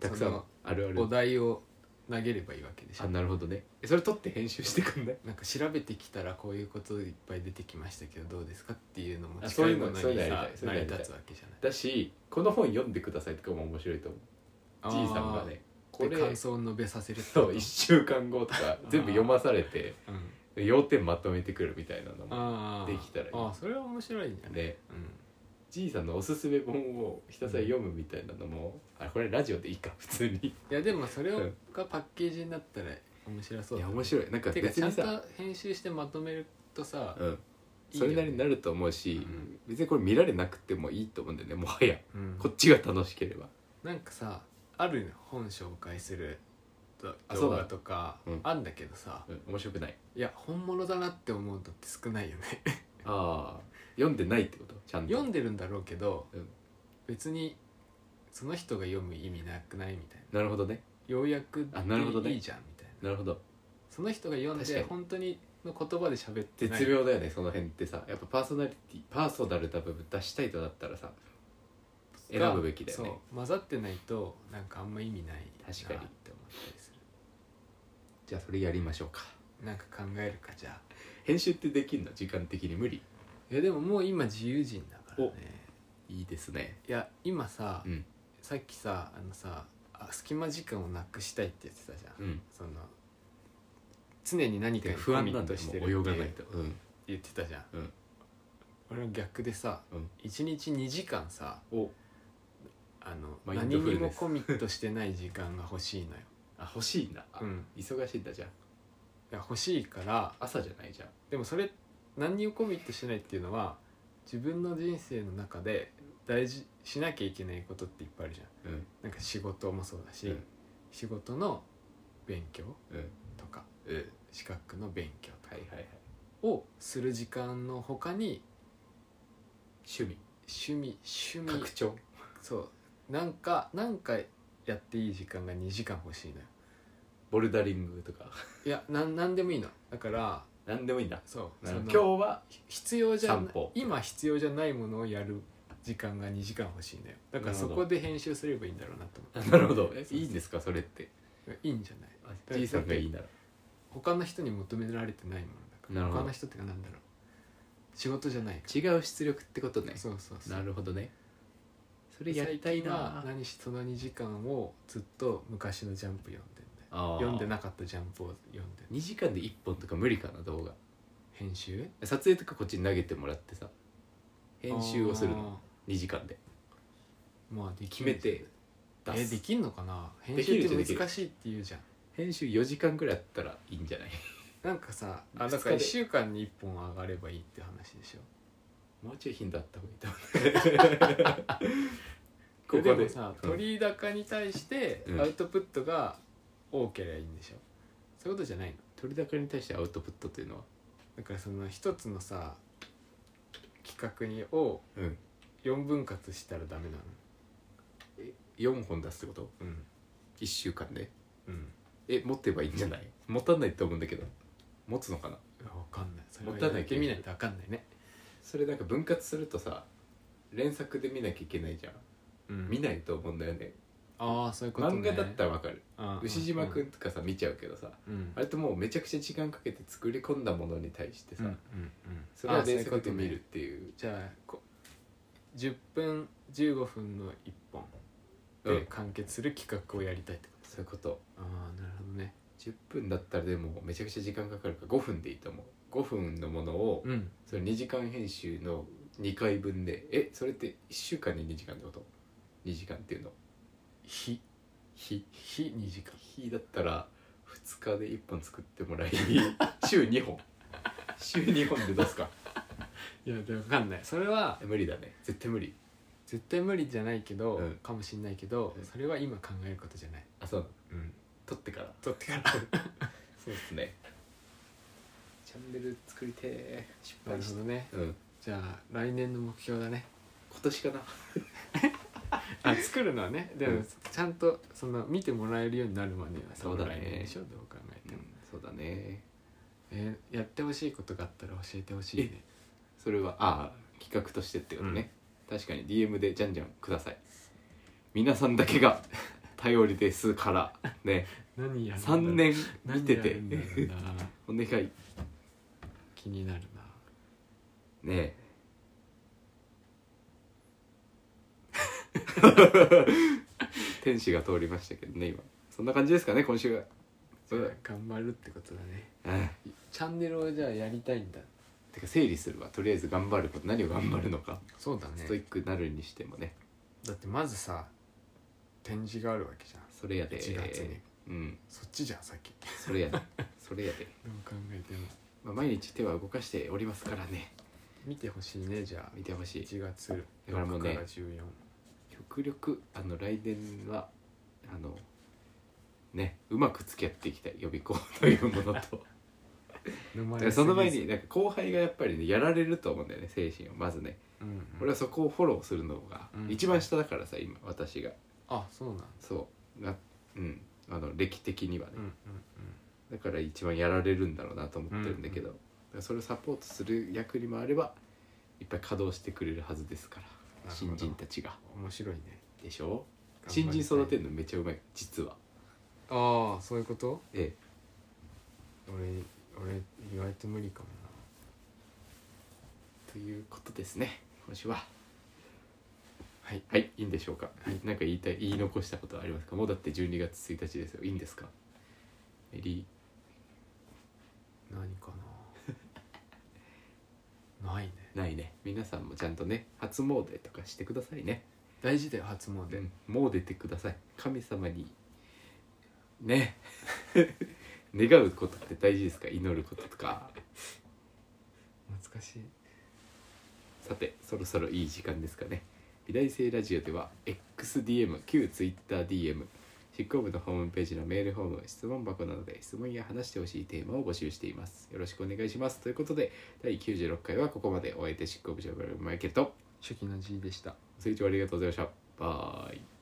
たくさ
そ
ん
の
あるあ
お
る
題を投げればいいわけでしょ
あなるほどねえそれ取って編集してくんない
なんか調べてきたらこういうこといっぱい出てきましたけどどうですかっていうのも
あ
近い
そう
も
いう
の
の
に
そういうのや
さ
りたいそういう
成
の
り
やりたい
立つわけじゃ
だしこの本読んでくださいとかも面白いと思う
ない
じいさんがねこ
で
れ
感想を述べさせるってこ
そ
と
う1週間後とか全部読まされて
うん
要点まとめてくるみたいなのも
あー
できたらいい
あーそれは面白いんじゃない
で
うん
じいさんのおすすめ本をひたすら読むみたいなのもあこれラジオでいいか普通に
いやでもそれを
うん
がパッケージになったら面白そう
い
だ
や
ね
面白いなんか
てかち
別
ゃ
に
んと
さ、
編集してまとめるとさ
うん、
いい
そ
よね
れなりになると思うし
うん
別にこれ見られなくてもいいと思うんだよねもはや
うん
こっちが楽しければ
なんかさある本紹介すると
あ
動
そう
画
だ
とか
うん
あんだけどさ
うん面白くない
いや本物だなって思うのって少ないよ ね
ああ読んでないってことちゃんと
読んでるんだろうけど
うん
別にその人が読む意味なくないみたいな
なるほどね
要約
あなるほど
で
ね
いいじゃんみたいな
なるほど
その人が読ん
確か
で
に
本当にの言葉で喋ってない
絶妙だよねその辺ってさやっぱパーソナリティパーソナルな部分出したいとなったらさ選ぶべきだよね
そう混ざってないとなんかあんま意味ないなって
確
思
か
っ
に
たりす
じゃあそれやりましょうか
るなんか考えるかじゃあ
編集ってできんの時間的に無理
いやでももう今自由人だからね
いいですね
いや今さ、
うん
さっきさあのさあ隙間時間をなくしたいって言ってたじゃん、
うん
その常に何かに
不安なんだ
と
よ
してる
も
っ
う
て
泳がないとうん
言ってたじゃん、
うん
俺は逆でさ、
うん
一1日2時間さ
お
あの
マイン
何
ドフルネ
に
ス
もコミットしてない時間が欲しいのよ、
あ欲しいな、 あ
うん、
忙しいんだじゃ
いや欲しいから
あ朝じゃないじゃん
でもそれ何にもコミットしてないっていうのは自分の人生の中で大事しなきゃいけないことっていっぱいあるじゃん
うん
なんか仕事もそうだし、
うん
仕事の勉強
うん
とか
うんはい
資格の勉強とか
はいはい
をする時間のほかに
趣味
趣味趣味
拡張
そうなんかなんかやっていい時間が2時間欲しいのよ
ボルダリングとか
いやなんなんでもいいのだから
何でもいいんだ
そう
な
そ
る
の
ほど今日は
必要じゃな
散歩
今必要じゃないものをやる時間が2時間欲しいんだよだから
なる
そ
ほど
こで編集すればいいんだろうなと思
あなるほどえいいんですかそれって
っていいんじゃない
あじいさんがいいなら
他の人に求められてないものだから
なるほど
他の人ってかなんだろう仕事じゃないか
違う出力ってことね
らそうそうそう
なるほどねそれやりたい
最近は
な
何しその2時間をずっと昔のジャンプ読んでんだよ
あ
読んで
な
なかったジャンプを読んで
2時間で1本とか無理かな動画
編集
撮影とかこっちに投げてもらってさ編集をするの
あ
2時間で
ーまあで
決
きる
めて出
え
す
できんのかな編
できる
集
じ
っ
ゃん
て難しいって言うじゃん
編集4時間ぐらいあったらいいんじゃない
なんかさ
二
あ
日
だから1
で
週間に1本上がればいいって話でしょ
もうちょい頻度あった方がいいと思 う
ここ
ここ
で
で
さ
うん
鳥高に対して
うん
アウトプットが多ければいいんでしょ、そういうことじゃないの
取り高に対してアウトプットというのは
だからその一つのさ企画にを
うん
4分割したらダメなの
4本出すってこと
うん
1週間で
うん
え持ってばいいんじゃない持たないと思うんだけど持つのかない
やわかんないそ
もったいない
やってみないとわかんないね、
それなんか分割するとさ連作で見なきゃいけないじゃん
うん
見ないと思うんだよね
ああそういうことね
漫画だったらわかる
ら
牛島くんとかさ見ちゃうけどさ
うん
あれってもうめちゃくちゃ時間かけて作り込んだものに対して
う
さ
んうんうん
それは
あーそうい
連
うこ
作で
とね
見るっていう
じゃあこ10分15分の1本
う
で
ん
完結する企画をやりたいってこ
そういうこと
と、ああなるほどね
10分だったらでもめちゃくちゃ時間かかるから5分でいいと思う5分のものを
うん
それ2時間編集の2回分でえそれって1週間に2時間ってこと2時間っていうの
日
日
日2時間
日だったら2日で1本作っても らい週2本週2本で出すか
いやでもわかんないそれは
無理だね絶対無理
絶対無理じゃないけど、
うん
かもしんないけど、
うん
それは今考えることじゃない
あそうなの
うん
撮って から
撮ってから
そうですねチャンネル作りてえ失
な
敗
る
し
ほ
た
どね
うん
じゃあ来年の目標だね
今年かな
あ作るのはねで
う
も
ん
ちゃんとその見てもらえるようになるまでは
そうだね
来年でしょどう考えても、
そうだね
えーやってほしいことがあったら教えてほしいね
それはああ企画としてってことね、確かに DM でじゃんじゃんください皆さんだけ が頼りですからね
何やるんだろう
3年見
何
て
や
て
るんだろうな
お願いね
気になる な
え天使が通りましたけどね今そんな感じですかね今週は
じゃあ
うん
頑張るってことだね
うん
チャンネルをじゃあやりたいんだ
てか整理するわとりあえず頑張ること何を頑張るのか、
そうだ
ストイックなるにしてもね
だってまずさ展示があるわけじゃん
それやで
1月に
うん
そっちじゃん先ど
それやでそれやで、
う考えても
まあ、毎日手は動かしておりますからね
見てほしいねじゃあ
見てほしい
1月
だからも
6
う
か
ね
ら14、
極力あの来年はあのねうまく付き合っていきたい予備校というもの と
飲ま
だから
れすぎず
その前になんか後輩がやっぱりねやられると思うんだよね精神をまずね
うんうん
俺はそこをフォローするのが
うん
一番下だからさ今私が
あそうなんだ
そうなうんあの歴的にはね
うんうんうん
だから一番やられるんだろうなと思ってるんだけど、だからそれをサポートする役にもあればいっぱい稼働してくれるはずですか
なるほ
ら新
ど
人たちが
面白いね
でしょ新人育てるのめっちゃうまい実は
ああそういうこと
え
俺俺意外と無理かもな
えということですね今週は
はい
はいいいんでしょうか、
はい
なんか言いたい言い残したことはありますかもうだって12月1日ですよいいんですかメリ
何かな ないね
ーないね皆さんもちゃんとね初詣とかしてくださいね
大事だよ初詣、
うんもう出てください神様にね 願うことって大事ですか祈ることとか
懐かしい
さてそろそろいい時間ですかね美大生ラジオでは XDM 旧 TwitterDM 執行部のホームページのメールフォーム質問箱などで質問や話してほしいテーマを募集していますよろしくお願いしますということで第96回はここまでお相手執行部長ブラマイケルと
初期の G でした
ご清聴ありがとうございましたバイ